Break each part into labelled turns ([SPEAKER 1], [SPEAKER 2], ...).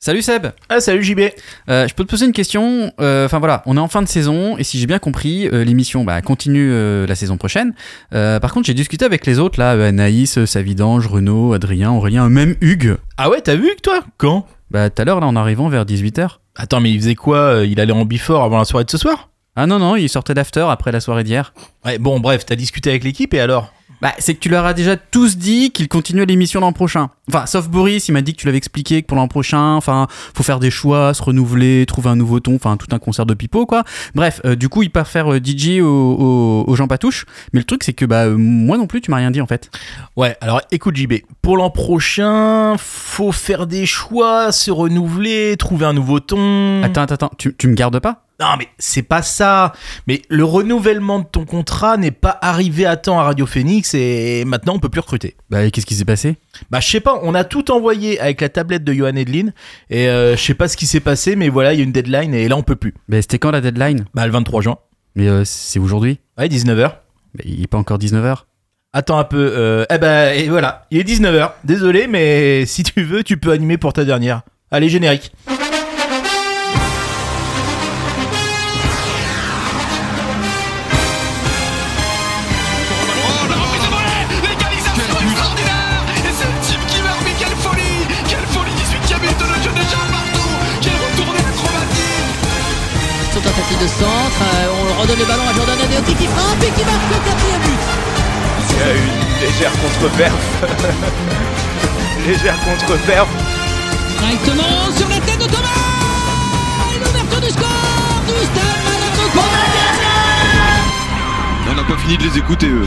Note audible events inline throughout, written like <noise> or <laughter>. [SPEAKER 1] Salut Seb
[SPEAKER 2] Ah, salut JB
[SPEAKER 1] Euh, Je peux te poser une question. Euh, Enfin voilà, on est en fin de saison et si j'ai bien compris, euh, l'émission bah, continue euh, la saison prochaine. Euh, par contre, j'ai discuté avec les autres là, euh, Anaïs, euh, Savidange, Renaud, Adrien, Aurélien, même Hugues.
[SPEAKER 2] Ah ouais, t'as vu que toi Quand
[SPEAKER 1] Bah tout à l'heure là en arrivant vers 18h.
[SPEAKER 2] Attends, mais il faisait quoi euh, Il allait en bifort avant la soirée de ce soir
[SPEAKER 1] Ah non non, ils sortaient d'after après la soirée d'hier.
[SPEAKER 2] Ouais, bon, bref, t'as discuté avec l'équipe et alors
[SPEAKER 1] Bah c'est que tu leur as déjà tous dit qu'ils continuaient l'émission l'an prochain. Enfin, sauf Boris, il m'a dit que tu l'avais expliqué que pour l'an prochain, enfin, faut faire des choix, se renouveler, trouver un nouveau ton, enfin tout un concert de pipeau quoi. Bref, euh, du coup il part faire euh, DJ au, au, aux gens patouches. Mais le truc c'est que bah euh, moi non plus tu m'as rien dit en fait.
[SPEAKER 2] Ouais, alors écoute JB, pour l'an prochain, faut faire des choix, se renouveler, trouver un nouveau ton.
[SPEAKER 1] Attends attends attends, tu, tu me gardes pas
[SPEAKER 2] Non, mais c'est pas ça. Mais le renouvellement de ton contrat n'est pas arrivé à temps à Radio Phoenix et maintenant on peut plus recruter.
[SPEAKER 1] Bah et qu'est-ce qui s'est passé
[SPEAKER 2] Bah, je sais pas, on a tout envoyé avec la tablette de Johan Edlin et euh, je sais pas ce qui s'est passé, mais voilà, il y a une deadline et là on peut plus.
[SPEAKER 1] Bah c'était quand la deadline
[SPEAKER 2] Bah, le 23 juin.
[SPEAKER 1] Mais euh, c'est aujourd'hui.
[SPEAKER 2] Ouais, 19h.
[SPEAKER 1] Bah, il est pas encore 19h.
[SPEAKER 2] Attends un peu. euh, eh ben, et voilà. Il est 19h. Désolé, mais si tu veux, tu peux animer pour ta dernière. Allez, générique.
[SPEAKER 3] Oh non, mais c'est vrai L'égalisation extraordinaire Et c'est le type qui meurt, mais quelle folie Quelle folie 18 cabines de notre de Jean partout Quel retourné acrobatique
[SPEAKER 4] Son tentative de centre, euh, on le redonne le ballon à Jordan Adeoti qui frappe et qui marque le quatrième but.
[SPEAKER 5] Il y a eu une légère contre-perf. <laughs> légère contre-perf.
[SPEAKER 4] Directement sur la tête de Thomas Et l'ouverture du score du Stade
[SPEAKER 6] On n'a pas fini de les écouter, eux.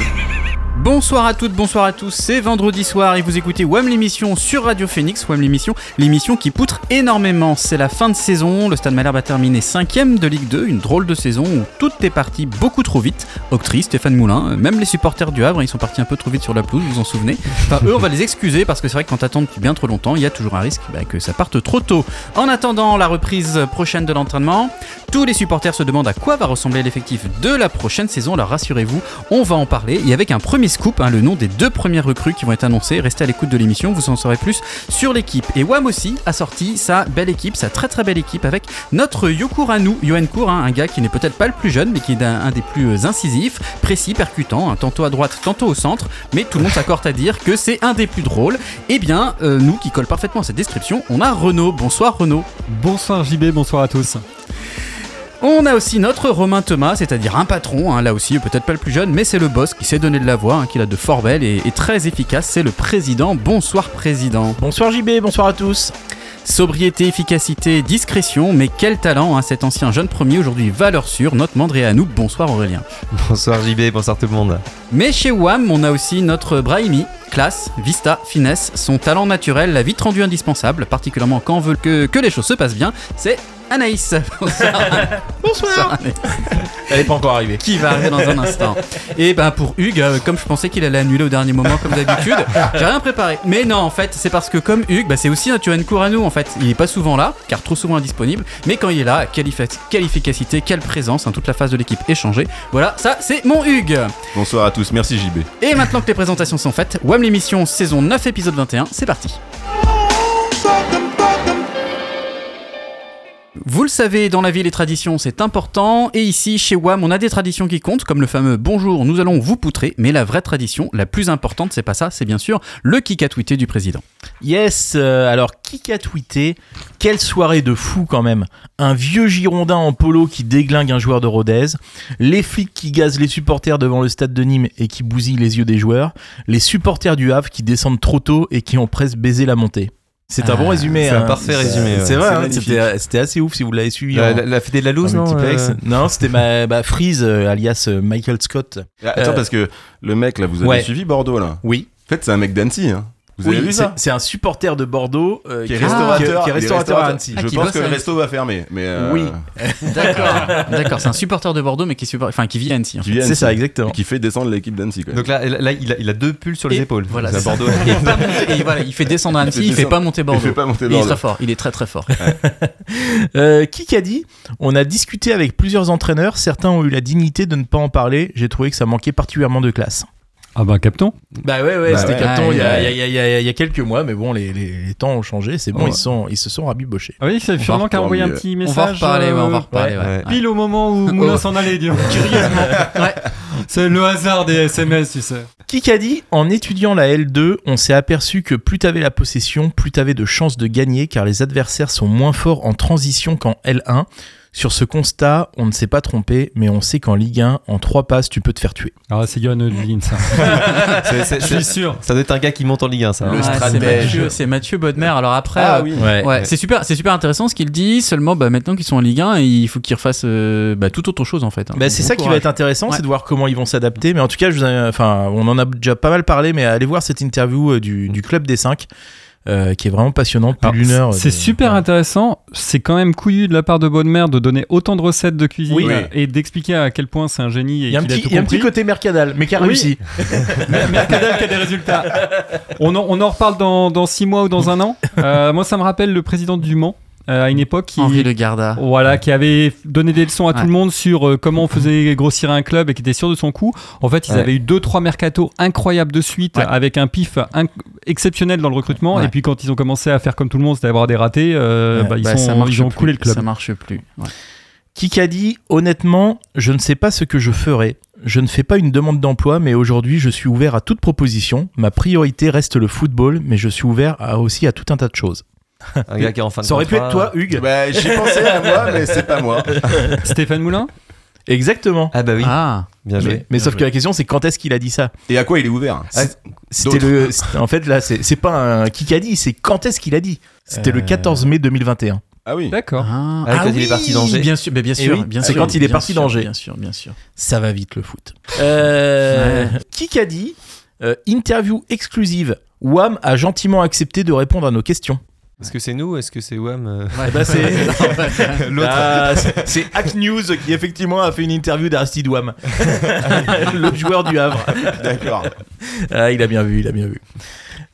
[SPEAKER 1] Bonsoir à toutes, bonsoir à tous, c'est vendredi soir et vous écoutez WAM l'émission sur Radio Phoenix, WAM l'émission, l'émission qui poutre énormément. C'est la fin de saison, le Stade Malherbe a terminé 5ème de Ligue 2, une drôle de saison où tout est parti beaucoup trop vite. Octri, Stéphane Moulin, euh, même les supporters du Havre, ils sont partis un peu trop vite sur la pelouse, vous vous en souvenez Enfin, eux, on va les excuser parce que c'est vrai que quand t'attends depuis bien trop longtemps, il y a toujours un risque bah, que ça parte trop tôt. En attendant la reprise prochaine de l'entraînement, tous les supporters se demandent à quoi va ressembler l'effectif de la prochaine saison. Alors rassurez-vous, on va en parler. Et avec un premier scoop, hein, le nom des deux premières recrues qui vont être annoncées. Restez à l'écoute de l'émission, vous en saurez plus sur l'équipe. Et WAM aussi a sorti sa belle équipe, sa très très belle équipe avec notre Yokur à nous, Yohan Kour, hein, un gars qui n'est peut-être pas le plus jeune, mais qui est un, un des plus euh, incisifs, précis, percutant, hein, tantôt à droite, tantôt au centre. Mais tout le monde s'accorde à dire que c'est un des plus drôles. Et bien, euh, nous qui colle parfaitement à cette description, on a Renaud. Bonsoir Renaud.
[SPEAKER 7] Bonsoir JB, bonsoir à tous.
[SPEAKER 1] On a aussi notre Romain Thomas, c'est-à-dire un patron, hein, là aussi peut-être pas le plus jeune, mais c'est le boss qui s'est donné de la voix, hein, qu'il a de fort belle et, et très efficace, c'est le président. Bonsoir président.
[SPEAKER 2] Bonsoir JB, bonsoir à tous.
[SPEAKER 1] Sobriété, efficacité, discrétion, mais quel talent hein, cet ancien jeune premier, aujourd'hui valeur sûre, notre Mandré Hanoub. Bonsoir Aurélien.
[SPEAKER 8] Bonsoir JB, bonsoir tout le monde.
[SPEAKER 1] Mais chez WAM, on a aussi notre Brahimi, classe, vista, finesse, son talent naturel l'a vite rendu indispensable, particulièrement quand on veut que, que les choses se passent bien, c'est Anaïs. <laughs> Bonsoir,
[SPEAKER 2] Bonsoir.
[SPEAKER 1] Anaïs.
[SPEAKER 2] Elle est pas encore arrivée.
[SPEAKER 1] qui va arriver dans un instant. Et ben pour Hugues, euh, comme je pensais qu'il allait annuler au dernier moment comme d'habitude, j'ai rien préparé. Mais non, en fait, c'est parce que comme Hugues, bah, c'est aussi un Tuan Couranou en fait. Il est pas souvent là, car trop souvent indisponible. Mais quand il est là, quelle, effa- quelle efficacité, quelle présence, hein, toute la phase de l'équipe échangée. Voilà, ça c'est mon Hugues.
[SPEAKER 6] Bonsoir à tous, merci JB.
[SPEAKER 1] Et maintenant que les présentations sont faites, WAM l'émission saison 9 épisode 21, c'est parti. Vous le savez, dans la vie, les traditions, c'est important. Et ici, chez WAM, on a des traditions qui comptent, comme le fameux bonjour, nous allons vous poutrer. Mais la vraie tradition, la plus importante, c'est pas ça, c'est bien sûr le kick à tweeter du président.
[SPEAKER 2] Yes, euh, alors qui a tweeté Quelle soirée de fou quand même Un vieux Girondin en polo qui déglingue un joueur de Rodez, les flics qui gazent les supporters devant le stade de Nîmes et qui bousillent les yeux des joueurs, les supporters du Havre qui descendent trop tôt et qui ont presque baisé la montée. C'est un
[SPEAKER 1] Ah,
[SPEAKER 2] bon résumé.
[SPEAKER 8] c'est un
[SPEAKER 2] hein.
[SPEAKER 8] parfait
[SPEAKER 2] C'est-
[SPEAKER 8] résumé, ouais.
[SPEAKER 2] C'est vrai,
[SPEAKER 8] C'est
[SPEAKER 2] hein,
[SPEAKER 8] magnifique. Bah,
[SPEAKER 2] c'était c'était assez ouf si vous l'avez suivi.
[SPEAKER 8] La,
[SPEAKER 2] en-
[SPEAKER 8] Euh, la, la fidèle de la
[SPEAKER 2] en
[SPEAKER 8] loose, non
[SPEAKER 2] multiplex.
[SPEAKER 8] euh,
[SPEAKER 2] Non, c'était ma, ma Freeze, euh, alias euh, Michael Scott.
[SPEAKER 6] Attends, parce que le mec, là, vous avez
[SPEAKER 2] ouais.
[SPEAKER 6] suivi Bordeaux, là
[SPEAKER 2] Oui.
[SPEAKER 6] En fait, c'est un mec d'Annecy, hein. Vous avez
[SPEAKER 2] Oui,
[SPEAKER 6] vu
[SPEAKER 2] c'est-
[SPEAKER 6] ça
[SPEAKER 2] C'est un supporter de Bordeaux euh,
[SPEAKER 6] Qui est restaurateur,
[SPEAKER 2] qui
[SPEAKER 6] il
[SPEAKER 2] est
[SPEAKER 6] est
[SPEAKER 2] restaurateur à
[SPEAKER 6] restaurateur.
[SPEAKER 2] Annecy.
[SPEAKER 1] Ah,
[SPEAKER 6] Je
[SPEAKER 1] qui
[SPEAKER 6] pense
[SPEAKER 1] bosse
[SPEAKER 6] que
[SPEAKER 1] à
[SPEAKER 6] le
[SPEAKER 1] Annecy.
[SPEAKER 6] resto va fermer, mais... euh,
[SPEAKER 2] Oui.
[SPEAKER 1] D'accord, d'accord, c'est un supporter de Bordeaux, mais qui, supporte- enfin, qui vit à Annecy. hein. en fait.
[SPEAKER 6] Qui vient
[SPEAKER 2] C'est ça,
[SPEAKER 6] Annecy.
[SPEAKER 2] exactement.
[SPEAKER 6] Et Qui fait descendre l'équipe d'Annecy, quoi.
[SPEAKER 8] Donc là, là il, a, il a deux pulls sur les
[SPEAKER 1] Et
[SPEAKER 8] épaules.
[SPEAKER 1] voilà,
[SPEAKER 8] C'est à
[SPEAKER 1] c'est ça.
[SPEAKER 6] <laughs>
[SPEAKER 2] <laughs>
[SPEAKER 9] <laughs>
[SPEAKER 8] Bordeaux.
[SPEAKER 1] Et pas monter- et voilà, il fait descendre Annecy, il
[SPEAKER 6] Il
[SPEAKER 1] fait
[SPEAKER 6] fait descendre-
[SPEAKER 1] pas monter
[SPEAKER 6] Il
[SPEAKER 1] Bordeaux.
[SPEAKER 6] fait pas monter
[SPEAKER 1] Il est
[SPEAKER 6] Bordeaux.
[SPEAKER 1] très fort, il est très très fort.
[SPEAKER 2] Euh, qui qu'a dit On a discuté avec plusieurs entraîneurs, certains ont eu la dignité de ne pas en parler, j'ai trouvé que ça manquait particulièrement de classe.
[SPEAKER 7] Ah ben, captons.
[SPEAKER 2] Bah ouais, ouais,
[SPEAKER 6] Bah
[SPEAKER 2] c'était
[SPEAKER 6] ouais.
[SPEAKER 2] Capton
[SPEAKER 1] Ouais,
[SPEAKER 2] il y a-
[SPEAKER 1] ouais.
[SPEAKER 2] il y, a- il y a- il y a- il y a quelques mois, mais bon, les, les- les temps ont changé, c'est bon,
[SPEAKER 6] Ouais.
[SPEAKER 2] ils, sont, ils se sont rabibochés.
[SPEAKER 7] Ah oui, c'est
[SPEAKER 6] va
[SPEAKER 7] Furlan qui a envoyé un
[SPEAKER 6] reparler,
[SPEAKER 7] petit
[SPEAKER 1] On va
[SPEAKER 7] message.
[SPEAKER 1] reparler, ouais, on va
[SPEAKER 7] euh,
[SPEAKER 1] reparler. ouais.
[SPEAKER 8] ouais.
[SPEAKER 7] Pile au moment
[SPEAKER 2] <laughs>
[SPEAKER 7] où Moulin
[SPEAKER 1] Oh.
[SPEAKER 7] s'en allait, dis donc. Curieusement.
[SPEAKER 1] Ouais.
[SPEAKER 7] C'est le hasard des SMS, tu sais.
[SPEAKER 2] Qui a dit En étudiant la L2, on s'est aperçu que plus t'avais la possession, plus t'avais de chances de gagner car les adversaires sont moins forts en transition qu'en L1. Sur ce constat, on ne s'est pas trompé, mais on sait qu'en Ligue 1, en 3 passes, tu peux te faire tuer.
[SPEAKER 7] Ah, c'est Johan Odlin, ça.
[SPEAKER 8] C'est- c'est-
[SPEAKER 7] Je suis
[SPEAKER 8] c'est-
[SPEAKER 7] sûr.
[SPEAKER 8] Ça doit être un gars qui monte en Ligue 1, ça.
[SPEAKER 1] Ah,
[SPEAKER 8] hein.
[SPEAKER 1] c'est
[SPEAKER 6] stratège.
[SPEAKER 1] Mathieu- C'est Mathieu Bodmer. Alors après,
[SPEAKER 2] Ah
[SPEAKER 1] euh,
[SPEAKER 6] oui.
[SPEAKER 2] Ouais.
[SPEAKER 1] Ouais, c'est super, c'est super intéressant ce qu'il dit. Seulement, bah, maintenant qu'ils sont en Ligue 1, il faut qu'ils refassent euh, bah, tout autre chose en fait. hein.
[SPEAKER 2] Bah, c'est
[SPEAKER 1] Bon
[SPEAKER 2] ça qui va
[SPEAKER 1] courage.
[SPEAKER 2] être intéressant,
[SPEAKER 1] Ouais.
[SPEAKER 2] c'est de voir comment ils vont s'adapter. Mais en tout cas, je vous ai- enfin, on en a déjà pas mal parlé, mais allez voir cette interview euh, du, du club des 5 qui est vraiment passionnante, plus
[SPEAKER 7] Alors,
[SPEAKER 2] d'une heure. euh,
[SPEAKER 7] C'est
[SPEAKER 2] de-
[SPEAKER 7] super intéressant. C'est quand même couillu de la part de Bonne-Mère de donner autant de recettes de cuisine
[SPEAKER 2] Oui.
[SPEAKER 7] et d'expliquer à quel point c'est un génie et
[SPEAKER 2] Il y a un
[SPEAKER 7] qu'il a
[SPEAKER 2] petit,
[SPEAKER 7] tout
[SPEAKER 2] il y a un petit
[SPEAKER 7] compris.
[SPEAKER 2] côté mercadal, mais qui a
[SPEAKER 7] Oui.
[SPEAKER 2] réussi.
[SPEAKER 7] Mercadal qui a des résultats. <laughs> On en, on en reparle dans, dans six mois ou dans un an. Euh, moi, ça me rappelle le président du Mans euh, à une époque qui.
[SPEAKER 1] Henri Le Garda.
[SPEAKER 7] Voilà, qui avait donné des leçons à
[SPEAKER 1] Ouais.
[SPEAKER 7] tout le monde sur euh, comment on faisait grossir un club et qui était sûr de son coup. En fait, ils
[SPEAKER 8] Ouais.
[SPEAKER 7] avaient eu deux trois mercato incroyables de suite
[SPEAKER 2] Ouais.
[SPEAKER 7] avec un pif inc- exceptionnel dans le recrutement.
[SPEAKER 1] Ouais.
[SPEAKER 7] Et puis quand ils ont commencé à faire comme tout le monde, c'est-à-dire avoir des ratés, euh,
[SPEAKER 2] Ouais.
[SPEAKER 7] bah, ils,
[SPEAKER 1] Bah,
[SPEAKER 7] sont-
[SPEAKER 1] ça marche
[SPEAKER 7] ils ont
[SPEAKER 1] plus,
[SPEAKER 7] coulé le club.
[SPEAKER 1] Ça marche plus. Ouais.
[SPEAKER 2] Qui a dit Honnêtement, je ne sais pas ce que je ferai. Je ne fais pas une demande d'emploi, mais aujourd'hui, je suis ouvert à toute proposition. Ma priorité reste le football, mais je suis ouvert à- aussi à tout un tas de choses.
[SPEAKER 8] Un gars qui est en fin de
[SPEAKER 2] Ça aurait pu
[SPEAKER 8] contrat.
[SPEAKER 2] être toi, Hugues.
[SPEAKER 6] Bah, j'ai pensé à moi, mais c'est pas moi.
[SPEAKER 7] Stéphane
[SPEAKER 8] <laughs>
[SPEAKER 7] Moulin
[SPEAKER 2] Exactement.
[SPEAKER 8] Ah bah oui,
[SPEAKER 1] Ah,
[SPEAKER 8] bien joué.
[SPEAKER 2] mais mais sauf que la question, c'est quand est-ce qu'il a dit ça
[SPEAKER 6] Et à quoi il est ouvert
[SPEAKER 2] Ah,
[SPEAKER 6] Ah,
[SPEAKER 2] C'est- C'était
[SPEAKER 6] D'autres.
[SPEAKER 2] le. c'est- En fait, là, c'est c'est pas un qui a dit, c'est quand est-ce qu'il a dit. C'était le Euh. 14 mai 2021.
[SPEAKER 6] Ah oui.
[SPEAKER 7] D'accord.
[SPEAKER 1] ah,
[SPEAKER 8] Ah,
[SPEAKER 1] ah
[SPEAKER 8] quand il est parti d'Angers.
[SPEAKER 1] Bien sûr, mais bien
[SPEAKER 2] Eh
[SPEAKER 1] sûr,
[SPEAKER 2] oui,
[SPEAKER 1] bien
[SPEAKER 2] c'est
[SPEAKER 1] sûr,
[SPEAKER 2] quand il est
[SPEAKER 1] bien
[SPEAKER 2] parti
[SPEAKER 1] sûr,
[SPEAKER 2] d'Angers.
[SPEAKER 1] Bien sûr, bien sûr.
[SPEAKER 2] Ça va vite le foot. Euh, Qui a dit euh, interview exclusive. Wam a gentiment accepté de répondre à nos questions.
[SPEAKER 8] Est-ce que c'est nous Est-ce que c'est Wam euh,
[SPEAKER 2] Eh ben, <laughs> c'est Ah, c'est- c'est Hack News qui effectivement a fait une interview d'Aristide <laughs> Wam, le joueur du Havre.
[SPEAKER 6] D'accord.
[SPEAKER 2] Ah, il a bien vu, il a bien vu.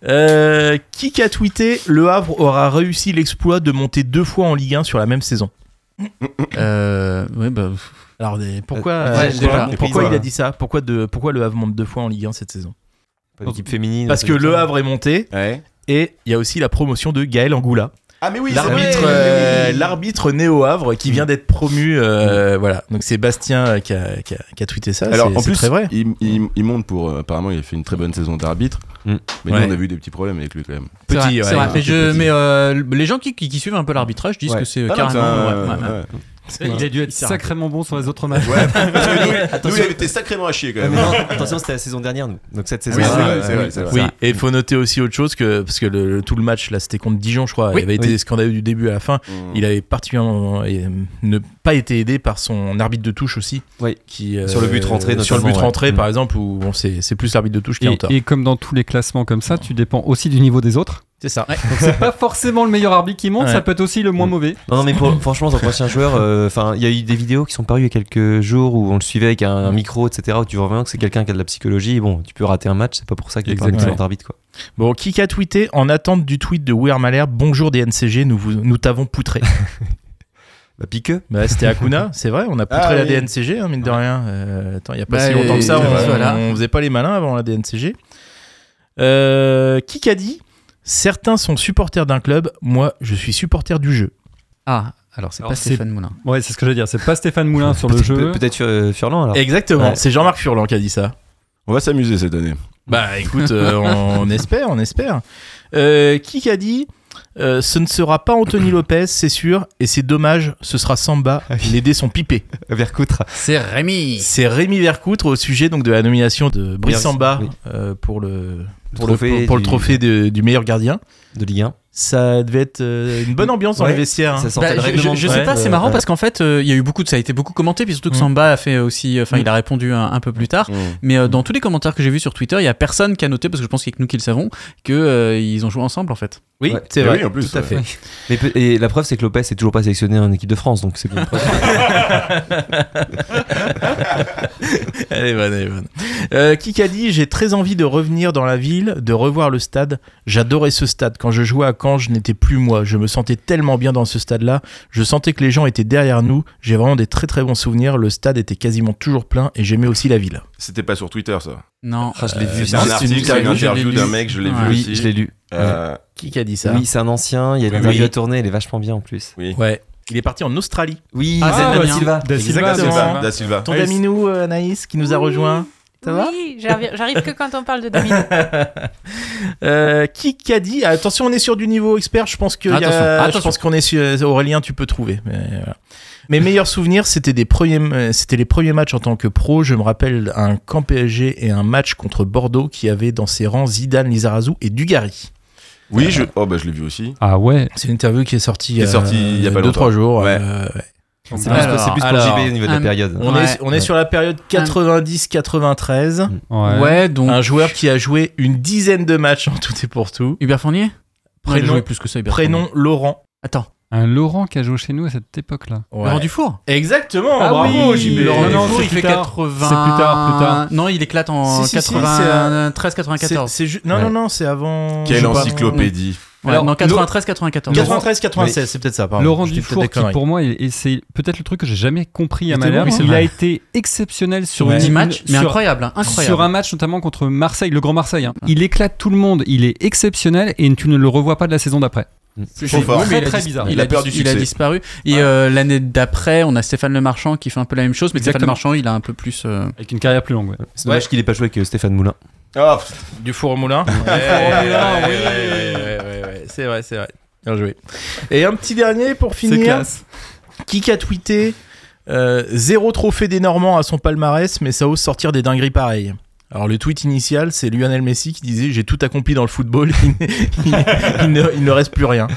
[SPEAKER 2] Euh, qui a tweeté Le Havre aura réussi l'exploit de monter deux fois en Ligue 1 sur la même saison.
[SPEAKER 1] <laughs> Euh, ouais, bah,
[SPEAKER 2] Alors des- pourquoi
[SPEAKER 1] Ouais,
[SPEAKER 2] euh,
[SPEAKER 1] j'ai
[SPEAKER 2] pourquoi-
[SPEAKER 1] pas
[SPEAKER 8] compris,
[SPEAKER 2] pourquoi il
[SPEAKER 8] voilà.
[SPEAKER 2] a dit ça Pourquoi de pourquoi le Havre monte deux fois en Ligue 1 cette saison
[SPEAKER 8] pas L'équipe féminine
[SPEAKER 2] Parce
[SPEAKER 8] un
[SPEAKER 2] que
[SPEAKER 8] truc
[SPEAKER 2] le
[SPEAKER 8] comme ça. Ah,
[SPEAKER 2] Havre est monté
[SPEAKER 6] Ouais.
[SPEAKER 2] et il y a aussi la promotion de Gaël Angoula,
[SPEAKER 6] Ah mais oui, c'est
[SPEAKER 2] l'arbitre
[SPEAKER 6] vrai.
[SPEAKER 2] euh, l'arbitre né au Havre qui vient d'être promu euh, voilà. Donc c'est Bastien euh, qui a, qui a- qui a tweeté ça,
[SPEAKER 6] Alors
[SPEAKER 2] Ah, c'est
[SPEAKER 6] en
[SPEAKER 2] c'est
[SPEAKER 6] plus,
[SPEAKER 2] très vrai.
[SPEAKER 6] Il, il- il monte pour. euh, apparemment, il a fait une très bonne saison d'arbitre.
[SPEAKER 8] Mm.
[SPEAKER 6] Mais
[SPEAKER 2] Ouais.
[SPEAKER 6] nous, on a vu des petits problèmes avec lui quand même.
[SPEAKER 1] c'est
[SPEAKER 2] Petit,
[SPEAKER 1] vrai,
[SPEAKER 2] ouais,
[SPEAKER 1] c'est vrai.
[SPEAKER 2] ouais,
[SPEAKER 1] Mais, je,
[SPEAKER 6] petit.
[SPEAKER 1] mais euh, les gens qui, qui, qui suivent un peu l'arbitrage disent
[SPEAKER 6] Ouais.
[SPEAKER 1] que c'est
[SPEAKER 2] Euh,
[SPEAKER 6] Ah non,
[SPEAKER 1] carrément.
[SPEAKER 6] c'est un-
[SPEAKER 1] ouais, ouais, ouais.
[SPEAKER 6] ouais.
[SPEAKER 7] Il a dû être
[SPEAKER 1] Il s'est
[SPEAKER 7] sacrément bon sur les autres matchs.
[SPEAKER 6] Ouais, parce
[SPEAKER 2] <laughs>
[SPEAKER 6] que nous, nous, il avait été sacrément à chier quand
[SPEAKER 9] euh,
[SPEAKER 8] Ah,
[SPEAKER 6] même.
[SPEAKER 8] mais non, attention, c'était la saison dernière, nous. Donc cette saison.
[SPEAKER 6] Oui, c'est
[SPEAKER 8] Ah,
[SPEAKER 6] vrai,
[SPEAKER 8] euh,
[SPEAKER 6] c'est vrai, c'est vrai.
[SPEAKER 2] Oui, et il faut noter aussi autre chose que parce que le, le- tout le match là, c'était contre Dijon, je crois.
[SPEAKER 1] Oui.
[SPEAKER 2] il avait été scandaleux du début à la fin.
[SPEAKER 6] Mm.
[SPEAKER 2] Il avait particulièrement euh, ne pas été aidé par son arbitre de touche aussi.
[SPEAKER 8] Oui.
[SPEAKER 2] Qui, euh,
[SPEAKER 8] Sur le but rentré,
[SPEAKER 2] Sur le but
[SPEAKER 8] notamment, ouais.
[SPEAKER 2] rentré,
[SPEAKER 8] Mm.
[SPEAKER 2] par exemple, où bon, c'est c'est plus l'arbitre de touche qui est en tort.
[SPEAKER 7] Et, et comme dans tous les classements comme ça, tu dépends aussi du niveau des autres.
[SPEAKER 2] C'est ça.
[SPEAKER 7] Donc c'est pas forcément le meilleur arbitre qui monte,
[SPEAKER 2] Ouais.
[SPEAKER 7] ça peut être aussi le moins mauvais.
[SPEAKER 8] Non, non, mais pour- franchement, dans prochain joueur, euh, enfin, il y a eu des vidéos qui sont parues il y a quelques jours où on le suivait avec un, un micro, etc. Où tu vois vraiment que c'est quelqu'un qui a de la psychologie. Et bon, tu peux rater un match, c'est pas pour ça qu'il est pas un
[SPEAKER 2] Exactement.
[SPEAKER 8] excellent arbitre, quoi.
[SPEAKER 2] Bon, qui a tweeté en attente du tweet de Weir Malherbe Bonjour DNCG, nous vous- nous
[SPEAKER 8] <laughs>
[SPEAKER 2] t'avons poutré.
[SPEAKER 8] Bah, piqueux.
[SPEAKER 2] bah, c'était Akuna, c'est vrai. On a poutré
[SPEAKER 6] Ah,
[SPEAKER 2] la
[SPEAKER 6] oui.
[SPEAKER 2] DNCG, hein, mine de rien. Euh, attends, il y a pas
[SPEAKER 1] Bah,
[SPEAKER 2] si longtemps que
[SPEAKER 1] et-
[SPEAKER 2] ça, on,
[SPEAKER 1] voilà.
[SPEAKER 2] on faisait pas les malins avant la DNCG. Euh, qui a dit Certains sont supporters d'un club, moi je suis supporter du jeu.
[SPEAKER 1] Ah, alors c'est
[SPEAKER 7] Alors,
[SPEAKER 1] pas
[SPEAKER 7] c'est-
[SPEAKER 1] Stéphane Moulin.
[SPEAKER 7] Ouais, c'est ce que je veux dire. C'est pas Stéphane Moulin sur le
[SPEAKER 8] Peut-être-
[SPEAKER 7] jeu.
[SPEAKER 8] Peut-être sur- euh, Furlan, alors.
[SPEAKER 2] Exactement,
[SPEAKER 8] Ouais.
[SPEAKER 2] c'est Jean-Marc Furlan qui a dit ça.
[SPEAKER 6] On va s'amuser cette année.
[SPEAKER 2] Bah écoute,
[SPEAKER 8] <laughs>
[SPEAKER 2] euh, on, on espère, on espère. Euh, qui a dit euh, Ce ne sera pas Anthony Lopez, c'est sûr, et c'est dommage, ce sera Samba,
[SPEAKER 8] Ah
[SPEAKER 2] les dés sont pipés.
[SPEAKER 8] Vercoutre.
[SPEAKER 1] C'est Rémi.
[SPEAKER 2] C'est Rémi Vercoutre au sujet donc de la nomination de Brice
[SPEAKER 8] Brice,
[SPEAKER 2] Samba
[SPEAKER 8] oui.
[SPEAKER 2] euh, pour le
[SPEAKER 8] Le
[SPEAKER 2] pour le,
[SPEAKER 8] trophée
[SPEAKER 2] pour, pour le
[SPEAKER 8] du-
[SPEAKER 2] trophée de- du meilleur gardien.
[SPEAKER 8] De Ligue 1.
[SPEAKER 2] Ça devait être euh, une bonne ambiance dans
[SPEAKER 8] Ouais.
[SPEAKER 2] les vestiaires. hein.
[SPEAKER 8] Ça sortait
[SPEAKER 1] Bah,
[SPEAKER 8] le
[SPEAKER 1] je-
[SPEAKER 8] règlement
[SPEAKER 1] je, je
[SPEAKER 8] de-
[SPEAKER 1] sais
[SPEAKER 8] Ouais.
[SPEAKER 1] pas, c'est marrant
[SPEAKER 8] Euh,
[SPEAKER 1] parce qu'en fait, euh, il y a eu beaucoup de ça a été beaucoup commenté, puis surtout que
[SPEAKER 2] Mm.
[SPEAKER 1] Samba a fait aussi, euh, enfin,
[SPEAKER 2] Mm.
[SPEAKER 1] il a répondu un, un peu plus tard. Mais euh, dans tous les commentaires que j'ai vus sur Twitter, il y a personne qui a noté parce que je pense qu'il y a que nous qui le savons que euh, ils ont joué ensemble en fait.
[SPEAKER 2] Oui,
[SPEAKER 8] Ouais.
[SPEAKER 2] c'est
[SPEAKER 6] Mais
[SPEAKER 2] vrai.
[SPEAKER 6] oui, en plus.
[SPEAKER 2] Tout à
[SPEAKER 6] ouais.
[SPEAKER 2] fait.
[SPEAKER 8] Mais peut- et la preuve, c'est que Lopez est toujours pas sélectionné en équipe de France, donc c'est bien.
[SPEAKER 2] Elle est bonne, elle est bonne. Euh, Kik a dit J'ai très envie de revenir dans la ville, de revoir le stade. J'adorais ce stade. Quand je jouais à Caen, je n'étais plus moi. Je me sentais tellement bien dans ce stade-là. Je sentais que les gens étaient derrière nous. J'ai vraiment des très très bons souvenirs. Le stade était quasiment toujours plein et j'aimais aussi la ville.
[SPEAKER 6] C'était pas sur Twitter ça.
[SPEAKER 1] Non.
[SPEAKER 8] Ah, je l'ai vu.
[SPEAKER 6] C'est un
[SPEAKER 8] c'est
[SPEAKER 6] article,
[SPEAKER 8] une-
[SPEAKER 6] c'est une
[SPEAKER 1] je l'ai
[SPEAKER 6] interview
[SPEAKER 1] lu.
[SPEAKER 6] d'un mec, je l'ai
[SPEAKER 1] Ouais.
[SPEAKER 6] vu
[SPEAKER 8] Oui,
[SPEAKER 6] aussi.
[SPEAKER 8] je l'ai lu.
[SPEAKER 6] Euh,
[SPEAKER 2] Qui a dit ça
[SPEAKER 8] Oui, c'est un ancien. Il y a une
[SPEAKER 6] Oui,
[SPEAKER 8] interview
[SPEAKER 6] oui.
[SPEAKER 8] à tourner. Elle est vachement bien en plus.
[SPEAKER 2] Ouais. Il est parti en Australie.
[SPEAKER 8] Oui,
[SPEAKER 1] Ah,
[SPEAKER 8] Zidane
[SPEAKER 1] Damien.
[SPEAKER 8] Silva.
[SPEAKER 7] Da Silva,
[SPEAKER 6] Da
[SPEAKER 2] Exactement.
[SPEAKER 6] Silva, Da Silva.
[SPEAKER 2] Ton
[SPEAKER 7] Ouais,
[SPEAKER 2] Daminou, euh, Anaïs, qui nous a
[SPEAKER 10] Oui.
[SPEAKER 2] rejoint. Ça va
[SPEAKER 10] Oui, j'arrive j'arrive que quand on parle de Domino. <laughs>
[SPEAKER 2] Euh, qui a dit Attention, on est sur du niveau expert. Je pense que y a-
[SPEAKER 1] Attention, attention.
[SPEAKER 2] je pense qu'on est sur- Aurélien, tu peux trouver. Mais euh, voilà. Mes meilleurs souvenirs, c'était des premiers, euh, c'était les premiers matchs en tant que pro. Je me rappelle un camp PSG et un match contre Bordeaux qui avait dans ses rangs Zidane, Lizarazu et Dugarry.
[SPEAKER 6] Oui, je... Oh, bah, je l'ai vu aussi.
[SPEAKER 7] Ah ouais.
[SPEAKER 2] C'est une interview qui est sortie euh,
[SPEAKER 6] Qui est sortie il y a pas
[SPEAKER 2] deux
[SPEAKER 6] longtemps.
[SPEAKER 2] trois jours.
[SPEAKER 6] Ouais.
[SPEAKER 2] Euh, ouais.
[SPEAKER 8] C'est plus,
[SPEAKER 1] Alors,
[SPEAKER 8] c'est plus pour
[SPEAKER 2] alors,
[SPEAKER 8] JB au niveau de
[SPEAKER 1] un-
[SPEAKER 8] la période.
[SPEAKER 2] on
[SPEAKER 1] Ouais.
[SPEAKER 2] est on est
[SPEAKER 8] Ouais.
[SPEAKER 2] sur la période 90-93.
[SPEAKER 7] ah,
[SPEAKER 1] Ouais, donc.
[SPEAKER 2] Un joueur qui a joué une dizaine de matchs en tout et pour tout.
[SPEAKER 1] Hubert Fournier Non, il a
[SPEAKER 2] Prénom-
[SPEAKER 1] joué plus que ça, Hubert
[SPEAKER 2] Prénom
[SPEAKER 1] Fournier.
[SPEAKER 2] Laurent.
[SPEAKER 1] Attends.
[SPEAKER 7] Un Laurent qui a joué chez nous à cette époque-là.
[SPEAKER 1] Laurent Dufour
[SPEAKER 2] Exactement,
[SPEAKER 7] Ah
[SPEAKER 2] bravo
[SPEAKER 7] oui,
[SPEAKER 2] JB.
[SPEAKER 1] Laurent
[SPEAKER 7] Non, non,
[SPEAKER 1] Dufour,
[SPEAKER 7] c'est
[SPEAKER 1] il
[SPEAKER 7] plus
[SPEAKER 1] fait
[SPEAKER 7] tard.
[SPEAKER 1] 80.
[SPEAKER 7] C'est plus tard, plus tard.
[SPEAKER 1] Non, il éclate en
[SPEAKER 2] Si, si, si,
[SPEAKER 1] 93,
[SPEAKER 2] C'est-
[SPEAKER 1] 94.
[SPEAKER 2] c'est ju- non,
[SPEAKER 8] Ouais.
[SPEAKER 2] non, non, c'est avant. je sais
[SPEAKER 6] Quelle
[SPEAKER 2] pas.
[SPEAKER 6] encyclopédie.
[SPEAKER 1] Ouais,
[SPEAKER 7] Alors,
[SPEAKER 1] non,
[SPEAKER 7] Lo-
[SPEAKER 1] 93, 94.
[SPEAKER 2] 93, 96, c'est peut-être ça, pardon.
[SPEAKER 7] Laurent
[SPEAKER 2] Je dis peut-être
[SPEAKER 7] Dufour,
[SPEAKER 2] des
[SPEAKER 7] qui
[SPEAKER 2] conneries.
[SPEAKER 7] pour moi, est- et c'est peut-être le truc que j'ai jamais compris à
[SPEAKER 2] était
[SPEAKER 7] Malherbe,
[SPEAKER 2] bon, hein.
[SPEAKER 7] il a été exceptionnel sur
[SPEAKER 2] Ouais.
[SPEAKER 7] une-
[SPEAKER 1] 10 matchs, mais
[SPEAKER 7] sur-
[SPEAKER 1] incroyable, hein, incroyable.
[SPEAKER 7] Sur un match notamment contre Marseille, le Grand Marseille, hein. il éclate tout le monde, il est exceptionnel et tu ne le revois pas de la saison d'après.
[SPEAKER 6] Trop fort.
[SPEAKER 7] Oui, mais il a dis-
[SPEAKER 6] Il
[SPEAKER 1] Il
[SPEAKER 6] a
[SPEAKER 1] a,
[SPEAKER 6] peur
[SPEAKER 1] dis-
[SPEAKER 6] du
[SPEAKER 1] il a
[SPEAKER 6] succès.
[SPEAKER 1] disparu. Et euh, l'année d'après, on a Stéphane Le Marchand qui fait un peu la même chose, mais Stéphane Le
[SPEAKER 7] Exactement.
[SPEAKER 1] Marchand, il a un peu plus. euh,
[SPEAKER 7] Avec une carrière plus longue. ouais.
[SPEAKER 8] C'est dommage qu'il ait pas joué avec euh, Stéphane Moulin.
[SPEAKER 6] Ah, pff,
[SPEAKER 2] Dufour au moulin.
[SPEAKER 7] Moulin,
[SPEAKER 2] Ouais, ouais, ouais, ouais, ouais, ouais. C'est vrai, c'est vrai. Bien joué. Et un petit dernier pour
[SPEAKER 7] C'est
[SPEAKER 2] finir.
[SPEAKER 7] classe.
[SPEAKER 2] Qui a tweeté euh, zéro trophée des Normands à son palmarès, mais ça ose sortir des dingueries pareilles. Alors le tweet initial, c'est Lionel Messi qui disait j'ai tout accompli dans le football, <laughs> il, ne, il ne reste plus rien.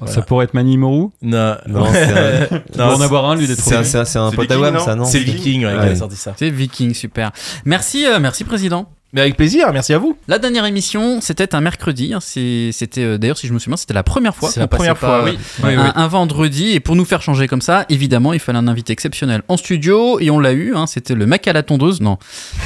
[SPEAKER 7] Oh, Ça pourrait être Mani Morou.
[SPEAKER 2] Non,
[SPEAKER 8] Non, c'est
[SPEAKER 2] <laughs>
[SPEAKER 8] un-
[SPEAKER 7] Il doit en avoir un lui des
[SPEAKER 8] C'est un- c'est un, c'est un
[SPEAKER 6] C'est
[SPEAKER 8] pote à
[SPEAKER 6] Viking,
[SPEAKER 8] Wam,
[SPEAKER 6] non
[SPEAKER 8] ça, non
[SPEAKER 2] c'est le Viking ouais, qui a
[SPEAKER 8] Ouais.
[SPEAKER 2] sorti ça.
[SPEAKER 1] C'est Viking, super. Merci, euh, merci président.
[SPEAKER 2] Mais avec plaisir, merci à vous.
[SPEAKER 1] La dernière émission, c'était un mercredi. hein, c'est- C'était euh, d'ailleurs, si je me souviens, c'était la première fois.
[SPEAKER 2] C'est la
[SPEAKER 1] qu'on passait
[SPEAKER 2] première
[SPEAKER 1] pas,
[SPEAKER 2] fois,
[SPEAKER 1] euh,
[SPEAKER 2] oui. Oui,
[SPEAKER 1] un,
[SPEAKER 2] oui.
[SPEAKER 1] un vendredi. Et pour nous faire changer comme ça, évidemment, il fallait un invité exceptionnel en studio. Et on l'a eu. hein, c'était le mec à la tondeuse. Non,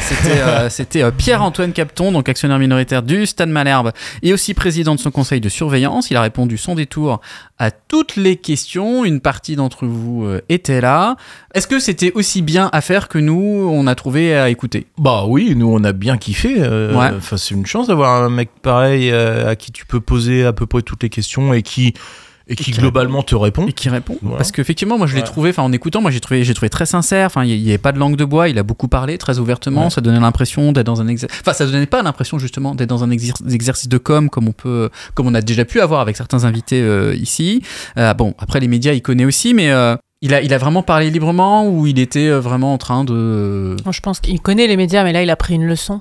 [SPEAKER 1] c'était
[SPEAKER 2] <laughs>
[SPEAKER 1] euh, c'était, euh, Pierre-Antoine Capton, donc actionnaire minoritaire du Stade Malherbe et aussi président de son conseil de surveillance. Il a répondu sans détour à toutes les questions. Une partie d'entre vous euh, était là. Est-ce que c'était aussi bien à faire que nous, on a trouvé à écouter
[SPEAKER 2] Bah oui, nous on a bien kiffé. euh,
[SPEAKER 1] Ouais.
[SPEAKER 2] enfin, c'est une chance d'avoir un mec pareil euh, à qui tu peux poser à peu près toutes les questions et qui, et qui
[SPEAKER 1] qui
[SPEAKER 2] globalement te répond.
[SPEAKER 1] et qui répond
[SPEAKER 2] Mmh. Voilà.
[SPEAKER 1] parce qu'effectivement moi je l'ai
[SPEAKER 2] Ouais.
[SPEAKER 1] trouvé enfin en écoutant moi j'ai trouvé j'ai trouvé très sincère enfin il n'y avait pas de langue de bois il a beaucoup parlé très ouvertement
[SPEAKER 2] Ouais.
[SPEAKER 1] ça donnait l'impression d'être dans un exercice enfin ça donnait pas l'impression justement d'être dans un exer- exercice de com comme on peut comme on a déjà pu avoir avec certains invités euh, ici Euh, bon après les médias il connaît aussi mais euh, il a, il a vraiment parlé librement ou il était euh, vraiment en train de.
[SPEAKER 10] Bon, je pense qu'il connaît les médias, mais là, il a pris une leçon.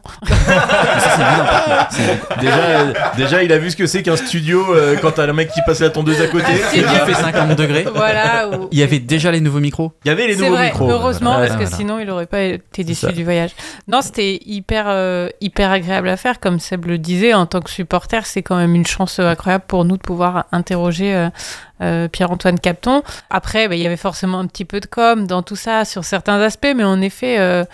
[SPEAKER 2] Déjà, euh, déjà, il a vu ce que c'est qu'un studio euh, quand t'as le mec qui passe la tondeuse à côté.
[SPEAKER 10] Un
[SPEAKER 1] Il
[SPEAKER 10] studio.
[SPEAKER 1] fait 50 degrés.
[SPEAKER 10] Voilà. ou-
[SPEAKER 1] Il y avait déjà les nouveaux micros.
[SPEAKER 2] Il y avait les
[SPEAKER 10] C'est
[SPEAKER 2] nouveaux
[SPEAKER 10] vrai,
[SPEAKER 2] micros.
[SPEAKER 10] heureusement,
[SPEAKER 2] Ouais.
[SPEAKER 10] parce que
[SPEAKER 1] Voilà.
[SPEAKER 10] sinon il aurait pas été déçu
[SPEAKER 2] ça.
[SPEAKER 10] du voyage. Non, c'était hyper, euh, hyper agréable à faire, comme Seb le disait, en tant que supporter, c'est quand même une chance euh, incroyable pour nous de pouvoir interroger euh, euh, Pierre-Antoine Capton. Après, bah, il y avait forcément un petit peu de com dans tout ça, sur certains aspects, mais en effet, euh,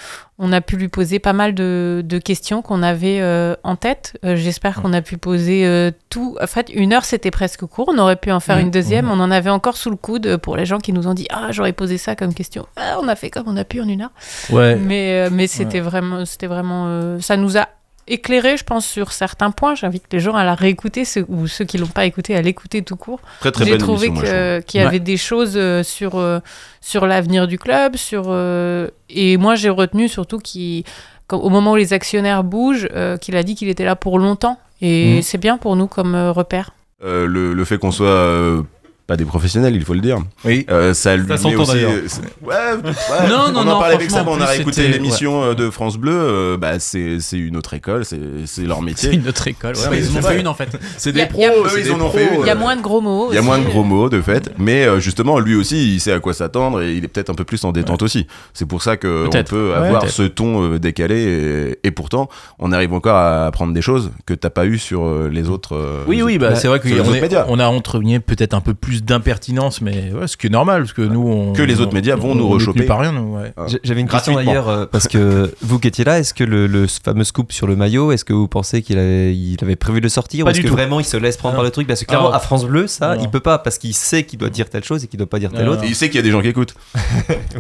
[SPEAKER 10] on a pu lui poser pas mal de, de questions qu'on avait euh, en tête. Euh, J'espère qu'on a pu poser euh, tout. En fait, une heure, c'était presque court. On aurait pu en faire
[SPEAKER 1] Ouais.
[SPEAKER 10] une deuxième. On en avait encore sous le coude euh, pour les gens qui nous ont dit Ah, j'aurais posé ça comme question. Ah, on a fait comme on a pu en une heure.
[SPEAKER 2] Ouais.
[SPEAKER 10] Mais, euh, mais c'était vraiment. C'était vraiment euh, ça nous a éclairé, je pense, sur certains points. J'invite les gens à la réécouter, ceux, ou ceux qui l'ont pas écouté, à l'écouter tout court.
[SPEAKER 6] Très très
[SPEAKER 10] J'ai
[SPEAKER 6] bonne
[SPEAKER 10] trouvé
[SPEAKER 6] émission, moi, je trouve.
[SPEAKER 10] que- qu'il y
[SPEAKER 2] Ouais.
[SPEAKER 10] avait des choses euh, sur, euh, sur l'avenir du club, sur, euh, et moi j'ai retenu surtout qu'il- qu'au au moment où les actionnaires bougent, euh, qu'il a dit qu'il était là pour longtemps. Et
[SPEAKER 9] Hmm.
[SPEAKER 2] Mhm.
[SPEAKER 10] c'est bien pour nous comme euh, repère.
[SPEAKER 6] Euh, le, le fait qu'on soit euh,
[SPEAKER 9] pas des professionnels, il faut le dire.
[SPEAKER 2] Oui.
[SPEAKER 9] Euh, ça lui
[SPEAKER 7] Ça
[SPEAKER 9] met
[SPEAKER 7] s'entend
[SPEAKER 9] aussi.
[SPEAKER 7] d'ailleurs.
[SPEAKER 6] euh,
[SPEAKER 9] Ouais,
[SPEAKER 2] <laughs>
[SPEAKER 9] ouais,
[SPEAKER 2] Non, non,
[SPEAKER 9] on
[SPEAKER 2] non,
[SPEAKER 9] en parlait avec
[SPEAKER 2] franchement,
[SPEAKER 9] ça, on
[SPEAKER 2] en
[SPEAKER 9] a
[SPEAKER 2] plus,
[SPEAKER 9] réécouté
[SPEAKER 2] c'était-
[SPEAKER 9] l'émission euh, de France Bleu. euh, bah, c'est c'est une autre école, c'est c'est leur
[SPEAKER 1] C'est
[SPEAKER 9] métier.
[SPEAKER 1] une autre école. ouais,
[SPEAKER 9] C'est-
[SPEAKER 1] mais ils en ont fait
[SPEAKER 9] c'est ça.
[SPEAKER 1] une en fait.
[SPEAKER 9] C'est
[SPEAKER 10] Y
[SPEAKER 9] des
[SPEAKER 10] a-
[SPEAKER 9] pros,
[SPEAKER 10] y a-
[SPEAKER 9] eux, ils
[SPEAKER 6] c'est
[SPEAKER 9] en
[SPEAKER 6] des
[SPEAKER 9] ont fait
[SPEAKER 6] pros,
[SPEAKER 9] une.
[SPEAKER 10] Il y a moins de gros mots.
[SPEAKER 9] Il y a
[SPEAKER 10] aussi.
[SPEAKER 9] moins de gros mots, de fait, mais euh, justement, lui aussi, il sait à quoi s'attendre et il est peut-être un peu plus en détente aussi. C'est pour ça que on
[SPEAKER 1] Peut-être.
[SPEAKER 9] peut
[SPEAKER 1] Ouais,
[SPEAKER 9] avoir
[SPEAKER 1] peut-être.
[SPEAKER 9] ce ton euh, décalé et, et pourtant, on arrive encore à apprendre des choses que t'as pas eu sur euh, les autres. euh,
[SPEAKER 2] Oui,
[SPEAKER 9] les
[SPEAKER 2] oui,
[SPEAKER 9] autres-
[SPEAKER 2] bah, c'est vrai
[SPEAKER 9] sur les
[SPEAKER 2] qu'on
[SPEAKER 9] autres
[SPEAKER 2] est-
[SPEAKER 9] médias.
[SPEAKER 2] on a entretenu peut-être un peu plus d'impertinence, mais ouais, ce qui est normal, parce que nous, on,
[SPEAKER 9] Que les autres
[SPEAKER 2] on-
[SPEAKER 9] médias vont
[SPEAKER 2] on-
[SPEAKER 9] nous
[SPEAKER 2] on est tenu
[SPEAKER 9] rechoper.
[SPEAKER 2] par rien, nous, ouais.
[SPEAKER 8] J'ai- J'avais une question
[SPEAKER 9] Gratuitement.
[SPEAKER 8] d'ailleurs, euh, parce que vous qui étiez là, est-ce que le, le fameux scoop sur le maillot, est-ce que vous pensez qu'il avait, il avait prévu de le sortir
[SPEAKER 2] Pas
[SPEAKER 8] Ou est-ce
[SPEAKER 2] du
[SPEAKER 8] que
[SPEAKER 2] tout.
[SPEAKER 8] vraiment il se laisse prendre
[SPEAKER 2] Non.
[SPEAKER 8] par le truc Parce que clairement,
[SPEAKER 2] Ah.
[SPEAKER 8] à France Bleu, ça,
[SPEAKER 2] Non.
[SPEAKER 8] il peut pas, parce qu'il sait qu'il doit dire telle chose et qu'il doit pas dire telle
[SPEAKER 2] Non.
[SPEAKER 8] autre.
[SPEAKER 9] Et il sait qu'il y a des gens qui écoutent.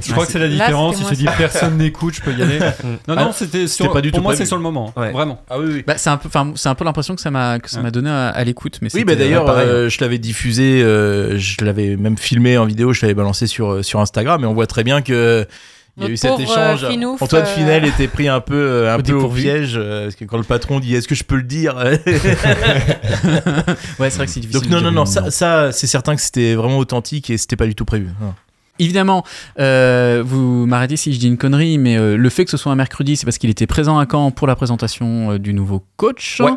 [SPEAKER 7] Je crois que c'est la
[SPEAKER 10] Là,
[SPEAKER 7] différence. Il
[SPEAKER 10] c'était
[SPEAKER 7] se dit
[SPEAKER 10] moins
[SPEAKER 7] personne n'écoute, je peux y
[SPEAKER 2] <laughs>
[SPEAKER 7] aller. Non,
[SPEAKER 2] Ah,
[SPEAKER 7] non, c'était sur.
[SPEAKER 2] c'était pas du
[SPEAKER 7] Pour
[SPEAKER 2] tout
[SPEAKER 7] moi,
[SPEAKER 2] prévu.
[SPEAKER 7] c'est sur le moment.
[SPEAKER 8] Ouais.
[SPEAKER 7] Vraiment.
[SPEAKER 2] Ah oui, oui.
[SPEAKER 1] Bah, c'est un peu, enfin, c'est un peu l'impression que ça m'a, que ça m'a donné à, à l'écoute. Mais
[SPEAKER 2] Oui,
[SPEAKER 1] c'était,
[SPEAKER 2] bah d'ailleurs,
[SPEAKER 1] euh, pareil.
[SPEAKER 2] euh, je l'avais diffusé, euh, je l'avais même filmé en vidéo, je l'avais balancé sur, euh, sur Instagram, et on voit très bien que. euh, Il y a
[SPEAKER 10] Notre
[SPEAKER 2] eu cet
[SPEAKER 10] pauvre,
[SPEAKER 2] échange.
[SPEAKER 10] euh, Finouf,
[SPEAKER 2] Antoine
[SPEAKER 10] euh,
[SPEAKER 2] Finel était pris un peu, euh,
[SPEAKER 1] <laughs> au
[SPEAKER 2] un peu au
[SPEAKER 1] dépourvu.
[SPEAKER 2] piège. euh, parce que quand le patron dit Est-ce que je peux
[SPEAKER 1] <laughs>
[SPEAKER 2] le dire <laughs>
[SPEAKER 1] ouais, c'est vrai que c'est difficile.
[SPEAKER 2] Donc,
[SPEAKER 1] de
[SPEAKER 2] non,
[SPEAKER 1] dire
[SPEAKER 2] non,
[SPEAKER 1] le
[SPEAKER 2] non,
[SPEAKER 1] nom.
[SPEAKER 2] ça, ça, c'est certain que c'était vraiment authentique et c'était pas du tout prévu. hein. Non.
[SPEAKER 1] Évidemment, euh, vous m'arrêtez si je dis une connerie, mais euh, le fait que ce soit un mercredi, c'est parce qu'il était présent à Caen pour la présentation euh, du nouveau coach. hein.
[SPEAKER 2] Ouais.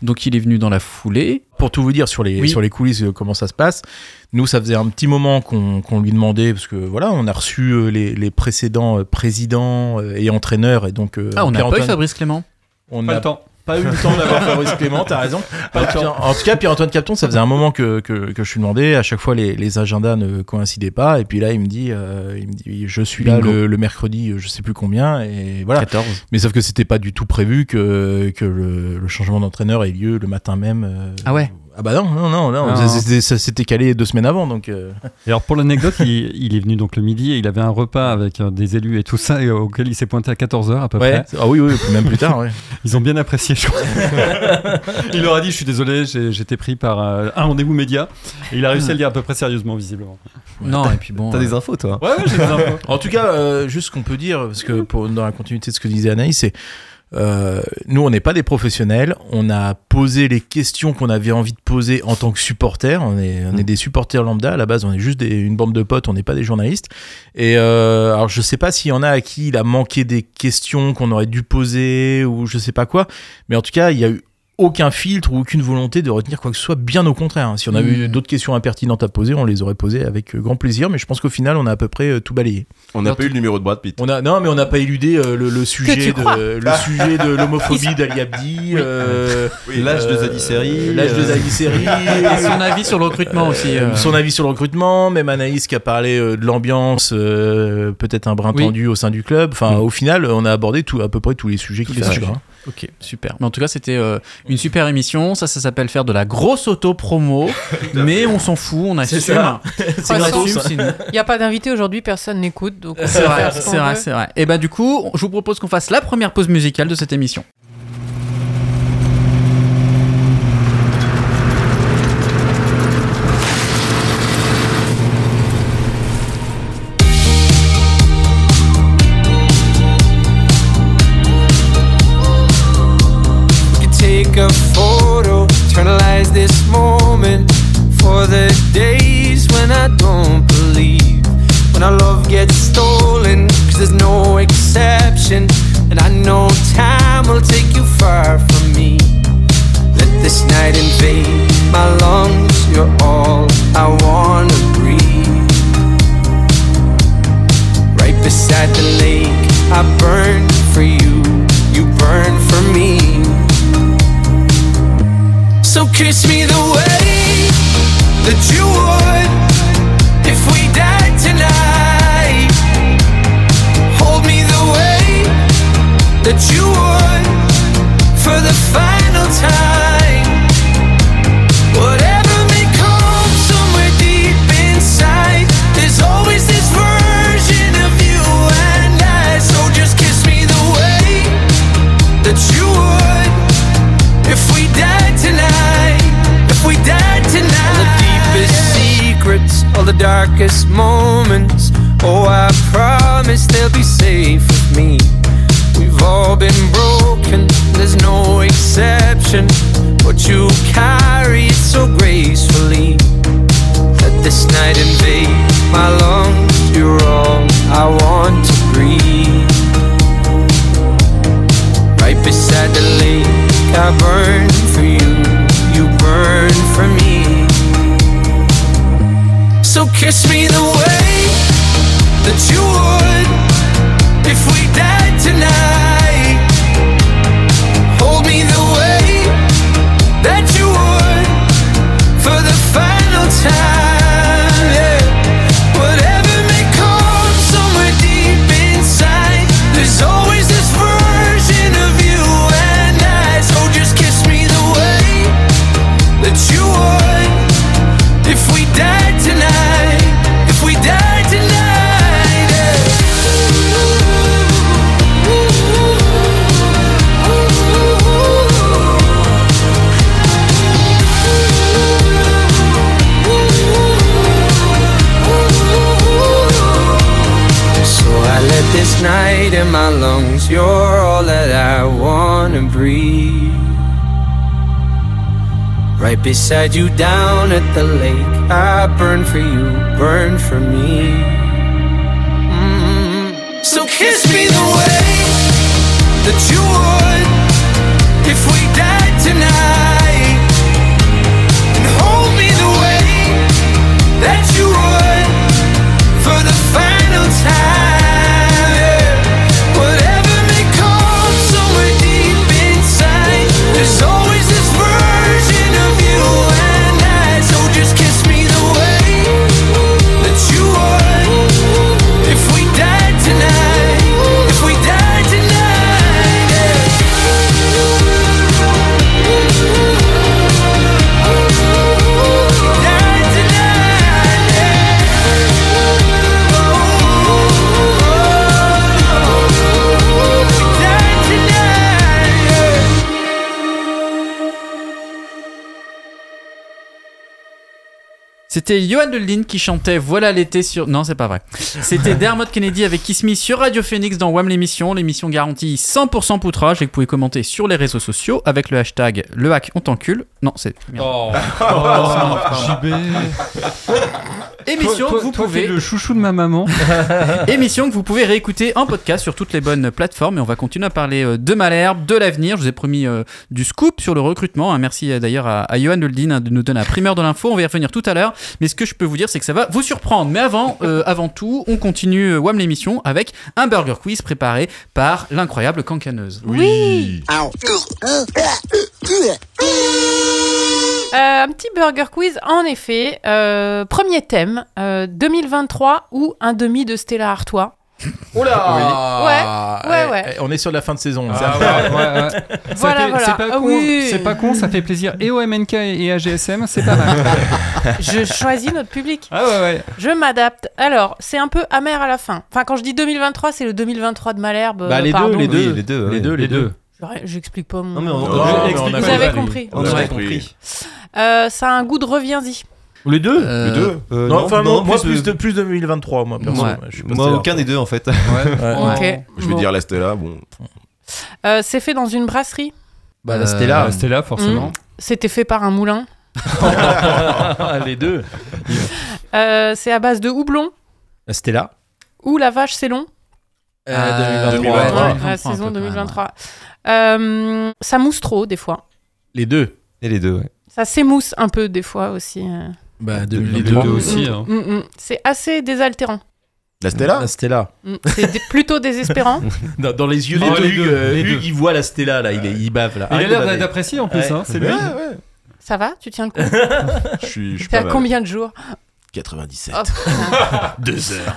[SPEAKER 1] Donc il est venu dans la foulée.
[SPEAKER 2] pour tout vous dire sur les,
[SPEAKER 1] Oui.
[SPEAKER 2] sur les coulisses, euh, comment ça se passe, nous, ça faisait un petit moment qu'on qu'on lui demandait, parce que voilà, on a reçu euh, les, les précédents euh, présidents euh, et entraîneurs, et donc. euh,
[SPEAKER 1] Ah, on n'a pas eu
[SPEAKER 2] Pierre-Antoine-
[SPEAKER 1] Fabrice Clément.
[SPEAKER 2] on
[SPEAKER 7] Pas
[SPEAKER 2] n'a
[SPEAKER 7] le temps.
[SPEAKER 2] pas eu le temps d'avoir Fabrice Clément, t'as raison. En tout cas, Pierre-Antoine Capton, ça faisait un moment que, que, que je lui demandais. À chaque fois, les, les agendas ne coïncidaient pas. Et puis là, il me dit, euh, il me dit je suis là
[SPEAKER 1] Bingo.
[SPEAKER 2] le, le mercredi, euh, je sais plus combien. Et voilà.
[SPEAKER 1] 14.
[SPEAKER 2] Mais sauf que c'était pas du tout prévu que, que le, le changement d'entraîneur ait lieu le matin même. euh,
[SPEAKER 1] Ah ouais.
[SPEAKER 2] Ah bah non, non, non, non.
[SPEAKER 7] Ah.
[SPEAKER 2] ça- c'était- Ça s'était calé deux semaines avant. Donc, euh,
[SPEAKER 7] Et alors pour l'anecdote, il, il est venu donc le midi et il avait un repas avec euh, des élus et tout ça, et auquel il s'est pointé à 14h à peu près.
[SPEAKER 2] Ah oui, oui, même plus tard, ouais.
[SPEAKER 7] Ils ont bien apprécié, je crois. il leur a dit, je suis désolé, j'ai- j'étais pris par euh, un rendez-vous média. Et il a réussi à le dire à peu près sérieusement, visiblement.
[SPEAKER 1] Non, et puis bon.
[SPEAKER 8] T'as
[SPEAKER 1] euh,
[SPEAKER 8] des infos, toi
[SPEAKER 7] Ouais, ouais, j'ai des
[SPEAKER 2] <laughs>
[SPEAKER 7] infos.
[SPEAKER 2] En tout cas, euh, juste ce qu'on peut dire, parce que pour, dans la continuité de ce que disait Anaïs, c'est euh, nous, on n'est pas des professionnels. On a posé les questions qu'on avait envie de poser en tant que supporters. On est, on est des supporters lambda. À la base, on est juste des- une bande de potes. On n'est pas des journalistes. Et euh, alors, je sais pas s'il y en a à qui il a manqué des questions qu'on aurait dû poser ou je sais pas quoi. Mais en tout cas, il y a eu aucun filtre ou aucune volonté de retenir quoi que ce soit, bien au contraire. hein. Si on avait
[SPEAKER 1] Mm.
[SPEAKER 2] eu d'autres questions impertinentes à poser, on les aurait posées avec euh, grand plaisir, mais je pense qu'au final, on a à peu près euh, tout balayé.
[SPEAKER 9] On n'a pas eu le numéro de Brad Pitt.
[SPEAKER 2] On a non mais on n'a pas éludé euh, le, le sujet
[SPEAKER 10] tu crois.
[SPEAKER 2] de le sujet de l'homophobie d'Ali Abdi, euh,
[SPEAKER 8] hein L'âge de
[SPEAKER 2] euh,
[SPEAKER 8] Zadie Seri,
[SPEAKER 2] l'âge de
[SPEAKER 8] euh,
[SPEAKER 2] Zadie Seri,
[SPEAKER 1] et son avis sur le recrutement aussi. euh.
[SPEAKER 2] son avis sur le recrutement, même Anaïs qui a parlé euh, de l'ambiance, euh, peut-être un brin
[SPEAKER 1] Oui.
[SPEAKER 2] tendu au sein du club. Enfin, au final, on a abordé tout, à peu près tous les sujets qui
[SPEAKER 1] les sujets. Ok, super. Mais en tout cas, c'était euh, une super émission. Ça, ça s'appelle faire de la grosse <laughs> auto-promo. mais on s'en fout, on assume.
[SPEAKER 2] ça.
[SPEAKER 1] <laughs> C'est
[SPEAKER 10] gratos.
[SPEAKER 1] assume, c'est une-
[SPEAKER 10] Il n'y a pas d'invité aujourd'hui, personne n'écoute. donc on
[SPEAKER 1] C'est <laughs>
[SPEAKER 10] peut
[SPEAKER 1] vrai,
[SPEAKER 10] faire ce qu'on
[SPEAKER 1] c'est vrai,
[SPEAKER 10] veut.
[SPEAKER 1] c'est vrai. Et bah du coup, je vous propose qu'on fasse la première pause musicale de cette émission.
[SPEAKER 3] could take a photo, eternalize this moment for the days when I don't believe. When our love gets stolen, cause there's no exception. And I know time will take you far from me. Let this night invade my lungs, you're all I wanna breathe. Right beside the lake, I burn for you, you burn for me. So kiss me the way that you would if we died tonight. Hold me the way that you would for the final time. Whatever may come somewhere deep inside, there's always this version of you and I. So just kiss me the way that you would. If we die tonight, if we die tonight, all the deepest secrets, all the darkest moments. Oh, I promise they'll be safe with me. We've all been broken, there's no exception. What you carry it so gracefully. Let this night invade my lungs. You're all I want to breathe. Right beside the lake, I burn for you. You burn for me. So kiss me the way that you would if we died tonight. Hold me the way that you would for the final time. yeah. Whatever may come somewhere deep inside, there's always this version of you and I. So just kiss me the way that you would if we died tonight. If we died tonight. So I let this night in my lungs, you're all that I wanna breathe. Right beside you down at the lake, I burn for you, burn for me. Mm. So kiss me the way that you would if we died tonight. And hold me the way that you would for the final time. yeah. Whatever may come somewhere deep inside, there's always this version of you and I. So just kiss me the way that you would if we died tonight. If we died tonight.
[SPEAKER 1] C'était Johan Delin qui chantait Voilà l'été sur. Non, c'est pas vrai. C'était Dermot Kennedy avec Kiss Me sur Radio Phoenix dans WAM l'émission. L'émission garantie 100% poutrage et que vous pouvez commenter sur les réseaux sociaux avec le hashtag Le hack on t'encule. Non, c'est.
[SPEAKER 2] hein.
[SPEAKER 1] merde.
[SPEAKER 7] Oh,
[SPEAKER 1] Non,
[SPEAKER 7] JB.
[SPEAKER 1] Émission
[SPEAKER 7] Toi-
[SPEAKER 1] que vous
[SPEAKER 7] toi,
[SPEAKER 1] pouvez-
[SPEAKER 7] t'es le chouchou de ma maman.
[SPEAKER 1] Émission que vous pouvez réécouter en podcast sur toutes les bonnes plateformes. Et on va continuer à parler euh, de Malherbe, de l'avenir. Je vous ai promis euh, du scoop sur le recrutement. hein. Merci euh, d'ailleurs à, à Johan Holdin hein, de nous donner la primeur de l'info. On va y revenir tout à l'heure. Mais ce que je peux vous dire, c'est que ça va vous surprendre. Mais avant, euh, avant tout, on continue euh, WAM l'émission avec un burger quiz préparé par l'incroyable cancaneuse.
[SPEAKER 10] Oui. Euh, un petit burger quiz, en effet. Euh, premier thème, euh, 2023 ou un demi de Stella Artois.
[SPEAKER 2] Oh
[SPEAKER 9] Ah,
[SPEAKER 10] là Ouais, ouais, ouais.
[SPEAKER 2] Eh, On est sur la fin de saison. là.
[SPEAKER 7] Ah, ouais, ouais, ouais. Ça
[SPEAKER 10] Voilà,
[SPEAKER 7] fait-
[SPEAKER 10] voilà.
[SPEAKER 7] C'est pas,
[SPEAKER 10] Ah
[SPEAKER 7] con,
[SPEAKER 10] oui.
[SPEAKER 7] c'est pas con, ça fait plaisir. Et au MNK et à GSM, c'est pas mal.
[SPEAKER 10] Je choisis notre public.
[SPEAKER 7] Ah ouais, ouais.
[SPEAKER 10] Je m'adapte. Alors, c'est un peu amer à la fin. Enfin, quand je dis 2023, c'est le 2023 de Malherbe. euh,
[SPEAKER 2] Bah, les,
[SPEAKER 10] pardon.
[SPEAKER 2] deux, les deux,
[SPEAKER 8] Oui, les deux,
[SPEAKER 2] Les
[SPEAKER 8] oui.
[SPEAKER 2] deux, Bah les deux.
[SPEAKER 10] Ouais, J'explique pas
[SPEAKER 8] Non,
[SPEAKER 10] mon.
[SPEAKER 8] mais on-
[SPEAKER 2] Non, mais on
[SPEAKER 8] explique
[SPEAKER 2] a
[SPEAKER 10] Vous
[SPEAKER 8] pas.
[SPEAKER 10] avez
[SPEAKER 2] compris.
[SPEAKER 10] compris.
[SPEAKER 8] On
[SPEAKER 2] Ouais.
[SPEAKER 8] aurait compris.
[SPEAKER 10] Euh, ça a un goût de reviens-y.
[SPEAKER 2] Les deux
[SPEAKER 1] Euh,
[SPEAKER 9] Les deux
[SPEAKER 8] Euh,
[SPEAKER 2] Non, enfin, moi, moi,
[SPEAKER 8] euh,
[SPEAKER 2] plus, de, plus de 2023, moi, perso.
[SPEAKER 1] Ouais.
[SPEAKER 2] Je suis pas
[SPEAKER 8] Moi,
[SPEAKER 2] Stella
[SPEAKER 8] aucun des deux en fait. <laughs>
[SPEAKER 2] Artois. Ouais.
[SPEAKER 10] Ok.
[SPEAKER 9] Je vais
[SPEAKER 10] Bon.
[SPEAKER 9] dire la Stella, bon.
[SPEAKER 10] Euh, c'est fait dans une brasserie.
[SPEAKER 1] Bah,
[SPEAKER 2] la
[SPEAKER 7] C'était là,
[SPEAKER 2] Stella.
[SPEAKER 7] Euh, c'était là forcément.
[SPEAKER 10] Mm. C'était fait par un moulin.
[SPEAKER 2] <laughs> les deux.
[SPEAKER 10] Euh, c'est à base de houblon
[SPEAKER 2] Stella.
[SPEAKER 10] ou la vache c'est long.
[SPEAKER 2] Euh,
[SPEAKER 9] 2023.
[SPEAKER 10] Ouais,
[SPEAKER 1] Ouais,
[SPEAKER 10] la
[SPEAKER 1] on prend un
[SPEAKER 10] saison
[SPEAKER 1] peu, ouais,
[SPEAKER 10] 2023. Euh, ça mousse trop des fois.
[SPEAKER 2] Les deux.
[SPEAKER 8] Et les deux, ouais.
[SPEAKER 10] Ça s'émousse un peu des fois aussi. euh.
[SPEAKER 2] Bah,
[SPEAKER 7] Les deux, aussi. hein.
[SPEAKER 10] Mm, mm. C'est assez désaltérant.
[SPEAKER 9] La Stella
[SPEAKER 2] Stella.
[SPEAKER 10] Mm. C'est dé- plutôt désespérant.
[SPEAKER 2] Dans, dans les yeux
[SPEAKER 7] Les
[SPEAKER 2] de
[SPEAKER 7] deux,
[SPEAKER 2] Hugues,
[SPEAKER 7] les deux,
[SPEAKER 2] euh,
[SPEAKER 7] les
[SPEAKER 2] Hugues,
[SPEAKER 7] deux.
[SPEAKER 2] il voit la Stella, là, il, est, il bave, là.
[SPEAKER 7] Il a
[SPEAKER 2] Arrête de
[SPEAKER 7] l'air
[SPEAKER 2] baver.
[SPEAKER 7] d'apprécier en plus,
[SPEAKER 2] Ouais.
[SPEAKER 7] hein, c'est lui.
[SPEAKER 10] Ça va Tu tiens le coup
[SPEAKER 9] Je suis, je suis
[SPEAKER 10] T'es
[SPEAKER 9] pas
[SPEAKER 10] à
[SPEAKER 9] mal.
[SPEAKER 10] combien de jours
[SPEAKER 9] 97.
[SPEAKER 10] Oh, putain.
[SPEAKER 9] Deux heures.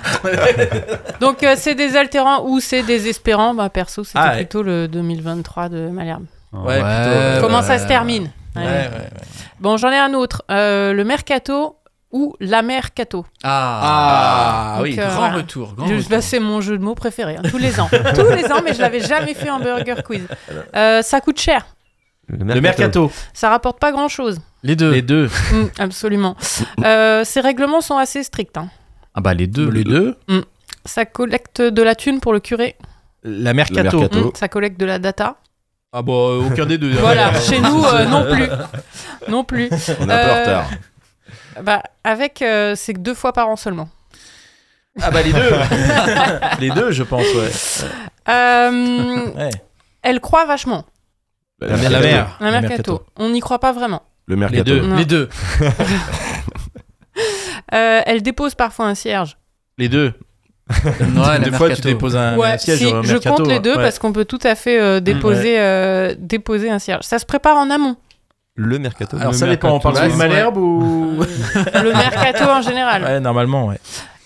[SPEAKER 10] <laughs> Donc euh, c'est désaltérant ou c'est désespérant. Bah, perso, c'était
[SPEAKER 2] Ah, ouais.
[SPEAKER 10] plutôt le 2023 de Malherbe.
[SPEAKER 1] Ouais.
[SPEAKER 2] Ouais, plutôt.
[SPEAKER 10] Comment
[SPEAKER 2] Ouais,
[SPEAKER 10] ça se termine
[SPEAKER 2] Ouais,
[SPEAKER 10] Ouais.
[SPEAKER 2] ouais, ouais.
[SPEAKER 10] Bon, j'en ai un autre. Euh, le mercato ou la mercato.
[SPEAKER 1] Ah,
[SPEAKER 10] Donc,
[SPEAKER 2] oui.
[SPEAKER 10] euh,
[SPEAKER 1] Grand
[SPEAKER 10] voilà.
[SPEAKER 1] retour. Grand
[SPEAKER 10] Je-
[SPEAKER 1] retour.
[SPEAKER 10] bah, c'est mon jeu de mots préféré, hein, tous les ans. tous les ans, mais je l'avais jamais fait en burger quiz. Euh, ça coûte cher,
[SPEAKER 2] Le mercato.
[SPEAKER 10] ça rapporte pas grand-chose.
[SPEAKER 1] Les deux.
[SPEAKER 2] Les deux.
[SPEAKER 10] Mm, absolument. Euh, ces règlements sont assez stricts. hein.
[SPEAKER 1] Ah bah les deux.
[SPEAKER 2] Les deux.
[SPEAKER 10] Ça collecte de la thune pour le curé,
[SPEAKER 2] La
[SPEAKER 9] Le
[SPEAKER 2] mercato.
[SPEAKER 9] mercato.
[SPEAKER 10] Mm, ça collecte de la data.
[SPEAKER 2] Ah bah,
[SPEAKER 10] <laughs>
[SPEAKER 2] aucun des deux. <laughs>
[SPEAKER 10] Voilà, chez nous, euh, non plus. Non plus.
[SPEAKER 9] On est un peu
[SPEAKER 10] Euh,
[SPEAKER 9] en retard.
[SPEAKER 10] Bah, avec, euh, c'est que deux fois par an seulement.
[SPEAKER 2] Ah bah les deux Les deux, je pense, ouais.
[SPEAKER 10] Euh,
[SPEAKER 2] Ouais.
[SPEAKER 10] Elle croit vachement.
[SPEAKER 2] La mère- la mère.
[SPEAKER 10] La mercato. On n'y croit pas vraiment.
[SPEAKER 9] Le mercato.
[SPEAKER 2] Les deux.
[SPEAKER 10] Non.
[SPEAKER 2] Les deux.
[SPEAKER 10] Euh, elle dépose parfois un cierge.
[SPEAKER 2] les deux.
[SPEAKER 1] Ah, la
[SPEAKER 2] des fois, tu
[SPEAKER 1] mercato.
[SPEAKER 2] déposes un,
[SPEAKER 10] ouais,
[SPEAKER 2] un siège
[SPEAKER 10] si,
[SPEAKER 2] au
[SPEAKER 10] je
[SPEAKER 2] mercato,
[SPEAKER 10] compte les
[SPEAKER 2] ouais. Mm,
[SPEAKER 10] deux parce qu'on peut tout à fait euh, déposer, euh, déposer un cierge. Ça se prépare en amont.
[SPEAKER 8] Le mercato.
[SPEAKER 2] Alors,
[SPEAKER 8] Le
[SPEAKER 2] ça dépend, on
[SPEAKER 8] mercato.
[SPEAKER 2] parle sous
[SPEAKER 8] Ouais.
[SPEAKER 2] de Malherbe
[SPEAKER 10] <laughs>
[SPEAKER 2] ou. <laughs>
[SPEAKER 10] Le mercato en général.
[SPEAKER 2] Ouais, normalement, ouais.